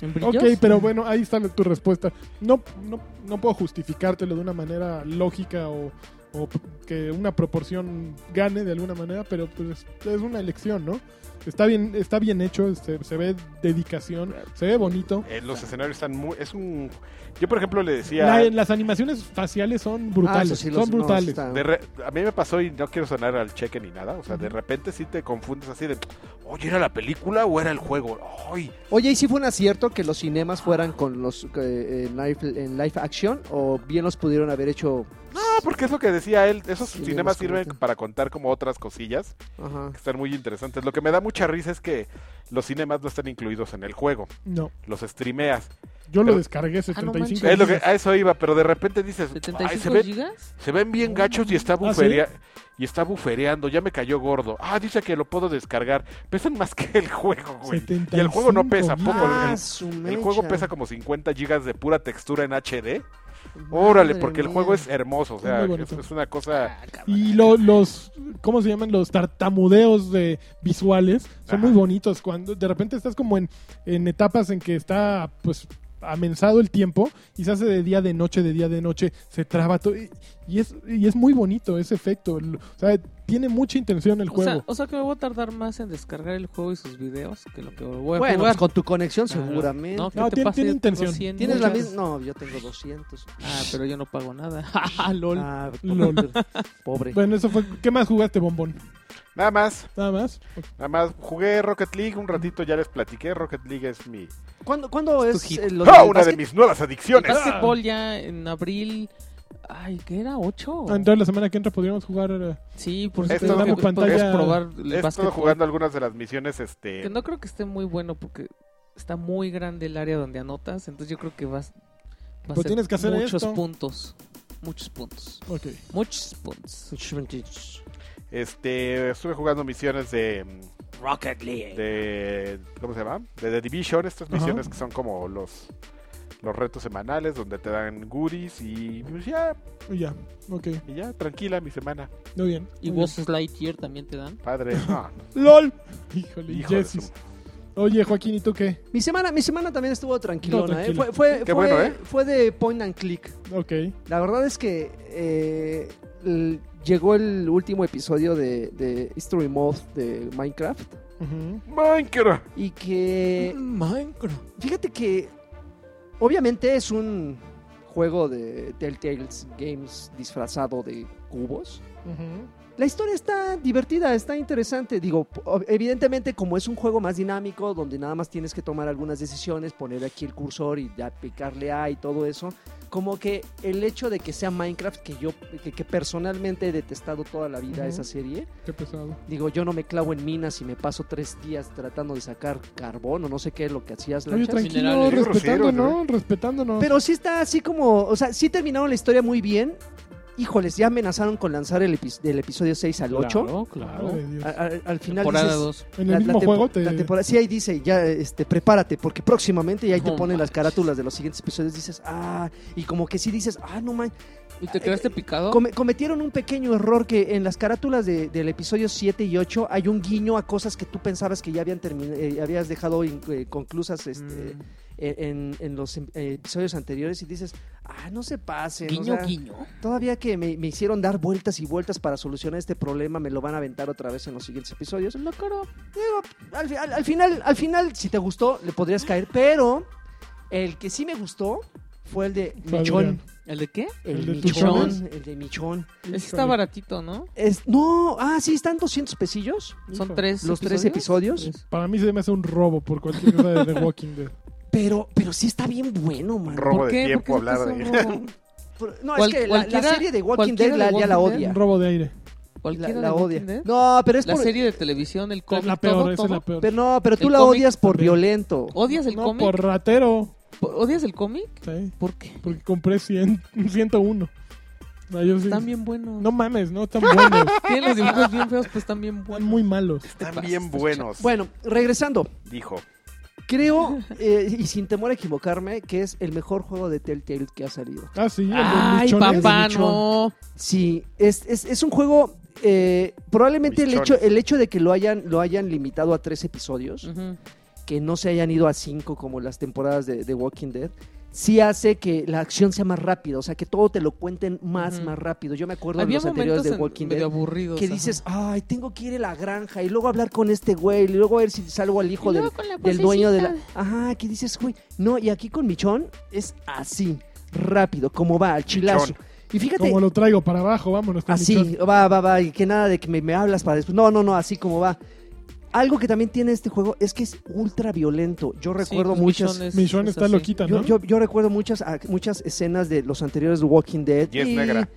Speaker 5: ¿En brillos?
Speaker 2: Ok, pero bueno, ahí está tu respuesta. No, no, no puedo justificártelo de una manera lógica o, o p- que una proporción gane de alguna manera, pero pues es una elección, ¿no? Está bien, está bien hecho, se, se ve dedicación, se ve bonito.
Speaker 1: Eh, los escenarios están muy... Es un... Yo, por ejemplo, le decía...
Speaker 2: La- las animaciones faciales son
Speaker 4: Ah,
Speaker 2: brutales,
Speaker 4: eso sí, los-
Speaker 2: son
Speaker 4: no,
Speaker 2: brutales.
Speaker 4: está-
Speaker 1: de re- a mí me pasó y no quiero sonar al cheque ni nada. O sea, de repente sí te confundes así de... Oye, ¿era la película o era el juego? ¡Ay!
Speaker 4: Oye, ¿y si fue un acierto que los cinemas fueran con los eh, en, live, en live action? ¿O bien los pudieron haber hecho?
Speaker 1: No, porque es lo que decía él. Esos
Speaker 4: Sí,
Speaker 1: cinemas
Speaker 4: vemos
Speaker 1: sirven
Speaker 4: cómo está.
Speaker 1: para contar como otras cosillas
Speaker 4: Ajá.
Speaker 1: que están muy interesantes. Lo que me da mucha risa es que los cinemas no están incluidos en el juego.
Speaker 2: No,
Speaker 1: Los streameas.
Speaker 2: yo lo
Speaker 1: Pero-
Speaker 4: Ah,
Speaker 2: descargué
Speaker 5: manches.
Speaker 2: 75
Speaker 1: Es lo que,
Speaker 2: gigas.
Speaker 1: a eso iba, pero de repente dices... "Ay, se
Speaker 5: 75
Speaker 1: ve
Speaker 5: gigas.
Speaker 1: Se ven bien gachos y está
Speaker 2: ¿Ah, sí?
Speaker 1: buferea y está bufereando, ya me cayó gordo. Ah, dice que lo puedo descargar. Pesan más que el juego, güey. Y el juego no pesa
Speaker 2: 75
Speaker 1: poco.
Speaker 4: Ah,
Speaker 1: el-
Speaker 4: su
Speaker 1: el,
Speaker 4: mecha.
Speaker 1: juego pesa como 50 gigas de pura textura en HD.
Speaker 4: Madre
Speaker 1: Órale, porque el
Speaker 4: mía.
Speaker 1: juego es hermoso, o sea,
Speaker 2: Muy
Speaker 1: es,
Speaker 2: bonito.
Speaker 1: es una cosa
Speaker 2: Y lo- los, ¿cómo se llaman? Los tartamudeos de visuales son muy bonitos. Cuando de repente estás como en, en etapas en que está, pues, amensado el tiempo y se hace de día, de noche, de día, de noche, se traba todo. Y, y es, y es muy bonito ese efecto. L- O sea, tiene mucha intención el
Speaker 3: O
Speaker 2: juego.
Speaker 3: sea, o sea que me voy a tardar más en descargar el juego y sus videos que lo que voy a
Speaker 4: Bueno,
Speaker 3: jugar.
Speaker 4: pues con tu conexión
Speaker 3: Claro.
Speaker 4: seguramente.
Speaker 3: No, ¿qué
Speaker 2: No,
Speaker 3: te
Speaker 2: tiene-
Speaker 3: pasa?
Speaker 2: tiene
Speaker 3: Yo tengo
Speaker 2: intención.
Speaker 3: 100
Speaker 4: ¿Tienes la
Speaker 3: gigas.
Speaker 4: misma? No, yo tengo 200.
Speaker 3: Ah, pero yo no pago nada. Ah, LOL.
Speaker 4: Ah,
Speaker 2: Lol.
Speaker 4: Pobre.
Speaker 2: Bueno, eso fue. ¿Qué más jugaste, bombón?
Speaker 1: nada más,
Speaker 2: Nada más.
Speaker 1: nada más jugué Rocket League un ratito, ya les platiqué, Rocket League es mi
Speaker 4: ¿Cuándo, cuándo
Speaker 3: Es tu
Speaker 4: es
Speaker 3: hit.
Speaker 4: eh, lo
Speaker 1: ¡Ah!
Speaker 4: del
Speaker 1: una de
Speaker 4: básquet?
Speaker 1: mis nuevas
Speaker 3: El
Speaker 1: adicciones.
Speaker 3: básquetbol ya en abril. Ay, ¿qué era? ¿Ocho?
Speaker 2: Ah, Entonces, la semana que entra podríamos jugar. eh,
Speaker 3: Sí, por
Speaker 1: Esto
Speaker 3: supuesto
Speaker 1: no-
Speaker 3: que
Speaker 2: pantalla-
Speaker 3: podemos probar el
Speaker 1: He estado
Speaker 3: básquetbol.
Speaker 1: jugando algunas de las misiones este
Speaker 3: Que no creo que esté muy bueno porque está muy grande el área donde anotas. Entonces yo creo que vas, vas
Speaker 2: Pues tienes que hacer
Speaker 3: muchos
Speaker 2: esto.
Speaker 3: puntos. Muchos puntos.
Speaker 2: ok.
Speaker 3: Muchos puntos.
Speaker 1: Este, estuve jugando misiones de mm,
Speaker 3: Rocket League.
Speaker 1: de ¿cómo se llama? De The Division, estas
Speaker 2: Ajá.
Speaker 1: misiones que son como los los retos semanales donde te dan goodies y pues, ya,
Speaker 2: Y Ya. Ok.
Speaker 1: y ya tranquila mi semana,
Speaker 2: Muy bien.
Speaker 5: Y
Speaker 2: muy
Speaker 5: vos Lightyear también te dan.
Speaker 1: padre. No,
Speaker 2: bien. ¡Lol! Híjole,
Speaker 1: hijo de
Speaker 2: Jessis.
Speaker 1: su-
Speaker 2: Oye, Joaquín, ¿y tú qué?
Speaker 4: Mi semana, mi semana también estuvo tranquilona,
Speaker 2: No,
Speaker 4: ¿eh?
Speaker 2: tranquila.
Speaker 4: Fue, fue,
Speaker 1: Qué
Speaker 4: fue-
Speaker 1: bueno, ¿eh?
Speaker 4: fue de point and click.
Speaker 2: Ok.
Speaker 4: La verdad es que eh, l- llegó el último episodio de, de History Mode de Minecraft
Speaker 2: Ujú.
Speaker 1: Minecraft.
Speaker 4: y que
Speaker 5: Minecraft.
Speaker 4: fíjate que obviamente es un juego de Telltales Games disfrazado de cubos.
Speaker 2: Ujú.
Speaker 4: La historia está divertida, está interesante. Digo, p- ob- evidentemente como es un juego más dinámico, donde nada más tienes que tomar algunas decisiones, poner aquí el cursor y ya picarle A y todo eso, como que el hecho de que sea Minecraft, que yo que, que personalmente he detestado toda la vida
Speaker 2: Ujú.
Speaker 4: esa serie,
Speaker 2: Qué pesado.
Speaker 4: digo, yo no me clavo en minas y me paso tres días tratando de sacar carbón o no sé qué es lo que hacías,
Speaker 2: Oye,
Speaker 4: Lanchas.
Speaker 2: tranquilo,
Speaker 5: minerales.
Speaker 2: respetando,
Speaker 1: Grosero,
Speaker 2: ¿no? Respetándonos.
Speaker 4: Pero sí está así como, o sea, sí terminaron la historia muy bien. Híjoles, ya amenazaron con lanzar el, epi- del episodio 6 al 8.
Speaker 5: Claro,
Speaker 2: Madre
Speaker 5: claro.
Speaker 2: de Dios.
Speaker 4: A- a- al final
Speaker 5: Temporada
Speaker 4: dices,
Speaker 5: 2.
Speaker 2: en
Speaker 4: ah, la-
Speaker 2: el
Speaker 4: la
Speaker 2: mismo
Speaker 4: tempo-
Speaker 2: juego te...
Speaker 4: la temporada- sí ahí dice ya este prepárate porque próximamente y ahí te
Speaker 5: No
Speaker 4: ponen las
Speaker 5: manches.
Speaker 4: carátulas de los siguientes episodios dices ah y como que sí dices ah no man
Speaker 5: ¿Y te quedaste picado?
Speaker 4: Come- cometieron un pequeño error que en las carátulas de- del episodio 7 y 8 hay un guiño a cosas que tú pensabas que ya habían terminado habías dejado in- eh,
Speaker 5: Mm,
Speaker 4: conclusas este, en, en los em- eh, episodios anteriores y dices ah no se pasen o
Speaker 5: Guiño,
Speaker 4: sea,
Speaker 5: guiño.
Speaker 4: Todavía que me, me hicieron dar vueltas y vueltas para solucionar este problema, me lo van a aventar otra vez en los siguientes episodios. No, al, fi- al- al final, al final, si te gustó, le podrías caer, pero el que sí me gustó fue el de
Speaker 2: Fue
Speaker 4: Michón.
Speaker 2: Adrián.
Speaker 5: ¿El de qué?
Speaker 4: El,
Speaker 2: ¿El de
Speaker 4: Michón.
Speaker 2: Tuchones?
Speaker 4: El de Michón.
Speaker 3: Ese está baratito, ¿no?
Speaker 4: Es, no, ah, sí, están 200 pesillos.
Speaker 3: Son
Speaker 2: Hijo.
Speaker 3: tres.
Speaker 4: Los tres episodios.
Speaker 3: Tres.
Speaker 2: Para mí se me hace un robo por cualquier cosa de The Walking Dead.
Speaker 4: Pero, pero sí está bien bueno, man.
Speaker 1: Robo
Speaker 3: ¿Por
Speaker 1: de
Speaker 3: qué?
Speaker 1: tiempo
Speaker 3: ¿Por qué se
Speaker 1: hablar
Speaker 3: te
Speaker 1: de-
Speaker 3: hace un robo?
Speaker 4: Pero- No,
Speaker 3: Cual-
Speaker 4: es que la- la,
Speaker 3: cualquiera-
Speaker 4: serie de Walking
Speaker 3: cualquiera
Speaker 4: Dead la,
Speaker 3: de
Speaker 4: ya la
Speaker 3: Walking
Speaker 4: odia.
Speaker 2: Un robo de aire.
Speaker 4: La,
Speaker 3: Cualquiera
Speaker 4: la
Speaker 3: de
Speaker 4: odia.
Speaker 3: Walking Dead.
Speaker 4: No, pero es
Speaker 5: La
Speaker 4: por...
Speaker 5: serie de televisión, el cómic,
Speaker 2: la peor,
Speaker 5: todo,
Speaker 2: esa es
Speaker 5: todo.
Speaker 2: la peor.
Speaker 4: Pero no, pero tú
Speaker 5: El
Speaker 4: la
Speaker 5: cómic
Speaker 4: odias por
Speaker 2: también.
Speaker 4: violento.
Speaker 3: Oh.
Speaker 5: ¿Odias el
Speaker 2: no,
Speaker 5: cómic?
Speaker 2: por ratero.
Speaker 5: ¿Odias el cómic?
Speaker 2: sí,
Speaker 5: ¿Por qué?
Speaker 2: porque compré 100, 101. No, Ah, yo sí-
Speaker 5: Están bien buenos.
Speaker 2: no mames, no tan buenos.
Speaker 5: Tienen los dibujos bien feos, pues están bien
Speaker 2: Están
Speaker 5: buenos.
Speaker 2: muy malos.
Speaker 1: Están
Speaker 5: pasas,
Speaker 1: bien buenos,
Speaker 4: Bueno, regresando.
Speaker 1: dijo.
Speaker 4: Creo, eh, y sin temor a equivocarme, que es el mejor juego de Telltale que ha salido.
Speaker 2: Ah, sí, el de
Speaker 5: Ay,
Speaker 2: Michones.
Speaker 5: papá,
Speaker 4: Michón.
Speaker 5: no.
Speaker 4: Sí, es, es, es un juego. eh, probablemente el hecho,
Speaker 1: Michones.
Speaker 4: el hecho de que lo hayan, lo hayan limitado a
Speaker 3: Mm.
Speaker 4: tres episodios,
Speaker 5: Ujú.
Speaker 4: que no se hayan ido a cinco como las temporadas de, de Walking Dead, sí hace que la acción sea más rápida, o sea, que todo te lo cuenten más,
Speaker 3: Ujú.
Speaker 4: más rápido. Yo me acuerdo de
Speaker 3: Había
Speaker 4: los anteriores
Speaker 3: momentos
Speaker 4: de
Speaker 3: en-
Speaker 4: Walking
Speaker 3: medio
Speaker 4: Dead
Speaker 3: aburridos.
Speaker 4: que
Speaker 3: ajá.
Speaker 4: dices, ay, tengo que ir a la granja y luego hablar con este güey, y luego a ver si salvo al hijo
Speaker 5: Y
Speaker 4: del,
Speaker 5: luego con la
Speaker 4: del dueño de la...
Speaker 5: vocecita.
Speaker 4: Ajá, que dices, güey, no, y aquí con Michón es así, rápido, como va, al chilazo. Y fíjate, Ah,
Speaker 2: Como lo traigo para abajo, vámonos. con
Speaker 4: Así,
Speaker 2: Michón.
Speaker 4: va, va, va, y que nada de que me, me hablas para después. No, no, no, así como va. Algo que también tiene este juego es que es ultra violento. Yo
Speaker 3: Sí,
Speaker 4: recuerdo
Speaker 3: pues,
Speaker 4: muchas.
Speaker 3: Michonne es-
Speaker 2: Michonne
Speaker 3: es
Speaker 2: está
Speaker 3: así.
Speaker 2: loquita,
Speaker 4: Yo,
Speaker 2: ¿no?
Speaker 4: yo, yo recuerdo muchas, ah, muchas escenas de los anteriores de Walking Dead.
Speaker 7: Y es negra.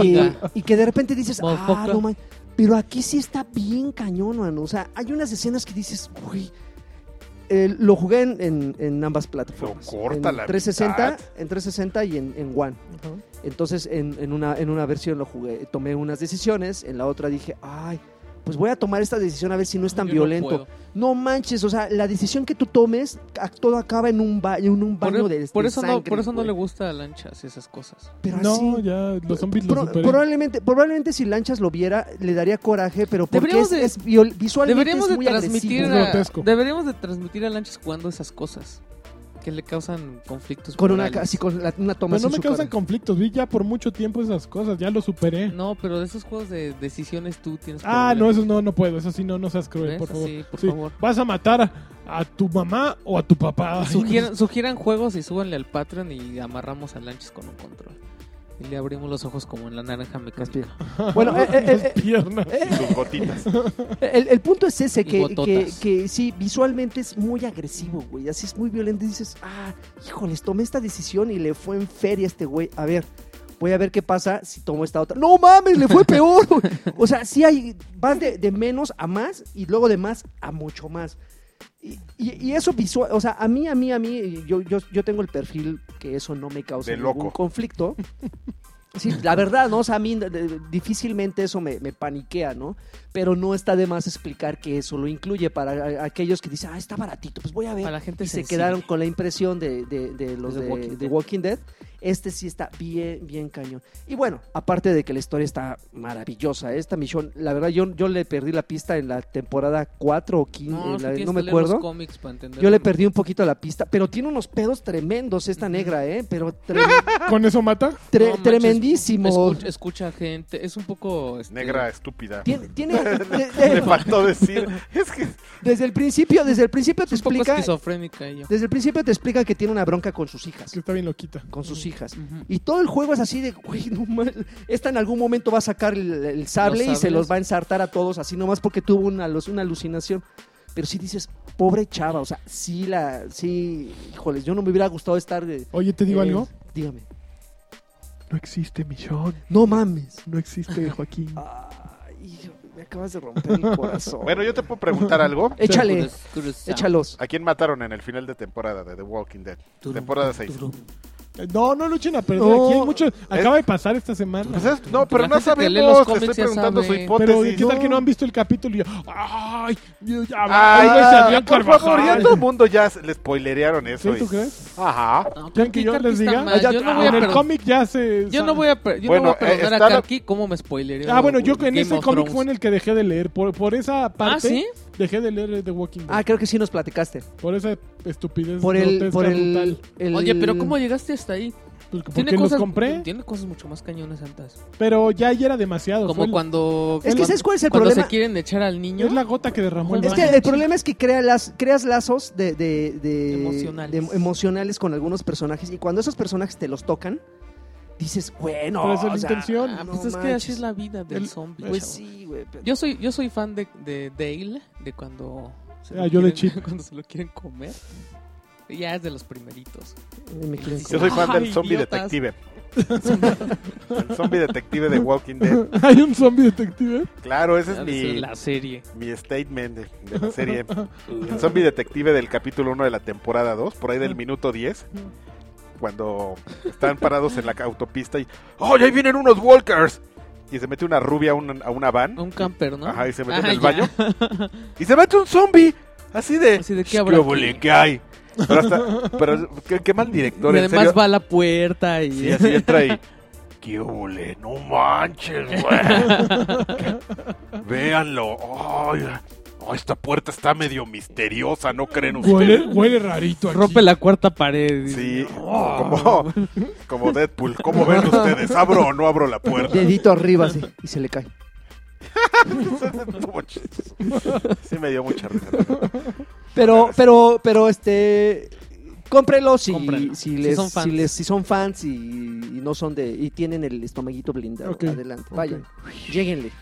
Speaker 4: y- y-
Speaker 3: Ya.
Speaker 4: y que de repente dices, ah,
Speaker 3: Motherfucker.
Speaker 4: no man. Pero aquí sí está bien cañón, mano. O sea, hay unas escenas que dices, uy. eh, lo jugué en, en- en ambas plataformas.
Speaker 7: Lo corta
Speaker 4: en
Speaker 7: la
Speaker 4: 360,
Speaker 7: mitad.
Speaker 4: en 360 y en, en One.
Speaker 3: Ajá.
Speaker 4: Entonces en, en una, en una versión lo jugué, tomé unas decisiones, en la otra dije, ay, pues voy a tomar esta decisión a ver si no es tan
Speaker 3: Yo no
Speaker 4: violento.
Speaker 3: puedo.
Speaker 4: No, manches, o sea, la decisión que tú tomes, a- todo acaba en un, ba- en un
Speaker 3: Por,
Speaker 4: baño
Speaker 3: e-
Speaker 4: de,
Speaker 3: por
Speaker 4: de
Speaker 3: eso no,
Speaker 4: sangre,
Speaker 3: por eso no
Speaker 4: güey.
Speaker 3: le gusta a lanchas y esas cosas.
Speaker 4: Pero
Speaker 2: No,
Speaker 4: así,
Speaker 2: ya los zombies lo
Speaker 4: pro-
Speaker 2: superé.
Speaker 4: probablemente, probablemente si Lanchas lo viera, le daría coraje, pero porque
Speaker 3: Deberíamos
Speaker 4: es,
Speaker 3: de-
Speaker 4: es viol- visualmente
Speaker 3: Deberíamos
Speaker 4: es
Speaker 3: de
Speaker 4: muy
Speaker 3: transmitir
Speaker 2: Es
Speaker 4: agresivo.
Speaker 3: a,
Speaker 2: grotesco.
Speaker 3: deberíamos de transmitir a lanchas jugando esas cosas que le causan conflictos
Speaker 4: Con una,
Speaker 3: morales.
Speaker 4: así, con la- una toma
Speaker 2: Pero no
Speaker 4: así
Speaker 2: me
Speaker 4: en su
Speaker 2: causan
Speaker 4: cara.
Speaker 2: conflictos, vi ya por mucho tiempo esas cosas, ya lo superé.
Speaker 3: No, pero de esos juegos de decisiones tú tienes
Speaker 2: ah,
Speaker 3: problemas.
Speaker 2: no, eso no, no puedo, eso sí, no, no seas cruel,
Speaker 3: ¿Ves?
Speaker 2: por favor.
Speaker 3: Sí, por
Speaker 2: Sí,
Speaker 3: favor.
Speaker 2: Vas a matar a, a tu mamá o a tu papá. Ay,
Speaker 3: Sugieran, sugieran juegos y súbanle al Patreon y amarramos a lanchas con un control. Y le abrimos los ojos como en la naranja mecánica.
Speaker 4: Bueno, eh, eh, eh, eh,
Speaker 2: las piernas.
Speaker 4: eh,
Speaker 7: Y sus gotitas.
Speaker 4: El, el punto es ese,
Speaker 3: Y
Speaker 4: que, que,
Speaker 3: bototas.
Speaker 4: que sí, visualmente es muy agresivo, güey. Así es muy violento. Y dices, ah, híjoles, tomé esta decisión y le fue en feria a este güey. A ver, voy a ver qué pasa si tomo esta otra. ¡No mames, le fue peor! güey! o sea, sí hay, vas de, de menos a más y luego de más a mucho más. Y, y- y eso visual, o sea, a mí, a mí, a mí, yo, yo, yo tengo el perfil que eso no me causa
Speaker 7: De
Speaker 4: ningún
Speaker 7: loco.
Speaker 4: conflicto. Sí, la verdad, ¿no? O sea, a mí de- de- difícilmente eso me, me paniquea, ¿no? Pero no está de más explicar que eso lo incluye para a- aquellos que dicen, ah, está baratito, pues voy a ver.
Speaker 3: Para la gente
Speaker 4: y se
Speaker 3: sensible.
Speaker 4: quedaron con la impresión de, de- de los
Speaker 3: De
Speaker 4: de,
Speaker 3: The Walking
Speaker 4: de
Speaker 3: Dead.
Speaker 4: Walking Dead. Este sí está bien, bien cañón. Y bueno, aparte de que la historia está maravillosa, esta misión, la verdad, yo, yo le perdí la pista en la temporada 4 o 15,
Speaker 3: No,
Speaker 4: en
Speaker 3: es que
Speaker 4: la-
Speaker 3: tienes
Speaker 4: no
Speaker 3: que
Speaker 4: me
Speaker 3: leer los
Speaker 4: acuerdo.
Speaker 3: cómics para entender
Speaker 4: Yo le
Speaker 3: lo-
Speaker 4: perdí un poquito la pista, pero tiene unos pedos tremendos esta
Speaker 3: Ujú.
Speaker 4: negra, ¿eh? Pero trem-
Speaker 2: ¿Con eso mata?
Speaker 4: tre-
Speaker 3: No manches,
Speaker 4: tremendísimo.
Speaker 3: Escucha, escucha gente, es un poco... este,
Speaker 7: Negra estúpida.
Speaker 4: Tiene, tiene- de-
Speaker 7: Le
Speaker 4: de-
Speaker 7: faltó decir. Es que
Speaker 4: desde el principio, desde el principio te
Speaker 3: Es un poco
Speaker 4: explica,
Speaker 3: esquizofrénica ella.
Speaker 4: desde el principio te explica que tiene una bronca con sus
Speaker 2: Es
Speaker 4: hijas,
Speaker 2: que está bien loquita.
Speaker 4: con sus hijas.
Speaker 3: Ujú.
Speaker 4: Y todo el juego es así de, güey, no mal. Esta en algún momento va a sacar el, el sable y se
Speaker 3: sables.
Speaker 4: los va a ensartar a todos, así nomás porque tuvo una, alu- una alucinación. Pero sí dices, pobre chava, o sea, sí la, sí, híjoles, yo no me hubiera gustado estar. de-
Speaker 2: Oye, ¿te digo
Speaker 4: eh,
Speaker 2: algo?
Speaker 4: Dígame.
Speaker 2: No existe Michón,
Speaker 4: No mames.
Speaker 2: no existe Joaquín.
Speaker 4: Ay, me acabas de romper el corazón.
Speaker 7: Bueno, yo te puedo preguntar algo.
Speaker 4: Échale,
Speaker 3: Cruz- cruzado.
Speaker 4: échalos.
Speaker 7: ¿A quién mataron en el final de temporada de The Walking Dead? Temporada 6.
Speaker 2: No, no luchen a perder.
Speaker 7: No.
Speaker 2: Aquí hay mucho. Acaba de pasar esta semana.
Speaker 7: Pues es- no, pero
Speaker 3: La
Speaker 7: no
Speaker 3: gente que lee
Speaker 7: sabemos.
Speaker 3: los
Speaker 7: Te estoy
Speaker 3: cómics ya
Speaker 7: preguntando su
Speaker 3: sabe.
Speaker 7: hipótesis.
Speaker 2: Pero ¿qué tal que no han visto el capítulo? Y yo, ¡ay! yo- ya-
Speaker 7: Ay,
Speaker 2: ay, güey,
Speaker 1: ah,
Speaker 2: se Adrián
Speaker 7: por
Speaker 2: Carvajal.
Speaker 7: favor, ya todo el mundo ya se- le spoilerearon
Speaker 2: ¿Sí,
Speaker 7: eso.
Speaker 2: tú
Speaker 7: y-
Speaker 2: crees?
Speaker 7: Ajá.
Speaker 3: No,
Speaker 2: ¿Quieren que
Speaker 3: Karki,
Speaker 2: yo
Speaker 3: Karki
Speaker 2: les
Speaker 3: está
Speaker 2: diga?
Speaker 3: mal.
Speaker 2: Ah, ya-
Speaker 3: yo no
Speaker 2: ah,
Speaker 3: voy a
Speaker 2: en el
Speaker 3: perdonar-
Speaker 2: cómic ya se...
Speaker 3: Yo no voy a, per- yo
Speaker 7: Bueno,
Speaker 3: no voy a perdonar
Speaker 7: eh, está
Speaker 3: a
Speaker 7: la-
Speaker 3: Karki cómo me spoilereó.
Speaker 2: Ah, bueno, yo en
Speaker 3: Game
Speaker 2: ese
Speaker 3: of
Speaker 2: cómic
Speaker 3: Thrones.
Speaker 2: fue en el que dejé de leer. Por, por esa parte
Speaker 3: Ah, ¿sí?
Speaker 2: dejé de leer The Walking Dead.
Speaker 4: Ah, creo que sí nos platicaste.
Speaker 2: por esa estupidez
Speaker 4: Por el,
Speaker 2: grotesca,
Speaker 4: por el,
Speaker 2: brutal.
Speaker 4: el-
Speaker 3: Oye, pero ¿cómo llegaste hasta ahí?
Speaker 2: Pues porque
Speaker 3: Tiene
Speaker 2: los
Speaker 3: cosas,
Speaker 2: compré,
Speaker 3: tiene cosas mucho más cañones antes.
Speaker 2: pero ya ahí era demasiado.
Speaker 3: Como
Speaker 2: Fue el-
Speaker 3: cuando...
Speaker 4: Es que
Speaker 3: cuando-
Speaker 4: ¿sabes cuál es el
Speaker 3: cuando
Speaker 4: problema?
Speaker 3: se quieren echar al niño.
Speaker 2: Es la gota que derramó el
Speaker 4: Es que el problema es que crea las, creas lazos de, de- de-
Speaker 3: Emocionales.
Speaker 4: de- emocionales con algunos personajes y cuando esos personajes te los tocan, dices, bueno,
Speaker 2: Pero esa es
Speaker 4: o
Speaker 2: la
Speaker 4: sea,
Speaker 2: intención.
Speaker 3: Ah,
Speaker 4: no
Speaker 3: pues es que
Speaker 4: manches.
Speaker 3: así es la vida del
Speaker 2: El-
Speaker 3: zombie.
Speaker 4: Pues
Speaker 3: chavo.
Speaker 4: sí, güey. pero-
Speaker 3: Yo soy, yo soy fan de, de Dale, de cuando se lo
Speaker 2: Ah, yo de
Speaker 3: quieren-
Speaker 2: chip.
Speaker 3: cuando se lo quieren comer. Ya es de los primeritos.
Speaker 4: me quieren
Speaker 7: Yo
Speaker 4: comer.
Speaker 7: soy fan
Speaker 3: Ay,
Speaker 7: del zombie
Speaker 3: idiotas.
Speaker 7: detective. el zombie detective de Walking Dead.
Speaker 2: Hay un zombie detective.
Speaker 7: Claro, ese
Speaker 3: Ha
Speaker 7: es
Speaker 3: de ser
Speaker 7: mi,
Speaker 3: la serie.
Speaker 7: mi statement de, de la serie. El zombie detective del capítulo 1 de la temporada 2, por ahí del minuto 10. Cuando están parados en la autopista y ¡Oh, ya ahí vienen unos walkers! Y se mete una rubia a un- a una van.
Speaker 3: Un camper, ¿no?
Speaker 7: Ajá, y se mete
Speaker 3: Ah,
Speaker 7: en el
Speaker 3: ya.
Speaker 7: baño. Y se mete un zombie. Así de.
Speaker 3: Así de, ¿qué
Speaker 7: "Sh,
Speaker 3: habrá
Speaker 7: huele,
Speaker 3: aquí?"
Speaker 7: ¿Qué hay? Pero, hasta- pero qué, qué mal director,
Speaker 3: Y
Speaker 7: en
Speaker 3: además
Speaker 7: serio.
Speaker 3: va a la puerta y...
Speaker 7: Sí, así entra y. ¡Qué ole! ¡No manches, güey! Véanlo. ¡Ay!
Speaker 1: No, esta puerta está medio misteriosa, ¿no creen ustedes?
Speaker 2: Huele, huele rarito aquí.
Speaker 3: Rompe la cuarta pared. "Oh".
Speaker 1: Sí,
Speaker 2: Oh.
Speaker 1: como, como Deadpool. ¿Cómo ven ustedes? ¿Abro o no abro la puerta?
Speaker 4: Dedito arriba, así, y se le cae.
Speaker 1: Estuvo chistoso. Sí, me dio mucha risa. la verdad.
Speaker 4: Pero, pero, pero, este. Cómprelo si,
Speaker 3: Cómprenlo.
Speaker 4: si, les, si,
Speaker 3: son fans.
Speaker 4: les- si son fans y, y no son de. y tienen el estomaguito blindado.
Speaker 2: Ok,
Speaker 4: Adelante, vayan. Lleguenle.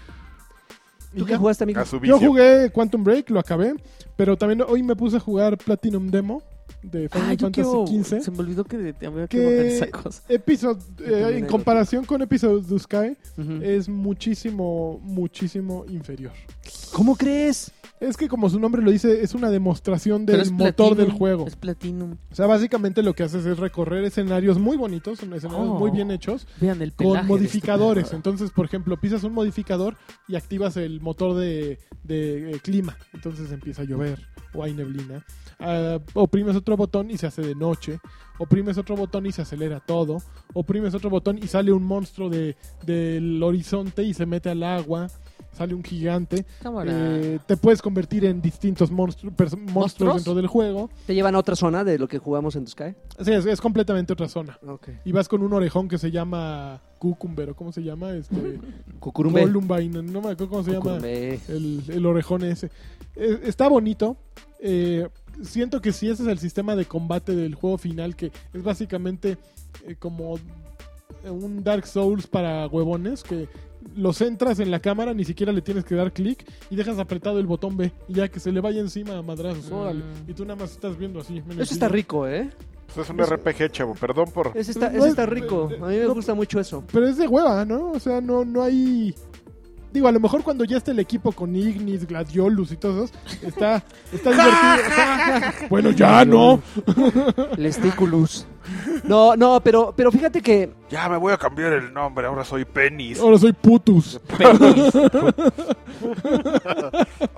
Speaker 2: Y
Speaker 4: ¿Tú qué
Speaker 2: ya.
Speaker 4: jugaste, amigo?
Speaker 1: A su
Speaker 2: Yo
Speaker 1: vicio.
Speaker 2: jugué Quantum Break, lo acabé, pero también hoy me puse a jugar Platinum Demo de Final
Speaker 3: Ah, yo
Speaker 2: Fantasy
Speaker 3: quiero...
Speaker 2: XV.
Speaker 3: Se me olvidó que de- había que
Speaker 2: ¿Qué?
Speaker 3: bajar esa cosa.
Speaker 2: Episodio,
Speaker 4: también hay
Speaker 2: eh, en
Speaker 4: otro.
Speaker 2: comparación con Episodio of the Sky,
Speaker 4: Ujú.
Speaker 2: es muchísimo, muchísimo inferior.
Speaker 4: ¿Cómo crees?
Speaker 2: Es que como su nombre lo dice, es una demostración
Speaker 3: Pero
Speaker 2: del
Speaker 3: es
Speaker 2: motor
Speaker 3: Platinum,
Speaker 2: del juego.
Speaker 3: Es Platinum.
Speaker 2: O sea, básicamente lo que haces es recorrer escenarios muy bonitos, son escenarios
Speaker 3: Oh.
Speaker 2: muy bien hechos,
Speaker 3: Vean el
Speaker 2: con
Speaker 3: pelaje. de
Speaker 2: modificadores.
Speaker 3: este
Speaker 2: Entonces, por ejemplo, pisas un modificador y activas el motor de, de, eh, clima. Entonces empieza a llover o hay neblina. Ah, oprimes otro botón y se hace de noche. Oprimes otro botón y se acelera todo. Oprimes otro botón y sale un monstruo de, del horizonte y se mete al agua. Sale un gigante.
Speaker 3: Cámara.
Speaker 2: Eh, te puedes convertir en distintos monstru- pers- monstruos
Speaker 3: ¿Monstruos?
Speaker 2: dentro del juego.
Speaker 4: ¿Te llevan a otra zona de lo que jugamos en Sky?
Speaker 2: Sí, es, es completamente otra zona.
Speaker 4: Ok.
Speaker 2: Y vas con un orejón que se llama Cucumber, o cómo se llama, este
Speaker 4: Cucurumbe.
Speaker 2: Columbine, no me acuerdo cómo se llama
Speaker 4: Cucurumbe.
Speaker 2: el, el orejón ese. Eh, está bonito. eh, siento que si ese es el sistema de combate del juego final, que es básicamente eh, como un Dark Souls para huevones, que los entras en la cámara, ni siquiera le tienes que dar clic y dejas apretado el botón B, y ya que se le vaya encima a madrazos, órale,
Speaker 3: Mm.
Speaker 2: y tú nada más estás viendo así.
Speaker 4: Eso está rico, ¿eh?
Speaker 1: Pues es un RPG, chavo. Perdón por...
Speaker 4: Ese está,
Speaker 2: No
Speaker 4: ese
Speaker 2: es-
Speaker 4: está rico. A mí me
Speaker 2: no-
Speaker 4: gusta mucho eso.
Speaker 2: Pero es de hueva, ¿no? O sea, no, no hay. Digo, a lo mejor cuando ya está el equipo con Ignis, Gladiolus y todos esos, está, está divertido. bueno, ya no.
Speaker 4: Lesticulus. No, no, pero, pero fíjate que
Speaker 1: Ya me voy a cambiar el nombre. Ahora soy Penis.
Speaker 2: Ahora soy putus.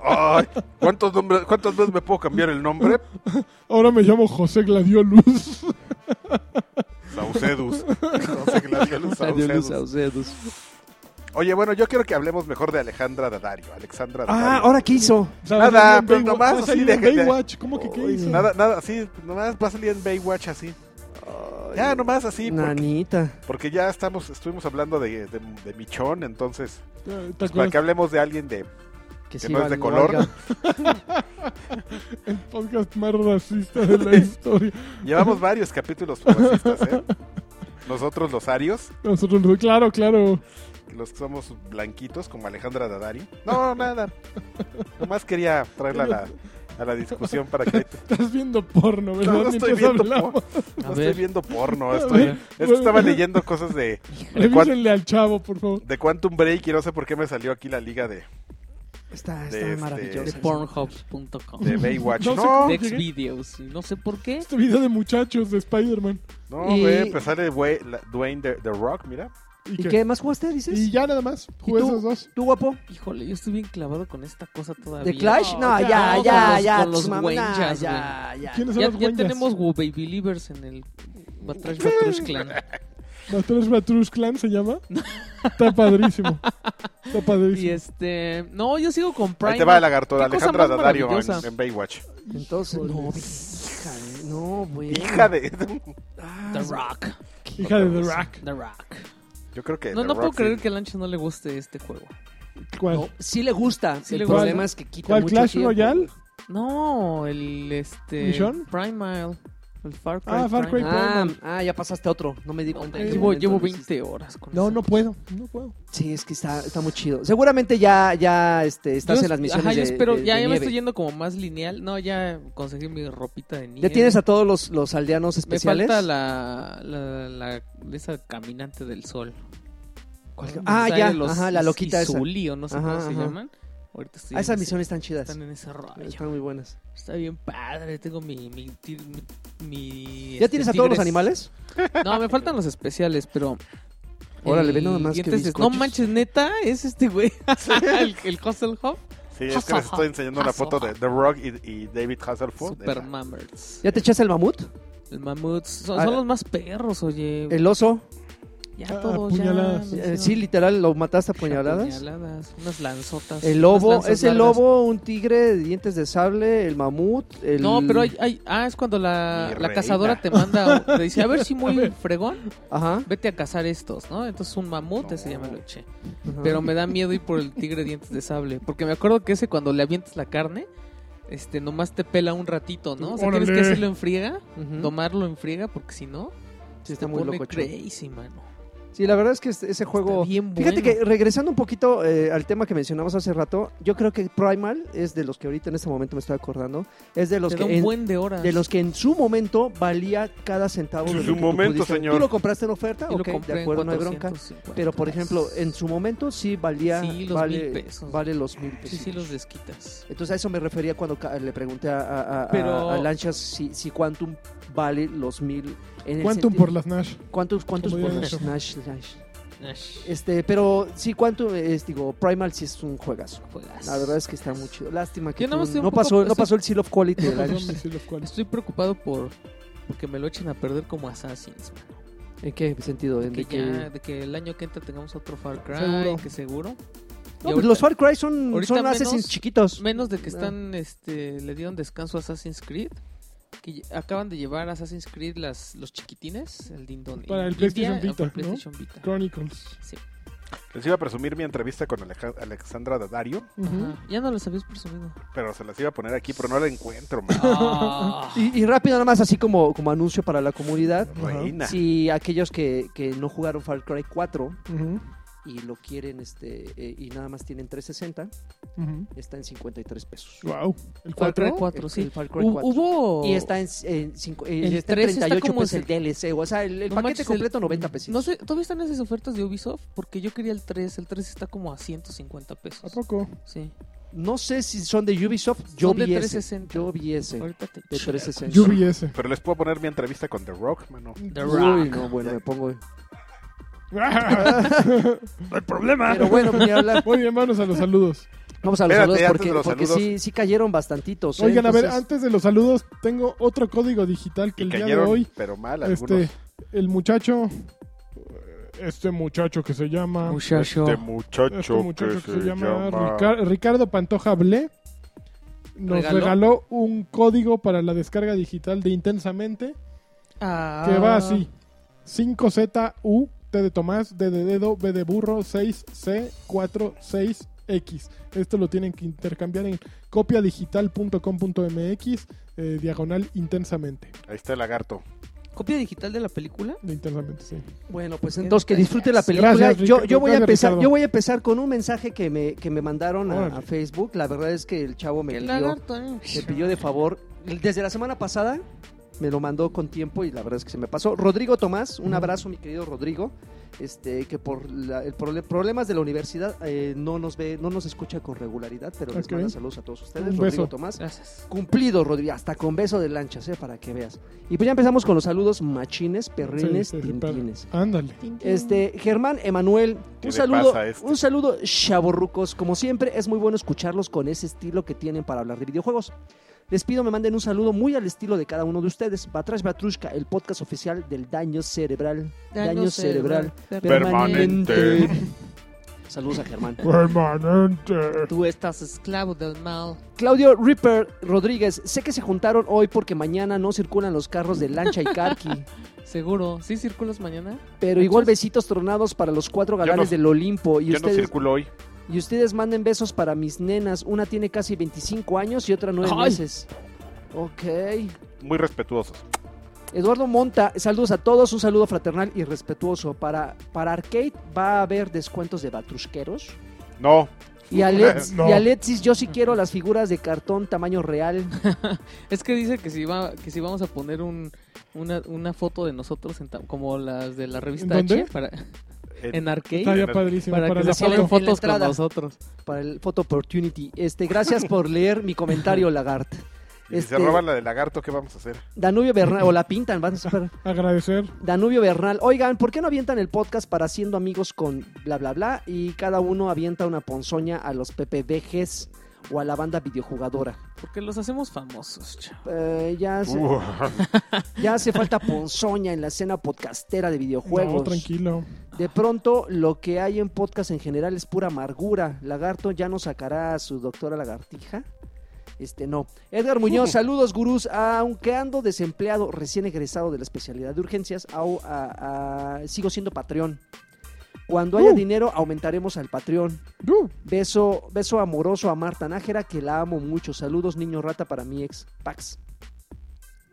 Speaker 1: Ay, ¿cuántos, nombres, ¿Cuántas veces me puedo cambiar el nombre?
Speaker 2: Ahora me llamo José Gladiolus.
Speaker 1: Saucedus. No sé qué le digo, los
Speaker 4: Adiós,
Speaker 1: Saucedus. Oye, bueno, yo quiero que hablemos mejor de Alejandra Daddario. Alexandra
Speaker 4: Ah,
Speaker 1: Daddario.
Speaker 4: ahora qué hizo.
Speaker 1: Nada,
Speaker 2: Salió en
Speaker 1: pero
Speaker 2: Baywa-
Speaker 1: nomás
Speaker 2: va a
Speaker 1: así
Speaker 2: salir en
Speaker 1: de- de-
Speaker 2: Baywatch. ¿Cómo que qué
Speaker 4: Uy,
Speaker 2: hizo?
Speaker 1: Nada, nada, así, nomás va a salir en Baywatch así. Ya, nomás así, porque,
Speaker 4: Nanita.
Speaker 1: porque ya estamos, estuvimos hablando de, de, de Michón, entonces,
Speaker 2: ¿Te
Speaker 1: pues, para
Speaker 2: acuerdas?
Speaker 1: que hablemos de alguien de...
Speaker 4: Que,
Speaker 1: no es de color.
Speaker 2: El podcast más racista de la historia.
Speaker 1: Llevamos varios capítulos racistas, ¿eh? Nosotros los arios,
Speaker 2: Nosotros, lo- claro, claro.
Speaker 1: los que somos blanquitos, como Alejandra Daddario. No, nada, nomás quería traerla a la, a la discusión para que...
Speaker 2: Estás viendo porno, ¿verdad?
Speaker 1: No, no estoy
Speaker 2: Mientras
Speaker 1: viendo,
Speaker 2: hablamos.
Speaker 1: por- no
Speaker 3: A
Speaker 1: estoy
Speaker 3: ver.
Speaker 1: viendo porno,
Speaker 2: A
Speaker 1: estoy,
Speaker 2: ver,
Speaker 1: es que estaba leyendo cosas de, de, cuan-
Speaker 2: Revísenle al chavo, por favor.
Speaker 1: de Quantum Break y no sé por qué me salió aquí la liga de,
Speaker 4: Está,
Speaker 1: De
Speaker 4: está
Speaker 1: este-
Speaker 4: maravilloso.
Speaker 1: de
Speaker 3: De pornhub.com.
Speaker 1: de Baywatch.
Speaker 2: No sé
Speaker 1: No,
Speaker 2: cómo
Speaker 3: De
Speaker 2: llegué.
Speaker 3: Xvideos. No sé por qué.
Speaker 2: Esta vida Este de muchachos de Spider-Man.
Speaker 1: No,
Speaker 4: Y-
Speaker 1: güey, pues sale güey, la- Dwayne The, The Rock, mira.
Speaker 2: ¿Y,
Speaker 4: ¿Y
Speaker 2: qué?
Speaker 4: qué más jugaste, dices?
Speaker 2: Y ya nada más. Jugué
Speaker 4: ¿Y tú?
Speaker 2: esos dos.
Speaker 4: ¿Tú, guapo?
Speaker 3: Híjole, yo estoy bien clavado con esta cosa todavía.
Speaker 4: ¿De Clash? No,
Speaker 3: No,
Speaker 4: ya,
Speaker 3: con
Speaker 4: ya,
Speaker 3: los-
Speaker 4: ya.
Speaker 3: con los
Speaker 4: tus mam-
Speaker 3: güenchas,
Speaker 4: nah,
Speaker 3: güey.
Speaker 4: ya, ya.
Speaker 2: ¿Quiénes son
Speaker 3: Ya,
Speaker 2: los
Speaker 3: ya
Speaker 2: güeyes?
Speaker 3: tenemos Wo Baby Livers en el Batrash Batrush Clan.
Speaker 2: Batrush Batrush Clan se llama. Está padrísimo. Está
Speaker 3: Y
Speaker 2: padrísimo.
Speaker 3: este. No, yo sigo con Prime.
Speaker 1: Ahí te va la gartora
Speaker 3: Qué cosa
Speaker 1: Alejandra
Speaker 3: más
Speaker 1: Daddario en,
Speaker 3: maravillosa.
Speaker 1: en Baywatch.
Speaker 4: Entonces, no,
Speaker 2: Híjole.
Speaker 4: hija de- No, güey.
Speaker 1: Hija de.
Speaker 4: Ah,
Speaker 3: The Rock.
Speaker 2: Hija de The Rock.
Speaker 3: The Rock.
Speaker 1: Yo creo que.
Speaker 3: No,
Speaker 1: Eh, The
Speaker 3: no
Speaker 1: Rock
Speaker 3: puedo
Speaker 1: sí.
Speaker 3: creer que a Lancho no le guste este juego.
Speaker 2: ¿Cuál?
Speaker 4: no, sí le gusta.
Speaker 3: Sí
Speaker 4: el
Speaker 3: le gusta.
Speaker 4: problema es que quita
Speaker 2: ¿Cuál,
Speaker 4: mucho
Speaker 2: Clash
Speaker 4: tiempo.
Speaker 2: Royale?
Speaker 3: No, el este.
Speaker 2: ¿Michonne?
Speaker 3: Primal. El Far Cry.
Speaker 2: Ah, Far Cry
Speaker 3: Primal.
Speaker 4: Ah, ah, ya pasaste a otro. No me di
Speaker 3: No,
Speaker 4: cuenta.
Speaker 3: man,
Speaker 4: en qué
Speaker 3: llevo,
Speaker 4: momento,
Speaker 3: llevo
Speaker 4: no hiciste.
Speaker 3: 20 horas con
Speaker 2: No,
Speaker 3: esa
Speaker 2: no
Speaker 3: cosa.
Speaker 2: puedo. No puedo.
Speaker 4: Sí, es que está, está muy chido. Seguramente ya, ya este, estás
Speaker 3: Yo-
Speaker 4: en las misiones
Speaker 3: Ajá, yo
Speaker 4: de,
Speaker 3: espero.
Speaker 4: de-
Speaker 3: ya,
Speaker 4: de
Speaker 3: ya me
Speaker 4: nieve.
Speaker 3: estoy yendo como más lineal. No, ya conseguí mi ropita de nieve.
Speaker 4: ¿Ya tienes a todos los, los aldeanos
Speaker 3: Me
Speaker 4: especiales? Ah,
Speaker 3: falta la, la, la- esa caminante del sol.
Speaker 4: ¿Cuál? Ah,
Speaker 3: Sale
Speaker 4: ya, ajá, la loquita esa.
Speaker 3: Izuli, o no sé
Speaker 4: Ajá,
Speaker 3: cómo se
Speaker 4: ajá.
Speaker 3: llaman. Ahorita estoy
Speaker 4: Ah,
Speaker 3: en
Speaker 4: esas
Speaker 3: ese-
Speaker 4: misiones están chidas. Ah,
Speaker 3: Están en ese rollo.
Speaker 4: Están muy buenas.
Speaker 3: Está bien padre. Tengo mi... mi, tir- mi- mi,
Speaker 4: ¿Ya
Speaker 3: este,
Speaker 4: tienes a todos
Speaker 3: tigres.
Speaker 4: los animales?
Speaker 3: No, me faltan los especiales, pero...
Speaker 4: Órale,
Speaker 3: el
Speaker 4: ve nada más que
Speaker 3: dientes de- No
Speaker 4: bizcochos.
Speaker 3: manches, ¿neta? ¿Es este güey? el, el Hustle Hop.
Speaker 1: Sí, es que les estoy enseñando una foto de The Rock y, y David Hasselhoff.
Speaker 3: Super
Speaker 1: Esa.
Speaker 3: Mammers.
Speaker 4: ¿Ya te echaste el mamut?
Speaker 3: El mamut. Son,
Speaker 4: Ah,
Speaker 3: son los más perros, oye.
Speaker 4: ¿El oso?
Speaker 3: Ya
Speaker 2: Ah,
Speaker 3: todos, ya.
Speaker 2: puñaladas.
Speaker 3: me
Speaker 4: Eh,
Speaker 3: hicieron
Speaker 4: sí, literal, lo mataste a puñaladas.
Speaker 3: puñaladas, Unas lanzotas.
Speaker 4: El
Speaker 3: unas
Speaker 4: lobo,
Speaker 3: lanzas
Speaker 4: es el
Speaker 3: largas.
Speaker 4: lobo, un tigre de dientes de sable, el mamut, el...
Speaker 3: No, pero hay, hay- ah, es cuando la,
Speaker 7: Mi
Speaker 3: la
Speaker 7: reina.
Speaker 3: cazadora te manda, te dice, a ver si muy fregón,
Speaker 4: Ajá.
Speaker 3: vete a cazar estos, ¿no? Entonces un mamut, ese ya me lo eché.
Speaker 4: ajá.
Speaker 3: Pero me da miedo ir por el tigre dientes de sable, porque me acuerdo que ese cuando le avientas la carne, este, nomás te pela un ratito, ¿no? O sea, tienes que
Speaker 2: Órale.
Speaker 3: hacerlo en friega,
Speaker 4: Ujú.
Speaker 3: tomarlo en friega, porque si no,
Speaker 4: ¿Mm? Sí,
Speaker 3: se
Speaker 4: está
Speaker 3: te
Speaker 4: muy
Speaker 3: pone
Speaker 4: loco.
Speaker 3: crazy, mano.
Speaker 4: Sí, la verdad es que este- ese juego...
Speaker 3: Está bien
Speaker 4: Fíjate
Speaker 3: bueno.
Speaker 4: que regresando un poquito eh, al tema que mencionamos hace rato, yo creo que Primal es de los que ahorita en este momento me estoy acordando, es de los
Speaker 3: te
Speaker 4: que
Speaker 3: da un
Speaker 4: en,
Speaker 3: buen de horas.
Speaker 4: de los que en su momento valía cada centavo.
Speaker 7: En
Speaker 4: de lo
Speaker 7: su
Speaker 4: que tú
Speaker 7: momento,
Speaker 4: pudiste-
Speaker 7: señor.
Speaker 4: Tú lo compraste en oferta,
Speaker 3: Y lo
Speaker 4: ok,
Speaker 3: compré
Speaker 4: de
Speaker 3: en
Speaker 4: acuerdo, no hay bronca.
Speaker 3: 450
Speaker 4: Pero por ejemplo, en su momento sí valía
Speaker 3: Sí, los
Speaker 4: vale,
Speaker 3: mil pesos.
Speaker 4: vale los mil pesos.
Speaker 3: Sí, sí, los desquitas.
Speaker 4: Entonces a eso me refería cuando ca- le pregunté a, a- a-
Speaker 3: Pero-
Speaker 4: a Lanchas si, si Quantum vale los mil. En el
Speaker 2: Quantum
Speaker 4: sentido-
Speaker 2: por las Nash.
Speaker 4: ¿Cuántos, cuántos
Speaker 2: Como
Speaker 4: por
Speaker 2: diría
Speaker 4: Nash,
Speaker 2: Nacho.
Speaker 4: Nash, Nash? Este, pero sí, Quantum, es, digo, Primal sí es un juegazo.
Speaker 3: Juegas.
Speaker 4: La verdad es que está muy chido. Lástima que
Speaker 3: Yo nada
Speaker 4: tú-
Speaker 3: más estoy un
Speaker 4: no,
Speaker 3: poco- pues,
Speaker 4: pasó, no
Speaker 3: estoy-
Speaker 4: pasó el Seal of Quality de
Speaker 2: No pasó
Speaker 4: Lanchas.
Speaker 2: misil of quality.
Speaker 3: Estoy preocupado por porque me lo echen a perder como Assassin's. man.
Speaker 4: ¿En qué sentido? ¿En
Speaker 3: Que
Speaker 4: de que-
Speaker 3: ya, de que el año que entra tengamos otro Far Cry,
Speaker 2: Seguro.
Speaker 3: que seguro. Y
Speaker 4: No, pues
Speaker 3: ahorita-
Speaker 4: los Ah. Far Cry son,
Speaker 3: ahorita
Speaker 4: son assassins
Speaker 3: menos-
Speaker 4: chiquitos.
Speaker 3: Menos de que
Speaker 4: No.
Speaker 3: están, este, le dieron descanso a Assassin's Creed. Que lle- acaban de llevar a Assassin's Creed las, los chiquitines, el de Indonesia.
Speaker 2: Para el PlayStation Vita, ¿no? Chronicles.
Speaker 7: Les iba a presumir mi entrevista con Aleja- Alexandra Daddario,
Speaker 2: Ujú.
Speaker 3: Ya no los habías presumido.
Speaker 7: pero se las iba a poner aquí, pero no la encuentro, man.
Speaker 3: Ah.
Speaker 4: Y, y rápido, nada más, así como, como anuncio para la comunidad.
Speaker 7: Reina.
Speaker 4: Si aquellos que, que no jugaron Far Cry 4
Speaker 2: Ujú,
Speaker 4: y lo quieren este eh, y nada más tienen 360,
Speaker 2: ujú.
Speaker 4: está en 53 pesos.
Speaker 2: Wow. ¿El
Speaker 3: Far Cry
Speaker 2: 4?
Speaker 3: 4,
Speaker 4: El-
Speaker 3: sí.
Speaker 4: el Far Cry
Speaker 3: Hu-
Speaker 4: 4.
Speaker 3: Hubo...
Speaker 4: Y está en, en, cinco- eh,
Speaker 3: El
Speaker 4: está en
Speaker 3: 3 está
Speaker 4: 38
Speaker 3: como
Speaker 4: pesos el
Speaker 3: ese-
Speaker 4: DLC. O sea, el, el
Speaker 3: No
Speaker 4: paquete
Speaker 3: manches, el-
Speaker 4: completo 90 pesos.
Speaker 3: No sé, ¿todavía están esas ofertas de Ubisoft? Porque yo quería el 3, el 3 está como a 150
Speaker 2: ¿A
Speaker 3: pesos.
Speaker 2: poco?
Speaker 3: Sí.
Speaker 4: No sé si son de Ubisoft. Yo
Speaker 3: Son de
Speaker 4: vi ese.
Speaker 3: 360.
Speaker 4: Yo vi ese. De
Speaker 3: Ahorita te...
Speaker 4: 360.
Speaker 2: UBS.
Speaker 7: Pero les puedo poner mi entrevista con The Rock, mano.
Speaker 3: The
Speaker 4: Uy,
Speaker 3: Rock.
Speaker 4: no, bueno, me pongo.
Speaker 7: No hay problema.
Speaker 4: Pero bueno, ni hablar.
Speaker 2: Muy bien, vamos a los saludos.
Speaker 4: Vamos a los
Speaker 7: Espérate,
Speaker 4: saludos
Speaker 7: antes
Speaker 4: porque,
Speaker 7: de los
Speaker 4: porque
Speaker 7: saludos.
Speaker 4: sí, sí cayeron bastantitos. ¿eh?
Speaker 2: Oigan, a ver,
Speaker 4: Entonces-
Speaker 2: antes de los saludos, tengo otro código digital que
Speaker 7: Y
Speaker 2: el día de
Speaker 7: cayeron,
Speaker 2: hoy,
Speaker 7: pero mal algunos.
Speaker 2: este, el muchacho, este muchacho que se llama,
Speaker 3: Muchacho.
Speaker 7: Este muchacho,
Speaker 2: este muchacho que se llama
Speaker 7: Ricardo.
Speaker 2: Rica- Ricardo Pantoja Ble, nos
Speaker 3: ¿Regaló?
Speaker 2: ¿Regaló? un código para la descarga digital de Intensamente,
Speaker 3: Ah.
Speaker 2: que va así, 5ZU, T de Tomás, D de dedo, B de burro, 6C46X. Esto lo tienen que intercambiar en copiadigital.com.mx, eh, diagonal intensamente.
Speaker 7: Ahí está el lagarto.
Speaker 3: ¿Copia digital de la película?
Speaker 2: De Intensamente, sí.
Speaker 4: Bueno, pues
Speaker 3: Qué
Speaker 4: entonces que disfrute la
Speaker 3: gracias.
Speaker 4: película.
Speaker 2: Gracias,
Speaker 4: yo,
Speaker 2: Rica-
Speaker 4: yo voy a
Speaker 2: gracias,
Speaker 4: empezar,
Speaker 2: Ricardo.
Speaker 4: yo voy a empezar con un mensaje que me, que me mandaron a,
Speaker 2: Órale.
Speaker 4: a Facebook. La verdad es que el chavo me
Speaker 3: El
Speaker 4: pidió,
Speaker 3: lagarto, eh.
Speaker 4: me pidió de favor. Desde la semana pasada me lo mandó con tiempo y la verdad es que se me pasó. Rodrigo Tomás, un
Speaker 2: Ujú.
Speaker 4: abrazo, mi querido Rodrigo. Este, que por la- el prole- problemas de la universidad eh, no nos ve, no nos escucha con regularidad, pero les
Speaker 2: Ok.
Speaker 4: manda saludos a todos ustedes,
Speaker 2: Un
Speaker 4: Rodrigo
Speaker 2: beso.
Speaker 4: Tomás.
Speaker 3: Gracias.
Speaker 4: Cumplido, Rodrigo, hasta con beso de lanchas, eh, para que veas. Y pues ya empezamos con los saludos machines, perrines,
Speaker 2: Sí, sí, sí, pero-
Speaker 4: tintines.
Speaker 2: Ándale.
Speaker 4: Este, Germán Emanuel,
Speaker 7: ¿Qué
Speaker 4: un
Speaker 7: le
Speaker 4: saludo,
Speaker 7: pasa a este?
Speaker 4: un saludo, chavorrucos. Como siempre, es muy bueno escucharlos con ese estilo que tienen para hablar de videojuegos. Les pido me manden un saludo muy al estilo de cada uno de ustedes. Batrash Batrushka, el podcast oficial del daño cerebral. Daño, cerebral, permanente. Saludos a Germán.
Speaker 2: Permanente.
Speaker 3: Tú estás esclavo del mal.
Speaker 4: Claudio Ripper Rodríguez, sé que se juntaron hoy porque mañana no circulan los carros de Lancha y Karki.
Speaker 3: Seguro. ¿Sí circulas mañana?
Speaker 4: Pero igual besitos tronados para los cuatro galanes
Speaker 7: no-
Speaker 4: del Olimpo. Y
Speaker 7: Yo no
Speaker 4: ustedes,
Speaker 7: circulo hoy.
Speaker 4: Y ustedes manden besos para mis nenas. Una tiene casi 25 años y otra 9
Speaker 3: ¡Ay!
Speaker 4: meses. Ok.
Speaker 7: Muy respetuosos.
Speaker 4: Eduardo Monta, saludos a todos. Un saludo fraternal y respetuoso. Para, para Arcade va a haber descuentos de batrusqueros.
Speaker 7: No,
Speaker 4: Y, Alex,
Speaker 2: No.
Speaker 4: y Alexis, yo sí quiero las figuras de cartón tamaño real.
Speaker 3: Es que dice que si, va, que si vamos a poner un, una, una foto de nosotros en ta- como las de la revista
Speaker 2: dónde?
Speaker 3: H para,
Speaker 7: en-
Speaker 3: en Arcade.
Speaker 2: Estaría padrísimo
Speaker 3: para,
Speaker 2: para,
Speaker 3: que
Speaker 2: la
Speaker 3: se salen
Speaker 2: foto.
Speaker 4: En la
Speaker 3: fotos con
Speaker 4: entrada.
Speaker 3: nosotros.
Speaker 4: Para el Photo Opportunity. Este, gracias por leer mi comentario, Lagart.
Speaker 7: y si
Speaker 4: este-
Speaker 7: se roban la de lagarto, ¿qué vamos a hacer?
Speaker 4: Danubio Bernal, o la pintan, van a esperar.
Speaker 2: Agradecer.
Speaker 4: Danubio Bernal, oigan, ¿por qué no avientan el podcast para siendo amigos con bla bla bla? Y cada uno avienta una ponzoña a los PPBGs. o a la banda videojugadora.
Speaker 3: Porque los hacemos famosos, chao.
Speaker 4: Eh, ya, hace,
Speaker 1: Uh,
Speaker 4: ya hace falta ponzoña en la escena podcastera de videojuegos.
Speaker 2: No, tranquilo.
Speaker 4: De pronto, lo que hay en podcast en general es pura amargura. Lagarto ya no sacará a su doctora lagartija. Este no. Edgar Muñoz, saludos gurús. Aunque ando desempleado, recién egresado de la especialidad de urgencias, au- a- a- sigo siendo Patreon. Cuando haya
Speaker 2: Uh.
Speaker 4: dinero, aumentaremos al Patreon.
Speaker 2: Uh,
Speaker 4: Beso, beso amoroso a Marta Nájera, que la amo mucho. Saludos, niño rata, para mi ex Pax.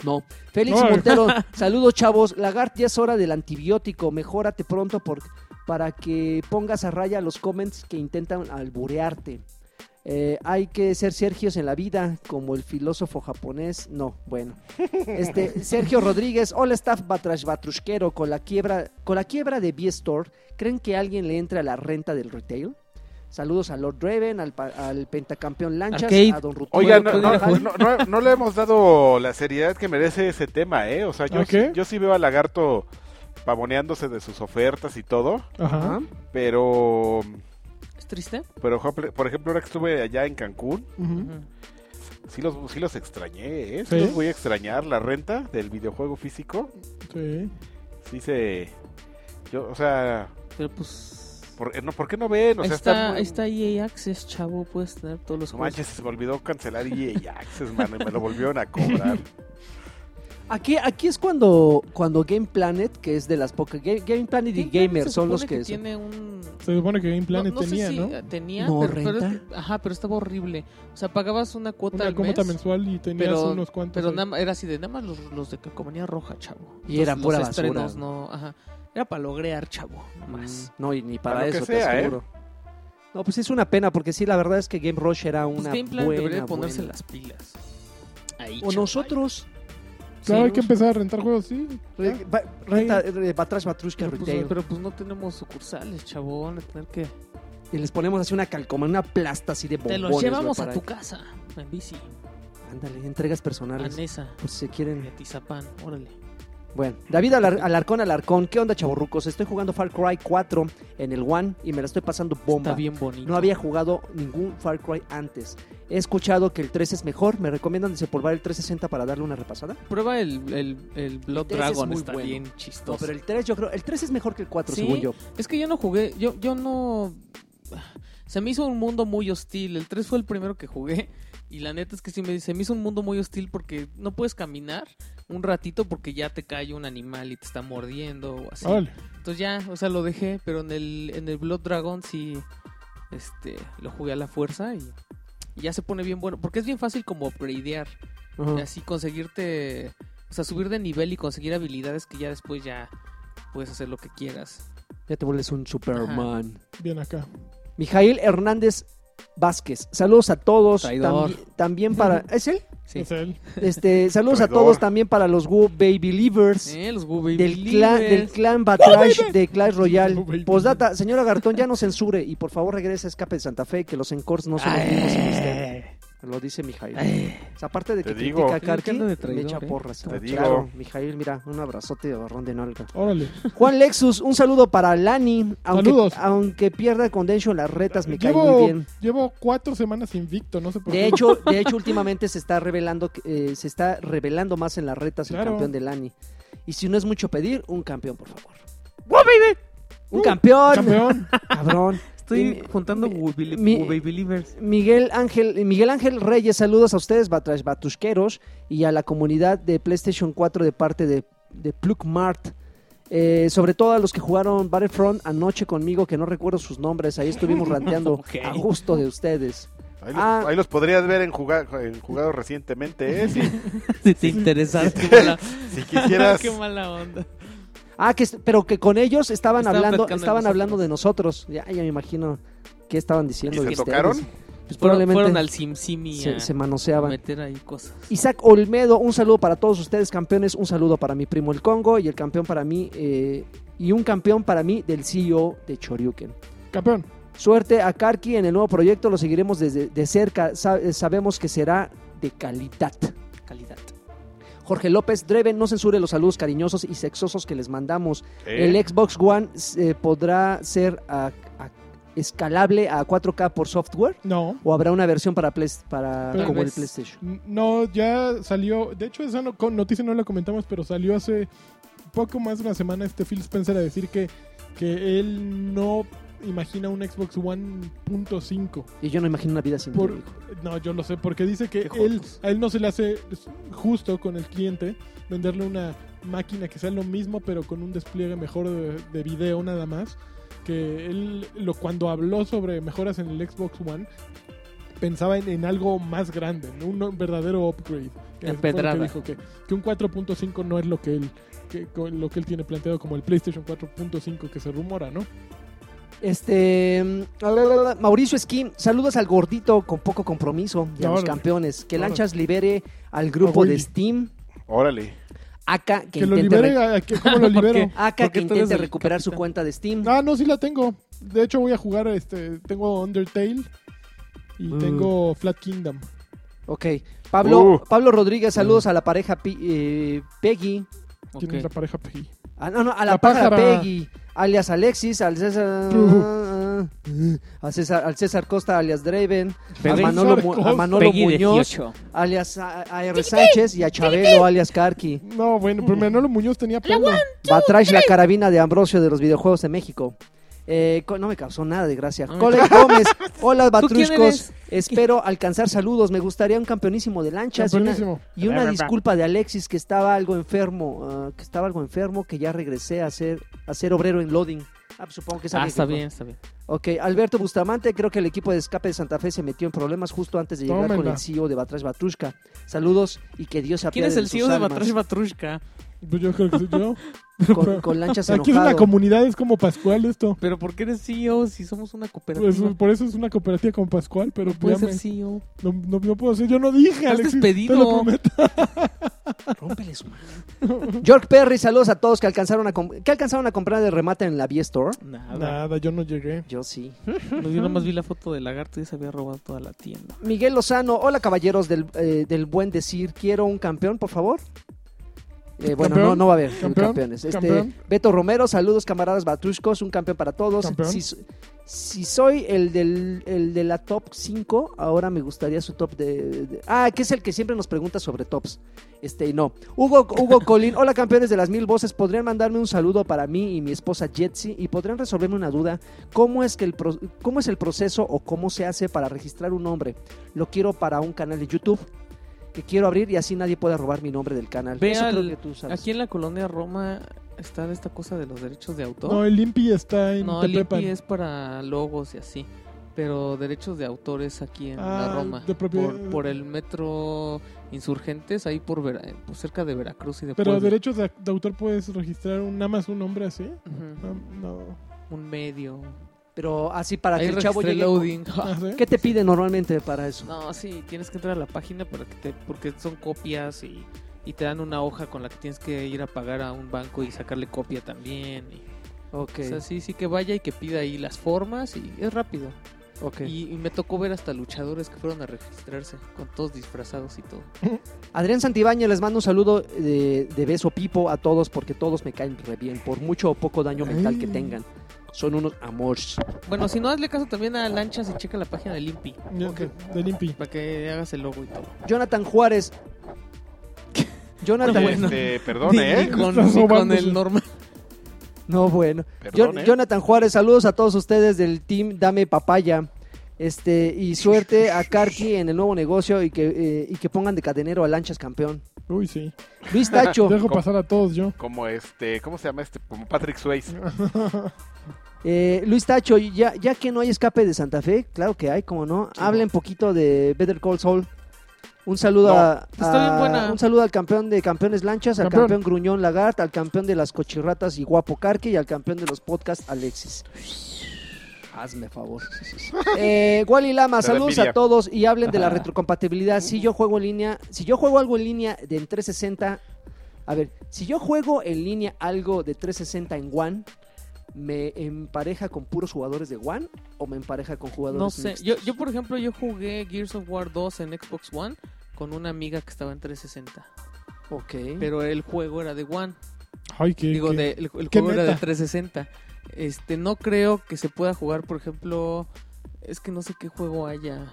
Speaker 4: No. Félix
Speaker 2: No.
Speaker 4: Montero, saludos, chavos. Lagart, ya es hora del antibiótico. Mejórate pronto por- para que pongas a raya los comments que intentan alburearte. Eh, hay que ser Sergios en la vida, como el filósofo japonés. No, bueno. Este, Sergio Rodríguez, hola staff batrash batrusquero. Con la quiebra, con la quiebra de B-Store, ¿creen que alguien le entre a la renta del retail? Saludos a Lord Draven, al, pa- al pentacampeón Lanchas,
Speaker 3: Arcade.
Speaker 4: a Don Rutilio.
Speaker 1: Oiga, no,
Speaker 3: Bueno,
Speaker 1: no,
Speaker 3: puede
Speaker 2: pues,
Speaker 3: ir a
Speaker 1: no, no- no le hemos dado la seriedad que merece ese tema, ¿eh? O sea, yo,
Speaker 2: ¿Ah, qué?
Speaker 1: yo sí veo a Lagarto pavoneándose de sus ofertas y todo,
Speaker 4: Ah.
Speaker 2: ajá.
Speaker 1: pero,
Speaker 3: ¿Es triste?
Speaker 1: pero jople- por ejemplo, ahora que estuve allá en Cancún,
Speaker 2: Ujú.
Speaker 3: Ujú.
Speaker 1: sí los, sí los extrañé, ¿eh? Sí
Speaker 2: ¿Sí?
Speaker 1: los voy a extrañar, la renta del videojuego físico,
Speaker 2: Sí.
Speaker 1: sí se... Yo, o sea,
Speaker 3: Pero pues...
Speaker 1: ¿por, eh, no, ¿por qué no ven? O
Speaker 3: ahí,
Speaker 1: sea,
Speaker 3: está,
Speaker 1: Pues muy-
Speaker 3: ahí está EA Access, chavo. Puedes tener todos los
Speaker 1: No
Speaker 3: juegos.
Speaker 1: manches, se me olvidó cancelar E EA Access, mano, y me lo volvieron a cobrar.
Speaker 4: Aquí, aquí es cuando, cuando Game Planet, que es de las pocas. Game, Game Planet y
Speaker 3: Game Planet
Speaker 4: Gamer
Speaker 3: se
Speaker 4: son los
Speaker 3: supone
Speaker 4: que. son-
Speaker 3: tiene un...
Speaker 2: Se supone que Game Planet
Speaker 3: no, no
Speaker 2: tenía,
Speaker 3: sé si
Speaker 2: ¿no?
Speaker 3: eh, tenía,
Speaker 4: No,
Speaker 3: pero, pero es
Speaker 4: renta.
Speaker 3: que- ajá, pero estaba horrible. O sea, pagabas una cuota
Speaker 2: Una
Speaker 3: al
Speaker 2: cómputa
Speaker 3: mes,
Speaker 2: mensual pues, y tenías
Speaker 3: pero-
Speaker 2: unos cuantos.
Speaker 3: pero
Speaker 2: ahí.
Speaker 3: nada, ma- era así de nada más los, los de calcomanía roja, chavo.
Speaker 4: Y era
Speaker 3: Los-
Speaker 4: pura
Speaker 3: los
Speaker 4: basura.
Speaker 3: estrenos, no, ajá. Era para logrear, chavo, nomás.
Speaker 4: Mm, No, y ni para
Speaker 1: Para lo que
Speaker 4: eso,
Speaker 1: sea,
Speaker 4: te
Speaker 1: ¿eh?
Speaker 4: aseguro. No, pues es una pena, porque sí, la verdad es que Game Rush era
Speaker 3: Pues
Speaker 4: una.
Speaker 3: Game Plan
Speaker 4: buena,
Speaker 3: debería de ponerse
Speaker 4: buena.
Speaker 3: las pilas. Ahí,
Speaker 4: O
Speaker 3: chaval.
Speaker 4: nosotros.
Speaker 2: Claro,
Speaker 3: Sí,
Speaker 2: hay que empezar a rentar juegos, sí.
Speaker 4: re- ba- renta- re- Batrash Batrushka
Speaker 3: Pero pues,
Speaker 4: Retail.
Speaker 3: pero pues no tenemos sucursales, chavo. Van a tener que.
Speaker 4: Y les ponemos así una calcomanía, una plasta así de
Speaker 3: Te
Speaker 4: bombones.
Speaker 3: los llevamos
Speaker 4: güey,
Speaker 3: a tu
Speaker 4: para-
Speaker 3: casa en bici,
Speaker 4: Ándale, entregas
Speaker 3: a
Speaker 4: personales.
Speaker 3: Nesa
Speaker 4: Por si se
Speaker 3: y
Speaker 4: quieren.
Speaker 3: a Tizapán. Órale.
Speaker 4: Bueno, David Alar- Alarcón, Alarcón. ¿Qué onda, chavorrucos? Estoy jugando Far Cry 4 en el One y me la estoy pasando bomba.
Speaker 3: Está bien bonito.
Speaker 4: No había jugado ningún Far Cry antes. He escuchado que el 3 es mejor. ¿Me recomiendan desempolvar el 360 para darle una repasada?
Speaker 3: Prueba el, el, el Blood
Speaker 4: Ese es
Speaker 3: Dragon,
Speaker 4: muy
Speaker 3: está
Speaker 4: bueno.
Speaker 3: bien
Speaker 4: No,
Speaker 3: chistoso.
Speaker 4: pero el 3 yo creo... El 3 es mejor que el 4,
Speaker 3: ¿Sí?
Speaker 4: según yo.
Speaker 3: Es que yo no jugué, yo, yo no... Se me hizo un mundo muy hostil. El 3 fue el primero que jugué. Y la neta es que sí me dice, me hizo un mundo muy hostil porque no puedes caminar un ratito porque ya te cae un animal y te está mordiendo o así.
Speaker 2: Órale.
Speaker 3: Entonces ya, o sea, lo dejé, pero en el, en el Blood Dragon sí este, lo jugué a la fuerza y, y ya se pone bien bueno. Porque es bien fácil como upgradear.
Speaker 4: Ajá.
Speaker 3: Y así conseguirte, o sea, subir de nivel y conseguir habilidades que ya después ya puedes hacer lo que quieras.
Speaker 4: Ya te vuelves un Superman.
Speaker 2: Bien acá.
Speaker 4: Mijail Hernández Vázquez. Saludos a todos.
Speaker 3: Traidor.
Speaker 4: Tambi- también para... ¿Es él?
Speaker 3: Sí.
Speaker 2: Es él.
Speaker 4: Este, saludos a
Speaker 1: Traidor.
Speaker 4: todos también para los Woo Baby Leavers.
Speaker 3: Eh, los Woo Baby
Speaker 4: Del clan, del
Speaker 3: Leavers.
Speaker 4: clan Batrash de Clash Royale.
Speaker 2: Woo Baby.
Speaker 4: Posdata, señora Gartón, ya no censure y por favor regrese a Escape de Santa Fe, que los encores no son
Speaker 3: Ah,
Speaker 4: los mismos sin usted.
Speaker 3: Ay,
Speaker 4: Lo dice Mijail.
Speaker 3: ay.
Speaker 4: O sea, aparte de
Speaker 1: Te
Speaker 4: que
Speaker 1: digo.
Speaker 4: critica a
Speaker 3: eh. Creo que
Speaker 4: Karki,
Speaker 3: anda de
Speaker 4: me
Speaker 3: traidor,
Speaker 4: echa
Speaker 3: ¿eh?
Speaker 4: porras.
Speaker 1: Te digo.
Speaker 4: Claro, Mijail, mira, un abrazote de barrón de nalga.
Speaker 2: Órale.
Speaker 4: Juan Lexus, un saludo para Lani. Aunque,
Speaker 2: Saludos.
Speaker 4: aunque pierda el Convention, las retas Pues me caen muy
Speaker 2: Llevo,
Speaker 4: bien.
Speaker 2: llevo cuatro semanas invicto, no sé por
Speaker 4: De
Speaker 2: qué.
Speaker 4: hecho, de hecho, últimamente se está revelando, que- eh, se está revelando más en las retas el
Speaker 2: Claro.
Speaker 4: campeón de Lani. Y si no es mucho pedir, un campeón, por favor. ¡Un campeón!
Speaker 2: Campeón.
Speaker 4: Cabrón.
Speaker 3: Estoy
Speaker 4: Y-
Speaker 3: juntando Woo Baby-
Speaker 4: mi-
Speaker 3: Woo Baby Leavers.
Speaker 4: Miguel Ángel, Miguel Ángel Reyes, saludos a ustedes, Batrash Batusqueros, y a la comunidad de PlayStation 4 de parte de, de Plukmart. Eh, sobre todo a los que jugaron Battlefront anoche conmigo, que no recuerdo sus nombres, ahí estuvimos ranteando
Speaker 3: Ok.
Speaker 4: a gusto de ustedes.
Speaker 1: Ahí, los,
Speaker 4: Ah.
Speaker 1: ahí los podrías ver en, jugar, en jugado recientemente, ¿eh? Si,
Speaker 3: Si te interesas, qué mala,
Speaker 1: si quisieras...
Speaker 3: qué mala onda.
Speaker 4: Ah, que, es- pero que con ellos estaban,
Speaker 3: Estaban
Speaker 4: hablando,
Speaker 3: platicando de
Speaker 4: estaban
Speaker 3: nosotros.
Speaker 4: hablando de nosotros. Ya, ya me imagino qué estaban diciendo.
Speaker 1: ¿Y se
Speaker 4: de ustedes.
Speaker 1: tocaron?
Speaker 4: Pues
Speaker 3: Fueron,
Speaker 4: probablemente
Speaker 3: fueron al SimSimi
Speaker 4: se,
Speaker 3: a
Speaker 4: se manoseaban.
Speaker 3: meter ahí cosas.
Speaker 4: Isaac Olmedo, un saludo para todos ustedes, campeones. Un saludo para mi primo el Congo y el campeón para mí. eh, y un campeón para mí del CEO de Choryuken.
Speaker 2: Campeón.
Speaker 4: Suerte a Karki en el nuevo proyecto, lo seguiremos desde de cerca. sa- eh, sabemos que será de calidad.
Speaker 3: Calidad.
Speaker 4: Jorge López Dreven, no censure los saludos cariñosos y sexosos que les mandamos.
Speaker 1: Eh,
Speaker 4: El Xbox One eh, podrá ser a- a- escalable a 4K por software?
Speaker 2: No.
Speaker 4: ¿O habrá una versión para, Play- para
Speaker 2: Tal
Speaker 4: como el
Speaker 3: vez.
Speaker 4: PlayStation?
Speaker 2: No, ya salió. De hecho, esa no- con noticia no la comentamos, pero salió hace poco más de una semana este Phil Spencer a decir que, que él no imagina un Xbox One .5.
Speaker 4: Y yo no imagino una vida sin
Speaker 2: Por-
Speaker 4: público.
Speaker 2: no, yo lo sé, porque dice que
Speaker 4: Qué
Speaker 2: él,
Speaker 4: jotos.
Speaker 2: a él no se le hace justo con el cliente venderle una máquina que sea lo mismo, pero con un despliegue mejor de, de video nada más. Que él, lo, cuando habló sobre mejoras en el Xbox One, pensaba en, en algo más grande, en un no- verdadero upgrade. Que
Speaker 3: La
Speaker 2: fue el que
Speaker 3: pedrada.
Speaker 2: dijo que, que un 4.5 no es lo que él que, con lo que él tiene planteado como el PlayStation 4.5 que se rumora, ¿no?
Speaker 4: Este mm, la, la, la, la, Mauricio Esquín, saludos al gordito con poco compromiso y a los
Speaker 2: Órale.
Speaker 4: campeones. Que
Speaker 2: Órale.
Speaker 4: Lanchas libere al grupo de
Speaker 2: Willy.
Speaker 4: Steam,
Speaker 1: Órale.
Speaker 4: acá que,
Speaker 2: Que, lo
Speaker 4: intente,
Speaker 2: libere,
Speaker 4: re-
Speaker 2: a- a- que- ¿cómo lo
Speaker 3: Porque-
Speaker 2: libero?
Speaker 4: AK
Speaker 3: Porque
Speaker 4: que
Speaker 3: tú eres
Speaker 4: intente
Speaker 3: el
Speaker 4: recuperar su
Speaker 3: capitán.
Speaker 4: cuenta de Steam.
Speaker 2: Ah, no, sí la tengo. De hecho, voy a jugar, este, tengo Undertale y
Speaker 4: Mm.
Speaker 2: tengo Flat Kingdom.
Speaker 4: Ok. Pablo,
Speaker 1: Uh. Mm.
Speaker 4: Pablo Rodríguez, saludos a la pareja Pi- eh, Peggy.
Speaker 2: ¿Quién
Speaker 3: Ok.
Speaker 2: es la pareja Peggy?
Speaker 4: Ah, no, no, a la,
Speaker 2: La
Speaker 4: pájara,
Speaker 2: pájara.
Speaker 4: Peggy, alias Alexis, al César,
Speaker 2: Ujú.
Speaker 4: a César, al César Costa, alias Draven, a
Speaker 2: Peggy.
Speaker 4: Manolo, Mu-
Speaker 2: Costa.
Speaker 4: a Manolo
Speaker 3: Peggy
Speaker 4: Muñoz,
Speaker 3: 18.
Speaker 4: alias a, a R. Sánchez y a Chabelo, alias Karki.
Speaker 2: No, bueno, pero Manolo Muñoz tenía pelo.
Speaker 4: Batrash, la carabina de Ambrosio de los videojuegos de México. Eh, co- no me causó nada de gracia.
Speaker 3: No me
Speaker 4: Cole Gómez, hola
Speaker 3: ¿Tú quién
Speaker 4: Batruscos.
Speaker 3: eres?
Speaker 4: Espero alcanzar saludos. Me gustaría un campeonísimo de lanchas. y una-
Speaker 2: Campeonísimo.
Speaker 4: Y una disculpa de Alexis que estaba algo enfermo, ah, que estaba algo enfermo, que ya regresé a ser, a ser obrero en loading. Ah, pues supongo que es
Speaker 3: Ah,
Speaker 4: alguien
Speaker 3: está
Speaker 4: que-
Speaker 3: bien, está bien.
Speaker 4: Ok, Alberto Bustamante, creo que el equipo de escape de Santa Fe se metió en problemas justo antes de llegar con
Speaker 2: Tómela.
Speaker 4: el CEO de Batrash Batrushka. Saludos y que Dios se
Speaker 3: ¿Quién
Speaker 4: apiade
Speaker 3: es el
Speaker 4: sus
Speaker 3: CEO de
Speaker 4: almas.
Speaker 3: Batrash Batrushka?
Speaker 2: Pues yo creo que soy yo.
Speaker 4: Con, con lanchas
Speaker 2: Aquí es una
Speaker 4: enojado.
Speaker 2: comunidad, es como Pascual esto.
Speaker 3: ¿Pero por qué eres CEO si somos una
Speaker 2: Pues,
Speaker 3: cooperativa?
Speaker 2: por eso es una cooperativa con Pascual, pero
Speaker 3: Puedes
Speaker 2: ya me-
Speaker 3: ser E CEO.
Speaker 2: no, no- no puedo ser. Yo no dije,
Speaker 3: Estás
Speaker 2: Alexis.
Speaker 3: despedido.
Speaker 2: Te lo prometo.
Speaker 4: Rómpele su madre. York Perry, saludos a todos que alcanzaron a, com- que alcanzaron a comprar de remate en la V-Store.
Speaker 3: Nada.
Speaker 2: Nada, yo no llegué.
Speaker 4: Yo sí.
Speaker 3: Pues Yo nomás vi la foto del lagarto y se había robado toda la tienda.
Speaker 4: Miguel Lozano, hola caballeros del, eh, del buen decir, quiero un campeón, por favor. Eh, bueno,
Speaker 2: Campeón,
Speaker 4: no, no va a haber
Speaker 2: campeón,
Speaker 4: campeones. Este,
Speaker 2: campeón.
Speaker 4: Beto Romero, saludos camaradas batuscos, un campeón para todos.
Speaker 2: Campeón.
Speaker 4: Si, so- si soy el, del, el de la top 5, ahora me gustaría su top de, de- Ah, que es el que siempre nos pregunta sobre tops. Este, no. Hugo, Hugo Colín, hola campeones de las mil voces, ¿podrían mandarme un saludo para mí y mi esposa Jetsi? ¿Y podrían resolverme una duda? ¿Cómo es, que el pro- ¿Cómo es el proceso o cómo se hace para registrar un nombre? Lo quiero para un canal de YouTube que quiero abrir y así nadie pueda robar mi nombre del canal.
Speaker 3: Ve
Speaker 4: Eso creo
Speaker 3: al-
Speaker 4: que tú sabes.
Speaker 3: Aquí en la colonia Roma está esta cosa de los derechos de autor.
Speaker 2: No, el Impi está en
Speaker 3: No, el
Speaker 2: Tepepan.
Speaker 3: IP es para logos y así. Pero derechos de autores aquí en
Speaker 2: Ah,
Speaker 3: la Roma.
Speaker 2: de propiedad.
Speaker 3: por, por el metro Insurgentes, ahí por, Vera- por cerca de Veracruz y de
Speaker 2: Pero
Speaker 3: Puebla.
Speaker 2: derechos de, de autor puedes registrar un- nada más un nombre así.
Speaker 3: Ujú,
Speaker 2: No, no.
Speaker 3: Un medio.
Speaker 4: Pero así para
Speaker 3: Ahí
Speaker 4: que el chavo
Speaker 3: registré
Speaker 4: llegue.
Speaker 3: loading.
Speaker 2: Ah, ¿sí?
Speaker 4: ¿Qué te piden normalmente para eso?
Speaker 3: No, sí, tienes que entrar a la página para que te, porque son copias y, y te dan una hoja con la que tienes que ir a pagar a un banco y sacarle copia también. y-
Speaker 4: Ok,
Speaker 3: O sea, sí, sí que vaya y que pida ahí las formas y es rápido.
Speaker 4: ok.
Speaker 3: Y, y me tocó ver hasta luchadores que fueron a registrarse, con todos disfrazados y todo.
Speaker 4: Adrián Santibáñez, les mando un saludo de, de beso pipo a todos porque todos me caen re bien, por mucho o poco daño mental que
Speaker 2: Ay.
Speaker 4: tengan. Son unos amores.
Speaker 3: Bueno, si no, hazle caso también a Lanchas y checa la página del Impi,
Speaker 2: Ya,
Speaker 4: Ah. Ok.
Speaker 2: de- Del Impi.
Speaker 3: para que hagas el logo y todo.
Speaker 4: Jonathan Juárez. Jonathan.
Speaker 1: Oye,
Speaker 3: Ah, bueno.
Speaker 1: este, perdón, ¿eh?
Speaker 3: Ni con,
Speaker 2: Estás
Speaker 3: ni con
Speaker 2: robando su-
Speaker 3: el normal.
Speaker 4: No, bueno.
Speaker 1: Perdón,
Speaker 4: Jon-
Speaker 1: ¿eh?
Speaker 4: Jonathan Juárez, saludos a todos ustedes del team Dame Papaya. Este, y suerte a Karki en el nuevo negocio y que, eh, y que pongan de cadenero a lanchas campeón.
Speaker 2: Uy, sí.
Speaker 4: Luis Tacho,
Speaker 2: Dejo
Speaker 1: ¿Cómo?
Speaker 2: pasar a todos yo.
Speaker 1: Como este, ¿cómo se llama este? Como Patrick Swayze.
Speaker 4: eh, Luis Tacho, y ya, ya que no hay escape de Santa Fe, claro que hay, como no, hablen poquito de Better Call Saul. Un saludo
Speaker 1: No,
Speaker 4: a,
Speaker 3: está bien
Speaker 4: a-
Speaker 3: buena.
Speaker 4: un saludo al campeón de campeones lanchas, al
Speaker 2: Campeón.
Speaker 4: campeón Gruñón Lagart, al campeón de las cochirratas y guapo Carque y al campeón de los podcasts Alexis. Hazme favor. Eh, Wally Lama,
Speaker 1: Te da
Speaker 4: saludos
Speaker 1: envidia.
Speaker 4: a todos y hablen de la retrocompatibilidad. Si yo juego en línea, si yo juego algo en línea de en 360, a ver, si yo juego en línea algo de 360 en One, ¿me empareja con puros jugadores de One o me empareja con jugadores
Speaker 3: No sé,
Speaker 4: mixtos?
Speaker 3: yo, yo por ejemplo, yo jugué Gears of War 2 en Xbox One con una amiga que estaba en 360,
Speaker 4: Ok.
Speaker 3: pero el juego era de One,
Speaker 2: Ay, qué,
Speaker 3: digo,
Speaker 2: qué-
Speaker 3: de, el, el
Speaker 2: qué
Speaker 3: juego era de
Speaker 2: meta.
Speaker 3: 360. Este, no creo que se pueda jugar, por ejemplo, es que no sé qué juego haya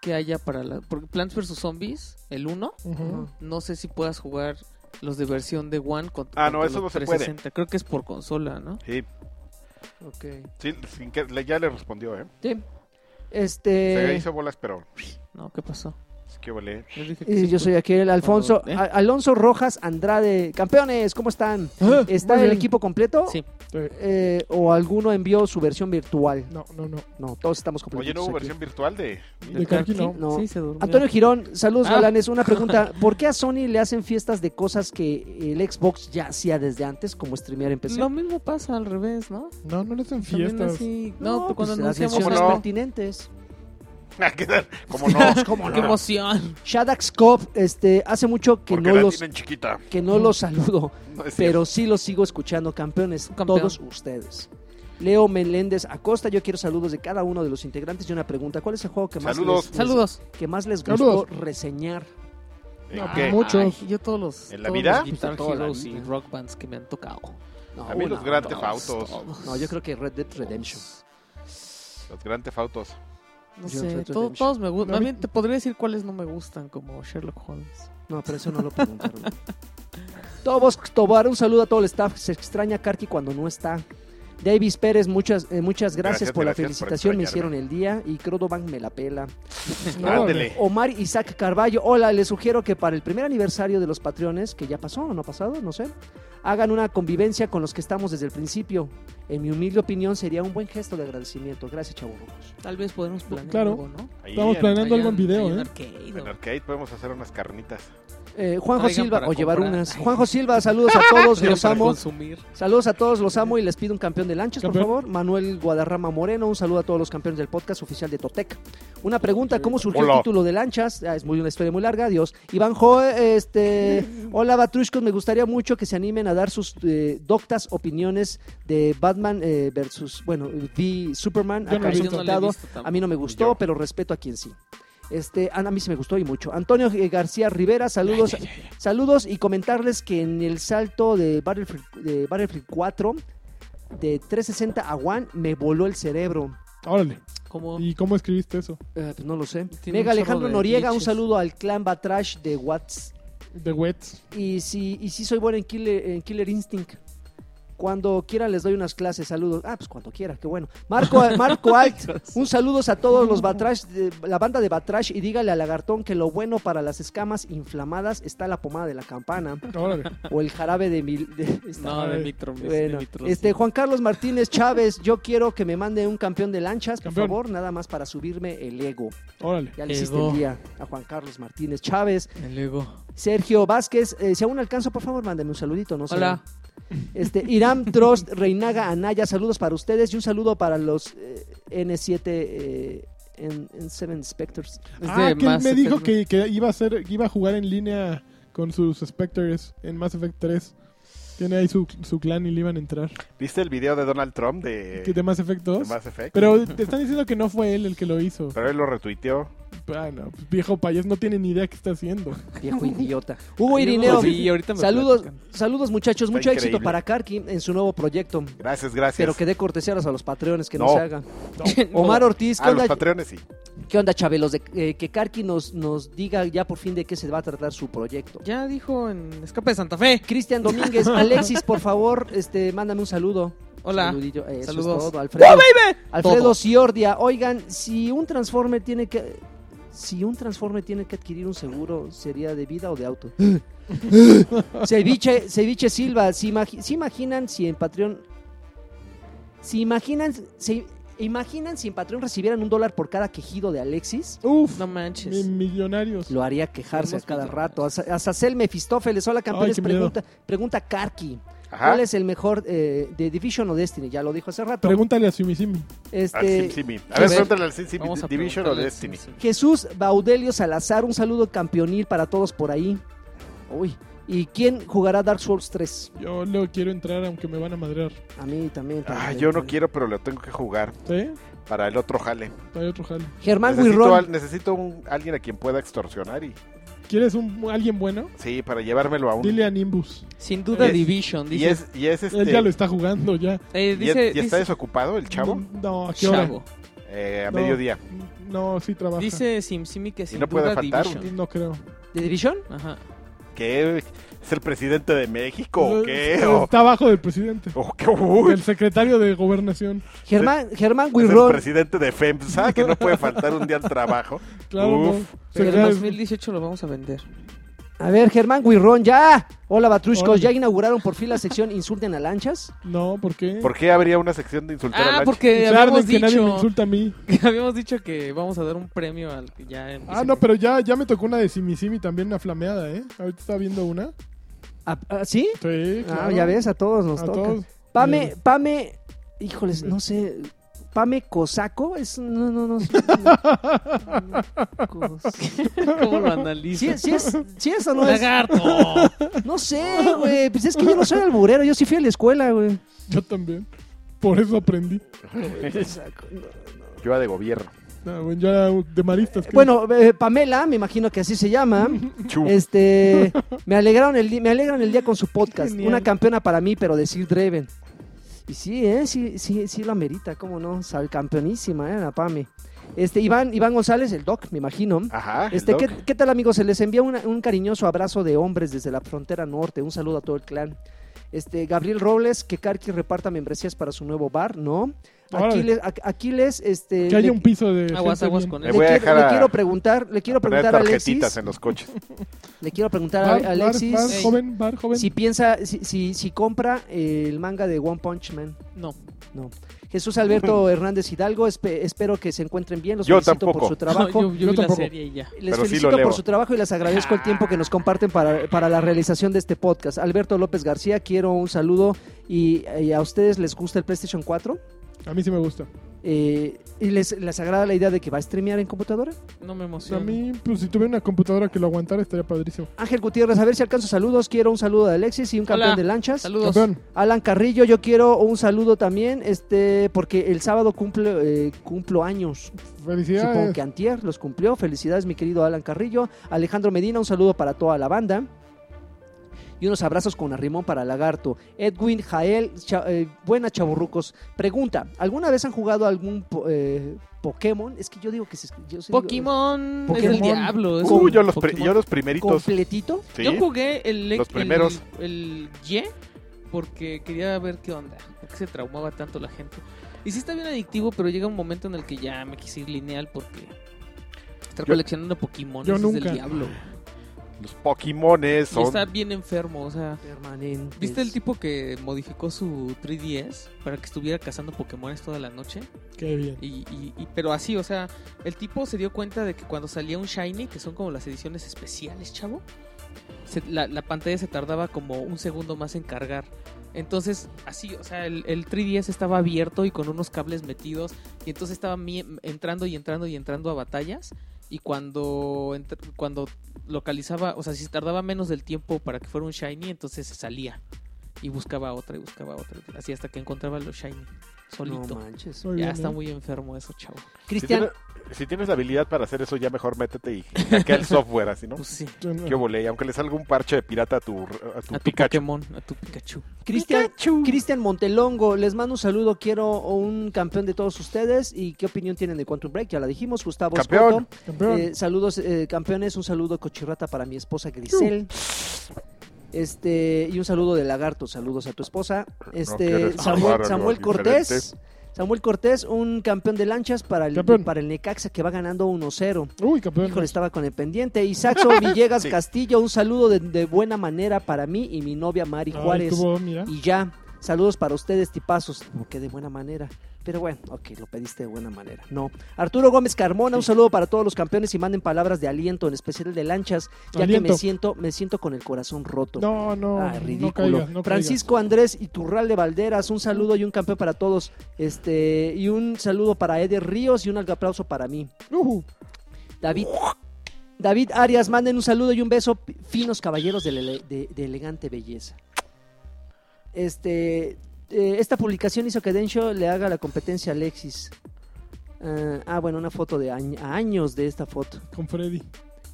Speaker 3: que haya para la porque Plants vs Zombies, el 1,
Speaker 2: Ujú. Ah,
Speaker 3: no sé si puedas jugar los de versión de One contra
Speaker 1: Ah, no,
Speaker 3: contra
Speaker 1: eso
Speaker 3: los
Speaker 1: no se puede.
Speaker 3: Creo que es por consola, ¿no?
Speaker 1: Sí,
Speaker 4: Ok.
Speaker 1: sí, sin que, le- ya le respondió, ¿eh?
Speaker 4: Sí.
Speaker 1: Se
Speaker 4: Este.
Speaker 1: hizo bolas, pero pues,
Speaker 3: No, ¿qué pasó?
Speaker 1: es que volé.
Speaker 3: Yo dije que
Speaker 4: y
Speaker 3: sí,
Speaker 4: eh, Yo soy aquí el Alfonso.
Speaker 3: Cuando- ¿eh?
Speaker 4: A- Alonso Rojas Andrade. Campeones, ¿cómo están?
Speaker 2: Ah,
Speaker 4: ¿Está
Speaker 2: muy
Speaker 4: el
Speaker 2: bien.
Speaker 4: equipo completo?
Speaker 3: Sí.
Speaker 2: Sí.
Speaker 4: Eh, ¿O alguno envió su versión virtual?
Speaker 2: No, no, no.
Speaker 4: No, todos estamos completos.
Speaker 1: Oye, no hubo versión virtual de...
Speaker 2: De Karki no.
Speaker 4: No.
Speaker 3: Sí, se durmió.
Speaker 4: Antonio Girón, saludos
Speaker 3: Ah.
Speaker 4: galanes. Una pregunta: ¿por qué a Sony le hacen fiestas de cosas que el Xbox ya hacía desde antes, como streamear en PC?
Speaker 3: Lo mismo pasa al revés, ¿no?
Speaker 2: No, no le hacen
Speaker 3: También
Speaker 2: fiestas.
Speaker 3: así- No,
Speaker 4: pues,
Speaker 3: cuando
Speaker 4: las
Speaker 3: anunciamos
Speaker 4: menciones
Speaker 1: ¿Cómo no?
Speaker 4: pertinentes.
Speaker 1: Ah, Como no,
Speaker 4: ¿Cómo
Speaker 3: ¡Qué
Speaker 4: no?
Speaker 3: emoción!
Speaker 4: Shadax Cop, este, hace mucho que
Speaker 1: porque
Speaker 4: no
Speaker 1: la
Speaker 4: los
Speaker 1: tienen chiquita.
Speaker 4: que no los saludo,
Speaker 1: No es cierto.
Speaker 4: pero sí los sigo escuchando, campeones,
Speaker 3: Campeón.
Speaker 4: todos ustedes. Leo Meléndez Acosta, yo quiero saludos de cada uno de los integrantes y una pregunta, ¿cuál es el juego que más
Speaker 1: Saludos.
Speaker 4: les, les-
Speaker 3: Saludos.
Speaker 4: que más les gustó
Speaker 2: Saludos.
Speaker 4: reseñar?
Speaker 1: ¿En
Speaker 2: No,
Speaker 1: Este, qué?
Speaker 2: muchos.
Speaker 3: Ay, yo todos los,
Speaker 1: ¿En la
Speaker 3: todos
Speaker 1: vida?
Speaker 3: los Guitar
Speaker 4: Pues, toda la
Speaker 3: Heroes
Speaker 4: vida.
Speaker 3: y Rock Bands que me han tocado.
Speaker 4: No,
Speaker 1: A mí los
Speaker 4: una,
Speaker 1: Grand Theft
Speaker 4: no,
Speaker 1: Autos.
Speaker 4: no, yo creo que Red Dead Redemption.
Speaker 1: Los grandes fautos.
Speaker 3: No
Speaker 4: Yo
Speaker 3: sé,
Speaker 4: Red
Speaker 3: to-
Speaker 4: Redemption.
Speaker 3: todos me gustan.
Speaker 2: No, a mí-
Speaker 3: También te podría decir cuáles no me gustan, como Sherlock Holmes.
Speaker 4: No, pero eso no lo preguntaron. Tobos Tobar, un saludo a todo el staff. Se extraña a Karki cuando no está. Davis Pérez, muchas, eh, muchas gracias,
Speaker 1: Gracias,
Speaker 4: por la
Speaker 1: gracias por
Speaker 4: felicitación. me hicieron
Speaker 1: extrañarme.
Speaker 4: el día y Crodobank me la pela.
Speaker 3: Pues
Speaker 2: No,
Speaker 1: Ándele.
Speaker 4: Omar Isaac Carballo, hola, les sugiero que para el primer aniversario de los Patreones, que ya pasó o no ha pasado, no sé, hagan una convivencia con los que estamos desde el principio. En mi humilde opinión, sería un buen gesto de agradecimiento. Gracias, chaburrucos.
Speaker 1: Ah.
Speaker 3: Tal vez podemos planear
Speaker 2: Claro.
Speaker 3: algo, ¿no?
Speaker 1: Ahí
Speaker 2: Estamos
Speaker 1: en-
Speaker 2: planeando
Speaker 3: Hay
Speaker 2: algo en
Speaker 3: un- hay
Speaker 2: video,
Speaker 3: un
Speaker 2: ¿eh?
Speaker 3: arcade,
Speaker 1: En
Speaker 3: ¿no?
Speaker 1: arcade podemos hacer unas carnitas.
Speaker 4: Eh, Juanjo
Speaker 3: Traigan
Speaker 4: Silva,
Speaker 3: para
Speaker 4: o llevar
Speaker 3: comprar.
Speaker 4: unas. Juanjo Silva, saludos a todos,
Speaker 3: Pero
Speaker 4: los
Speaker 3: para
Speaker 4: amo.
Speaker 3: consumir.
Speaker 4: Saludos a todos, los amo y les pido un campeón de lanchas,
Speaker 2: Campeón.
Speaker 4: por favor. Manuel Guadarrama Moreno, un saludo a todos los campeones del podcast oficial de Totec. Una pregunta, ¿cómo surgió el
Speaker 1: Hola.
Speaker 4: título de lanchas? Ah, es muy una historia muy larga, adiós. Iván Joe, este, hola Batrushkos, me gustaría mucho que se animen a dar sus eh, doctas opiniones de Batman eh, versus, bueno, vi Superman,
Speaker 2: Yo no
Speaker 4: acá
Speaker 2: lo he
Speaker 3: Yo
Speaker 2: visto.
Speaker 3: no la he
Speaker 4: resultado.
Speaker 3: visto
Speaker 4: A mí no me gustó,
Speaker 1: Yo.
Speaker 4: pero respeto a quien sí. Este, a a mí sí me gustó y mucho. Antonio eh, García Rivera, saludos. Saludos y comentarles que en el salto de Battlefield, de Battlefield 4 de 360 a One me voló el cerebro.
Speaker 2: Órale.
Speaker 3: tampoco. Como
Speaker 2: ¿Y cómo escribiste eso?
Speaker 4: Eh, pues no lo sé.
Speaker 3: Tiene
Speaker 4: Mega
Speaker 3: un chorro
Speaker 4: Alejandro
Speaker 3: de
Speaker 4: Noriega, un
Speaker 3: glitches.
Speaker 4: saludo al clan Batrash de Watts.
Speaker 2: The Wets.
Speaker 4: Y si, y si soy bueno en Killer, en Killer Instinct. Cuando quiera les doy unas clases, saludos. Ah, pues cuando quiera, qué bueno. Marco, Marco Alt, un saludos a todos los Batrash, de- la banda de Batrash, y dígale a Lagartón que lo bueno para las escamas inflamadas está la pomada de la campana
Speaker 2: Órale.
Speaker 4: o el jarabe de mil. de- está-
Speaker 3: No, de Mitron.
Speaker 4: bueno, este Juan Carlos Martínez Chávez, yo quiero que me mande un campeón de lanchas, por
Speaker 2: Campeón.
Speaker 4: favor, nada más para subirme el ego.
Speaker 2: Órale.
Speaker 4: Ya le hiciste
Speaker 3: Ego.
Speaker 4: el día a Juan Carlos Martínez Chávez.
Speaker 3: El ego.
Speaker 4: Sergio Vázquez, eh, si aún alcanzo, por favor, mándeme un saludito, no sé.
Speaker 3: Hola.
Speaker 4: Este, Iram Trost, Reinaga Anaya, saludos para ustedes y un saludo para los eh, N7 eh, N- N7 Specters.
Speaker 3: Es
Speaker 2: ah,
Speaker 3: de
Speaker 2: que él
Speaker 3: Mass
Speaker 2: me dijo
Speaker 3: Effect.
Speaker 2: que, que iba a ser, que iba a jugar en línea con sus Spectres en Mass Effect 3. Tiene ahí su, su clan y le iban a entrar.
Speaker 1: ¿Viste el video de Donald Trump de,
Speaker 2: ¿Qué de Mass Effect 2?
Speaker 1: Eh, de Mass Effect?
Speaker 2: Pero te están diciendo que no fue él el que lo hizo.
Speaker 1: Pero él lo retuiteó.
Speaker 2: Ah, no, pues, viejo payas no tiene ni idea qué está haciendo.
Speaker 4: Este Viejo idiota.
Speaker 3: Ay,
Speaker 4: Hugo
Speaker 3: Hugo,
Speaker 4: Irineo,
Speaker 3: sí, ahorita me
Speaker 4: saludos,
Speaker 3: platican.
Speaker 4: saludos muchachos,
Speaker 1: Está
Speaker 4: mucho éxito
Speaker 1: increíble.
Speaker 4: para Karki en su nuevo proyecto.
Speaker 1: Gracias, gracias.
Speaker 4: Pero que dé cortesías a los patreones que no,
Speaker 1: No.
Speaker 4: se hagan. Omar Ortiz, ¿qué
Speaker 1: Ah, los
Speaker 4: onda,
Speaker 1: patreones sí.
Speaker 4: ¿qué onda Chabelos? De- eh, que Karki nos, nos diga ya por fin de qué se va a tratar su proyecto.
Speaker 3: Ya dijo en Escape de Santa Fe.
Speaker 4: Cristian Domínguez, Alexis, por favor, este, mándame un saludo.
Speaker 3: Hola.
Speaker 4: Saludillo, eh, eso
Speaker 3: Saludos.
Speaker 4: es todo, Alfredo, Alfredo
Speaker 3: Todo.
Speaker 4: Ciordia, oigan, si un transformer tiene que si un transformer tiene que adquirir un seguro, ¿sería de vida o de auto? Ceviche, Ceviche Silva, si, imagi- si imaginan si en Patreon si imaginan si imaginan si en Patreon recibieran un dólar por cada quejido de Alexis?
Speaker 2: Uf,
Speaker 3: No
Speaker 2: mi-
Speaker 3: manches.
Speaker 2: millonarios.
Speaker 4: Lo haría quejarse a
Speaker 3: Somos
Speaker 4: cada
Speaker 3: millonarios.
Speaker 4: rato. Aza- Azazel Mefistófeles, hola campeones,
Speaker 2: qué miedo.
Speaker 4: pregunta, pregunta Karki.
Speaker 1: Ajá.
Speaker 4: ¿Cuál es el mejor eh, de Division o Destiny? Ya lo dijo hace rato.
Speaker 2: Pregúntale a Sumisimi.
Speaker 1: Al
Speaker 4: este,
Speaker 1: Simsimi. A
Speaker 3: a
Speaker 1: ver,
Speaker 3: ver,
Speaker 1: pregúntale al Simsimi.
Speaker 3: Vamos a
Speaker 1: Division o
Speaker 3: preguntarle,
Speaker 1: Destiny.
Speaker 3: sí, sí.
Speaker 4: Jesús Baudelio Salazar, un saludo campeonil para todos por ahí. Uy. ¿Y quién jugará Dark Souls 3?
Speaker 2: Yo lo quiero entrar aunque me van a madrear.
Speaker 4: A mí también.
Speaker 1: Ah,
Speaker 4: también.
Speaker 1: yo no quiero, pero lo tengo que jugar
Speaker 2: ¿Sí?
Speaker 1: para el otro jale.
Speaker 2: Hay otro jale.
Speaker 4: Germán
Speaker 1: necesito
Speaker 4: Guirón.
Speaker 1: al- necesito un, alguien a quien pueda extorsionar y
Speaker 2: ¿Quieres un, alguien bueno?
Speaker 1: Sí, para llevármelo a un.
Speaker 2: Dile a Nimbus.
Speaker 3: Sin duda
Speaker 1: Y es-
Speaker 3: Division,
Speaker 1: y
Speaker 3: dice.
Speaker 1: es, y es este.
Speaker 2: Él ya lo está jugando ya.
Speaker 3: eh,
Speaker 1: y
Speaker 3: dice,
Speaker 1: es- y está
Speaker 3: dice-
Speaker 1: desocupado el chavo
Speaker 2: No, ¿a qué hora?
Speaker 3: Chavo.
Speaker 1: Eh, a
Speaker 2: No.
Speaker 1: mediodía.
Speaker 2: No, sí trabaja.
Speaker 3: Dice Simsimi que sin
Speaker 1: no puede
Speaker 3: duda
Speaker 1: faltar un-
Speaker 3: Division.
Speaker 2: No creo.
Speaker 4: ¿De Division?
Speaker 3: Ajá.
Speaker 1: ¿Qué? ¿Es el presidente de México o qué?
Speaker 2: Está-
Speaker 1: ¿O,
Speaker 2: Está abajo del presidente.
Speaker 1: o qué? Uy,
Speaker 2: El secretario de gobernación.
Speaker 4: Germán, Germán
Speaker 1: ¿Es el
Speaker 4: Guirrón.
Speaker 1: presidente de FEMSA que no puede faltar un día al trabajo?
Speaker 2: Claro,
Speaker 1: Uf.
Speaker 2: no.
Speaker 3: Pero en
Speaker 2: Secretario-
Speaker 3: 2018 lo vamos a vender.
Speaker 4: A ver, Germán Guirrón, ya. Hola, Batrushcos.
Speaker 2: Hola.
Speaker 4: ¿Ya inauguraron por fin la sección Insulten a Lanchas?
Speaker 2: No, ¿por qué?
Speaker 1: ¿Por qué habría una sección de insultar a
Speaker 3: Ah,
Speaker 1: Lancha?
Speaker 3: porque
Speaker 2: Se arden
Speaker 3: habíamos
Speaker 2: que nadie me
Speaker 3: dicho,
Speaker 2: insulta a mí.
Speaker 3: que habíamos dicho que vamos a dar un premio al que ya...
Speaker 2: Ah,
Speaker 3: empieza.
Speaker 2: no, pero ya, ya me tocó una de Simisimi también, una flameada, ¿eh? Ahorita estaba viendo una.
Speaker 4: ¿Ah, ah, ¿Sí?
Speaker 2: Sí, claro.
Speaker 4: Ah, ya ves, a todos nos
Speaker 2: A
Speaker 4: toca.
Speaker 2: todos.
Speaker 4: Pame, Pame, híjoles, no sé. Pame Cosaco es. No, no, no.
Speaker 3: ¿Cómo lo analizo?
Speaker 4: Sí, sí es, sí es o no es.
Speaker 3: ¡Lagarto!
Speaker 4: No sé, güey. Pues es que yo no soy alburero, yo sí fui a la escuela, güey.
Speaker 2: Yo también. Por eso aprendí.
Speaker 1: Yo era de gobierno.
Speaker 2: Ah, bueno, yo era de maristas. creo.
Speaker 4: Bueno, eh, Pamela, me imagino que así se llama.
Speaker 1: Chu.
Speaker 4: Este, me alegraron el día, me alegran el día con su podcast.
Speaker 3: Genial.
Speaker 4: Una campeona para mí, pero decir Dreven. Y sí, eh, sí, sí, sí lo amerita, cómo no, sal campeonísima, eh, la Pame. Este, Iván, Iván González, el doc, me imagino.
Speaker 1: Ajá. el
Speaker 4: Este,
Speaker 1: doc.
Speaker 4: ¿qué, qué tal amigos? Se les envía una- un cariñoso abrazo de hombres desde la frontera norte. Un saludo a todo el clan. Este, Gabriel Robles, que Karki reparta membresías para su nuevo bar, ¿no?
Speaker 2: Órale.
Speaker 4: Aquiles, a- Aquiles, este...
Speaker 2: que haya
Speaker 4: le-
Speaker 2: un piso de.
Speaker 3: Aguas,
Speaker 2: gente
Speaker 3: aguas
Speaker 2: bien.
Speaker 3: con
Speaker 1: Le
Speaker 4: le,
Speaker 3: eso.
Speaker 1: voy a
Speaker 4: quiero,
Speaker 1: dejar
Speaker 4: le
Speaker 1: a-
Speaker 4: quiero preguntar, le quiero
Speaker 1: Poner
Speaker 4: preguntar a Alexis,
Speaker 1: tarjetitas eh. en los coches.
Speaker 4: le quiero preguntar a
Speaker 2: Bar, bar,
Speaker 4: Alexis
Speaker 2: bar,
Speaker 3: Ey.
Speaker 2: joven, bar, joven.
Speaker 4: si piensa, si, si, si compra eh, el manga de One Punch Man.
Speaker 3: No.
Speaker 4: Jesús Alberto Hernández Hidalgo, espe- espero que se encuentren bien, los
Speaker 1: Yo
Speaker 4: felicito
Speaker 1: tampoco.
Speaker 4: por su trabajo.
Speaker 3: yo,
Speaker 2: Yo
Speaker 3: yo vi la
Speaker 2: tampoco.
Speaker 3: serie y ya.
Speaker 4: Les
Speaker 1: Pero sí
Speaker 4: felicito
Speaker 1: lo leo.
Speaker 4: por su trabajo y les agradezco el tiempo que nos comparten para, para la realización de este podcast. Alberto López García, quiero un saludo y, y a ustedes les gusta el PlayStation 4
Speaker 2: A mí sí me gusta.
Speaker 4: Eh, y les, les agrada la idea de que va a streamear en computadora.
Speaker 3: No me
Speaker 2: A
Speaker 3: emociona.
Speaker 2: mí, pues si tuviera una computadora que lo aguantara, estaría padrísimo.
Speaker 4: Ángel Gutiérrez, a ver si alcanzo saludos. Quiero un saludo de Alexis y un campeón
Speaker 3: Hola.
Speaker 4: de lanchas.
Speaker 3: Saludos.
Speaker 2: Campeón.
Speaker 4: Alan Carrillo, yo quiero un saludo también, este, porque el sábado cumple, eh, cumplo años. Supongo
Speaker 2: Felicidades.
Speaker 4: que Antier los cumplió. Felicidades, mi querido Alan Carrillo. Alejandro Medina, un saludo para toda la banda. Y unos abrazos con arrimón para Lagarto. Edwin, Jael, cha- eh, buena chaburrucos. Pregunta, ¿alguna vez han jugado algún po- eh, Pokémon? Es que yo digo que se, yo sí digo-
Speaker 3: Pokémon, es el
Speaker 2: Pokémon.
Speaker 3: diablo. es
Speaker 1: Uh,
Speaker 3: un
Speaker 1: yo los, pri-
Speaker 3: Pokémon.
Speaker 1: yo los primeritos.
Speaker 4: ¿Completito?
Speaker 1: Sí.
Speaker 3: Yo jugué el,
Speaker 1: Los
Speaker 3: el-
Speaker 1: primeros.
Speaker 3: el, Y porque quería ver qué onda, por qué se traumaba tanto la gente. Y sí está bien adictivo, pero llega un momento en el que ya me quise ir lineal porque estar
Speaker 1: Yo-
Speaker 3: coleccionando Pokémon
Speaker 2: Yo
Speaker 3: es
Speaker 2: nunca.
Speaker 3: del diablo.
Speaker 1: Los Pokémones
Speaker 3: Y
Speaker 1: son.
Speaker 3: está bien enfermo, o sea,
Speaker 4: Permanente.
Speaker 3: ¿viste el tipo que modificó su 3DS para que estuviera cazando Pokémones toda la noche?
Speaker 2: Qué bien.
Speaker 3: Y, y- y- pero así, o sea, el tipo se dio cuenta de que cuando salía un Shiny, que son como las ediciones especiales, chavo, se- la, la pantalla se tardaba como un segundo más en cargar. Entonces, así, o sea, el, el 3DS estaba abierto y con unos cables metidos. Y entonces estaba mie- entrando y entrando y entrando a batallas. Y cuando, entr- cuando localizaba, o sea, si tardaba menos del tiempo para que fuera un Shiny, entonces se salía. Y buscaba otra y buscaba otra. Así hasta que encontraba los Shiny.
Speaker 4: No
Speaker 3: Solito.
Speaker 4: manches.
Speaker 2: Muy
Speaker 3: Ya
Speaker 2: bien,
Speaker 3: está
Speaker 2: ¿eh?
Speaker 3: muy enfermo eso, chavo.
Speaker 1: Si,
Speaker 4: Cristian,
Speaker 1: tienes, si tienes la habilidad para hacer eso, ya mejor métete y hackea el software, así, ¿no?
Speaker 3: Pues sí.
Speaker 1: Yo volé, y aunque le salga un parche de pirata a tu, a tu
Speaker 3: A tu
Speaker 1: Pikachu.
Speaker 3: Pokémon, a tu Pikachu.
Speaker 4: Cristian, Cristian Montelongo, les mando un saludo, quiero un campeón de todos ustedes y qué opinión tienen de Quantum Break, ya la dijimos, Gustavo
Speaker 1: Campeón.
Speaker 4: Escoto.
Speaker 2: Campeón.
Speaker 4: Eh, saludos eh, campeones, un saludo cochirrata para mi esposa Grisel. Este, y un saludo de Lagarto, saludos a tu esposa. Este,
Speaker 1: quieres amar
Speaker 4: Samuel,
Speaker 1: a
Speaker 4: Samuel
Speaker 1: lo
Speaker 4: Cortés. Samuel Cortés, un campeón de lanchas para el,
Speaker 2: Campeón.
Speaker 4: para el Necaxa que va ganando 1-0.
Speaker 2: Uy, campeón.
Speaker 4: Híjole, estaba con el pendiente. Y Saxo Villegas
Speaker 1: Sí.
Speaker 4: Castillo, un saludo de, de buena manera para mí y mi novia Mari
Speaker 2: Ay,
Speaker 4: Juárez.
Speaker 2: estuvo, mira.
Speaker 4: Y ya, saludos para ustedes, tipazos, que de buena manera. Pero bueno, ok, lo pediste de buena manera. No. Arturo Gómez Carmona, un saludo para todos los campeones y manden palabras de aliento, en especial de lanchas, ya que
Speaker 2: Aliento.
Speaker 4: me siento, me siento con el corazón roto.
Speaker 2: No, no.
Speaker 4: Ah,
Speaker 2: No
Speaker 4: ridículo.
Speaker 2: caigas, no caigas.
Speaker 4: Francisco Andrés Iturralde Valderas, un saludo y un campeón para todos. Este, y un saludo para Eder Ríos y un alto aplauso para mí.
Speaker 2: Ujú.
Speaker 4: David. David Arias, manden un saludo y un beso, p- finos caballeros de, ele- de- de elegante belleza. Este, eh, esta publicación hizo que Densho le haga la competencia a Alexis. Ah, ah, bueno, una foto de añ- a años de esta foto.
Speaker 2: Con Freddy.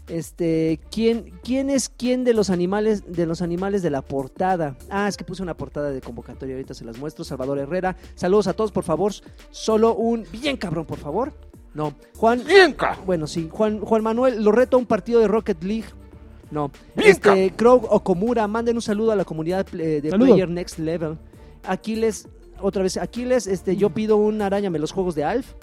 Speaker 4: Este, ¿quién, ¿quién es quién de los animales de los animales de la portada? Ah, es que puse una portada de convocatoria, ahorita se las muestro. Salvador Herrera, saludos a todos, por favor. Solo un bien cabrón, por favor. No, Juan. Bueno, sí, Juan, Juan Manuel, lo reto a un partido de Rocket League. No, este, Crow Okomura, manden un saludo a la comunidad eh, de
Speaker 2: Saludo.
Speaker 4: Player Next Level. Aquiles, otra vez, Aquiles, este, yo pido un arañame los juegos de Alf.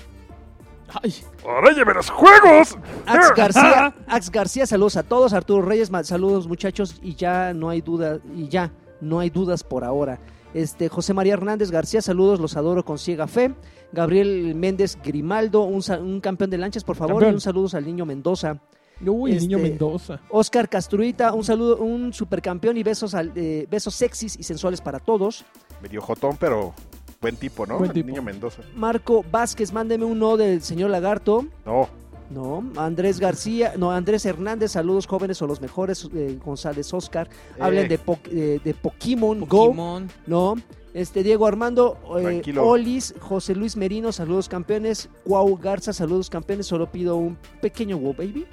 Speaker 5: Ay,
Speaker 1: ¡Ahora lleve los juegos!
Speaker 4: Ax García, Ax García, saludos a todos. Arturo Reyes, ma- saludos muchachos. Y ya no hay duda, y ya no hay dudas por ahora. Este, José María Hernández García, saludos, los adoro con ciega fe. Gabriel Méndez Grimaldo, un, sa- un campeón de lanchas, por favor,
Speaker 2: Campeón.
Speaker 4: y un saludo al niño Mendoza.
Speaker 2: Uy, el niño
Speaker 4: Este-
Speaker 2: Mendoza.
Speaker 4: Oscar Castruita, un saludo, un supercampeón y besos, al- eh, besos sexys y sensuales para todos.
Speaker 7: Medio jotón, pero buen tipo, ¿no?
Speaker 2: Buen
Speaker 7: El
Speaker 2: tipo.
Speaker 7: niño Mendoza.
Speaker 4: Marco Vázquez, mándeme un no del señor Lagarto.
Speaker 7: No,
Speaker 4: No, Andrés García, no, Andrés Hernández, saludos jóvenes o los mejores, eh, González Oscar, hablen
Speaker 7: Eh.
Speaker 4: de, po- eh, de Pokémon, Go,
Speaker 5: Pokémon.
Speaker 4: no, este Diego Armando, eh,
Speaker 7: Tranquilo.
Speaker 4: Olis, José Luis Merino, saludos campeones, Cuau Garza, saludos campeones, solo pido un pequeño wow baby.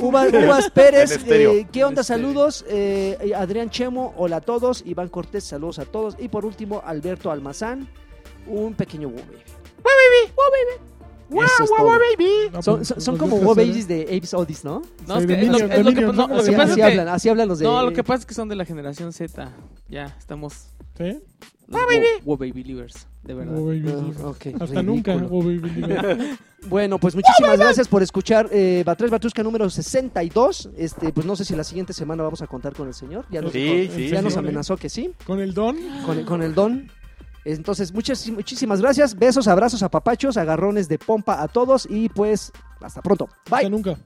Speaker 4: Uvas, Uvas Pérez,
Speaker 7: En estéreo.
Speaker 4: eh, ¿qué onda? Saludos. eh, Adrián Chemo, hola a todos. Iván Cortés, saludos a todos. Y por último, Alberto Almazán, un pequeño wow baby. Wow baby, wow baby. Eso es todo.
Speaker 2: No,
Speaker 4: Son,
Speaker 2: pues,
Speaker 4: son- son
Speaker 2: los
Speaker 4: como
Speaker 2: dejas
Speaker 4: Wow
Speaker 2: hacer-
Speaker 4: Babies de Apes Odys, ¿no?
Speaker 5: No, es
Speaker 2: Sí,
Speaker 5: que, es
Speaker 2: de
Speaker 5: ¿eh? lo-
Speaker 2: Minions,
Speaker 5: es
Speaker 2: de
Speaker 5: lo que-
Speaker 2: Minions,
Speaker 5: no,
Speaker 2: ¿no?
Speaker 5: lo
Speaker 4: Así,
Speaker 5: que pasa
Speaker 4: así
Speaker 5: es que-
Speaker 4: hablan, así hablan los de.
Speaker 5: no, lo que pasa es que son de la generación Z. Ya, estamos.
Speaker 2: ¿Sí?
Speaker 5: Los baby. baby livers, de verdad.
Speaker 2: Wow, baby.
Speaker 4: Ah, ok,
Speaker 2: Hasta
Speaker 4: ridículo.
Speaker 2: nunca. ¡Oh, wow, baby, digo.
Speaker 4: Bueno, pues muchísimas gracias por escuchar eh, Batres Batrusca número 62. Este, pues no sé si la siguiente semana vamos a contar con el señor. Ya nos,
Speaker 7: Sí,
Speaker 2: con-
Speaker 7: sí,
Speaker 4: ya
Speaker 2: sí,
Speaker 4: nos
Speaker 2: sí.
Speaker 4: amenazó que sí,
Speaker 2: Con el don.
Speaker 4: con, el- con el don. Entonces, muchas, muchísimas gracias. Besos, abrazos, apapachos, agarrones de pompa a todos y pues hasta pronto. Bye.
Speaker 2: Hasta nunca.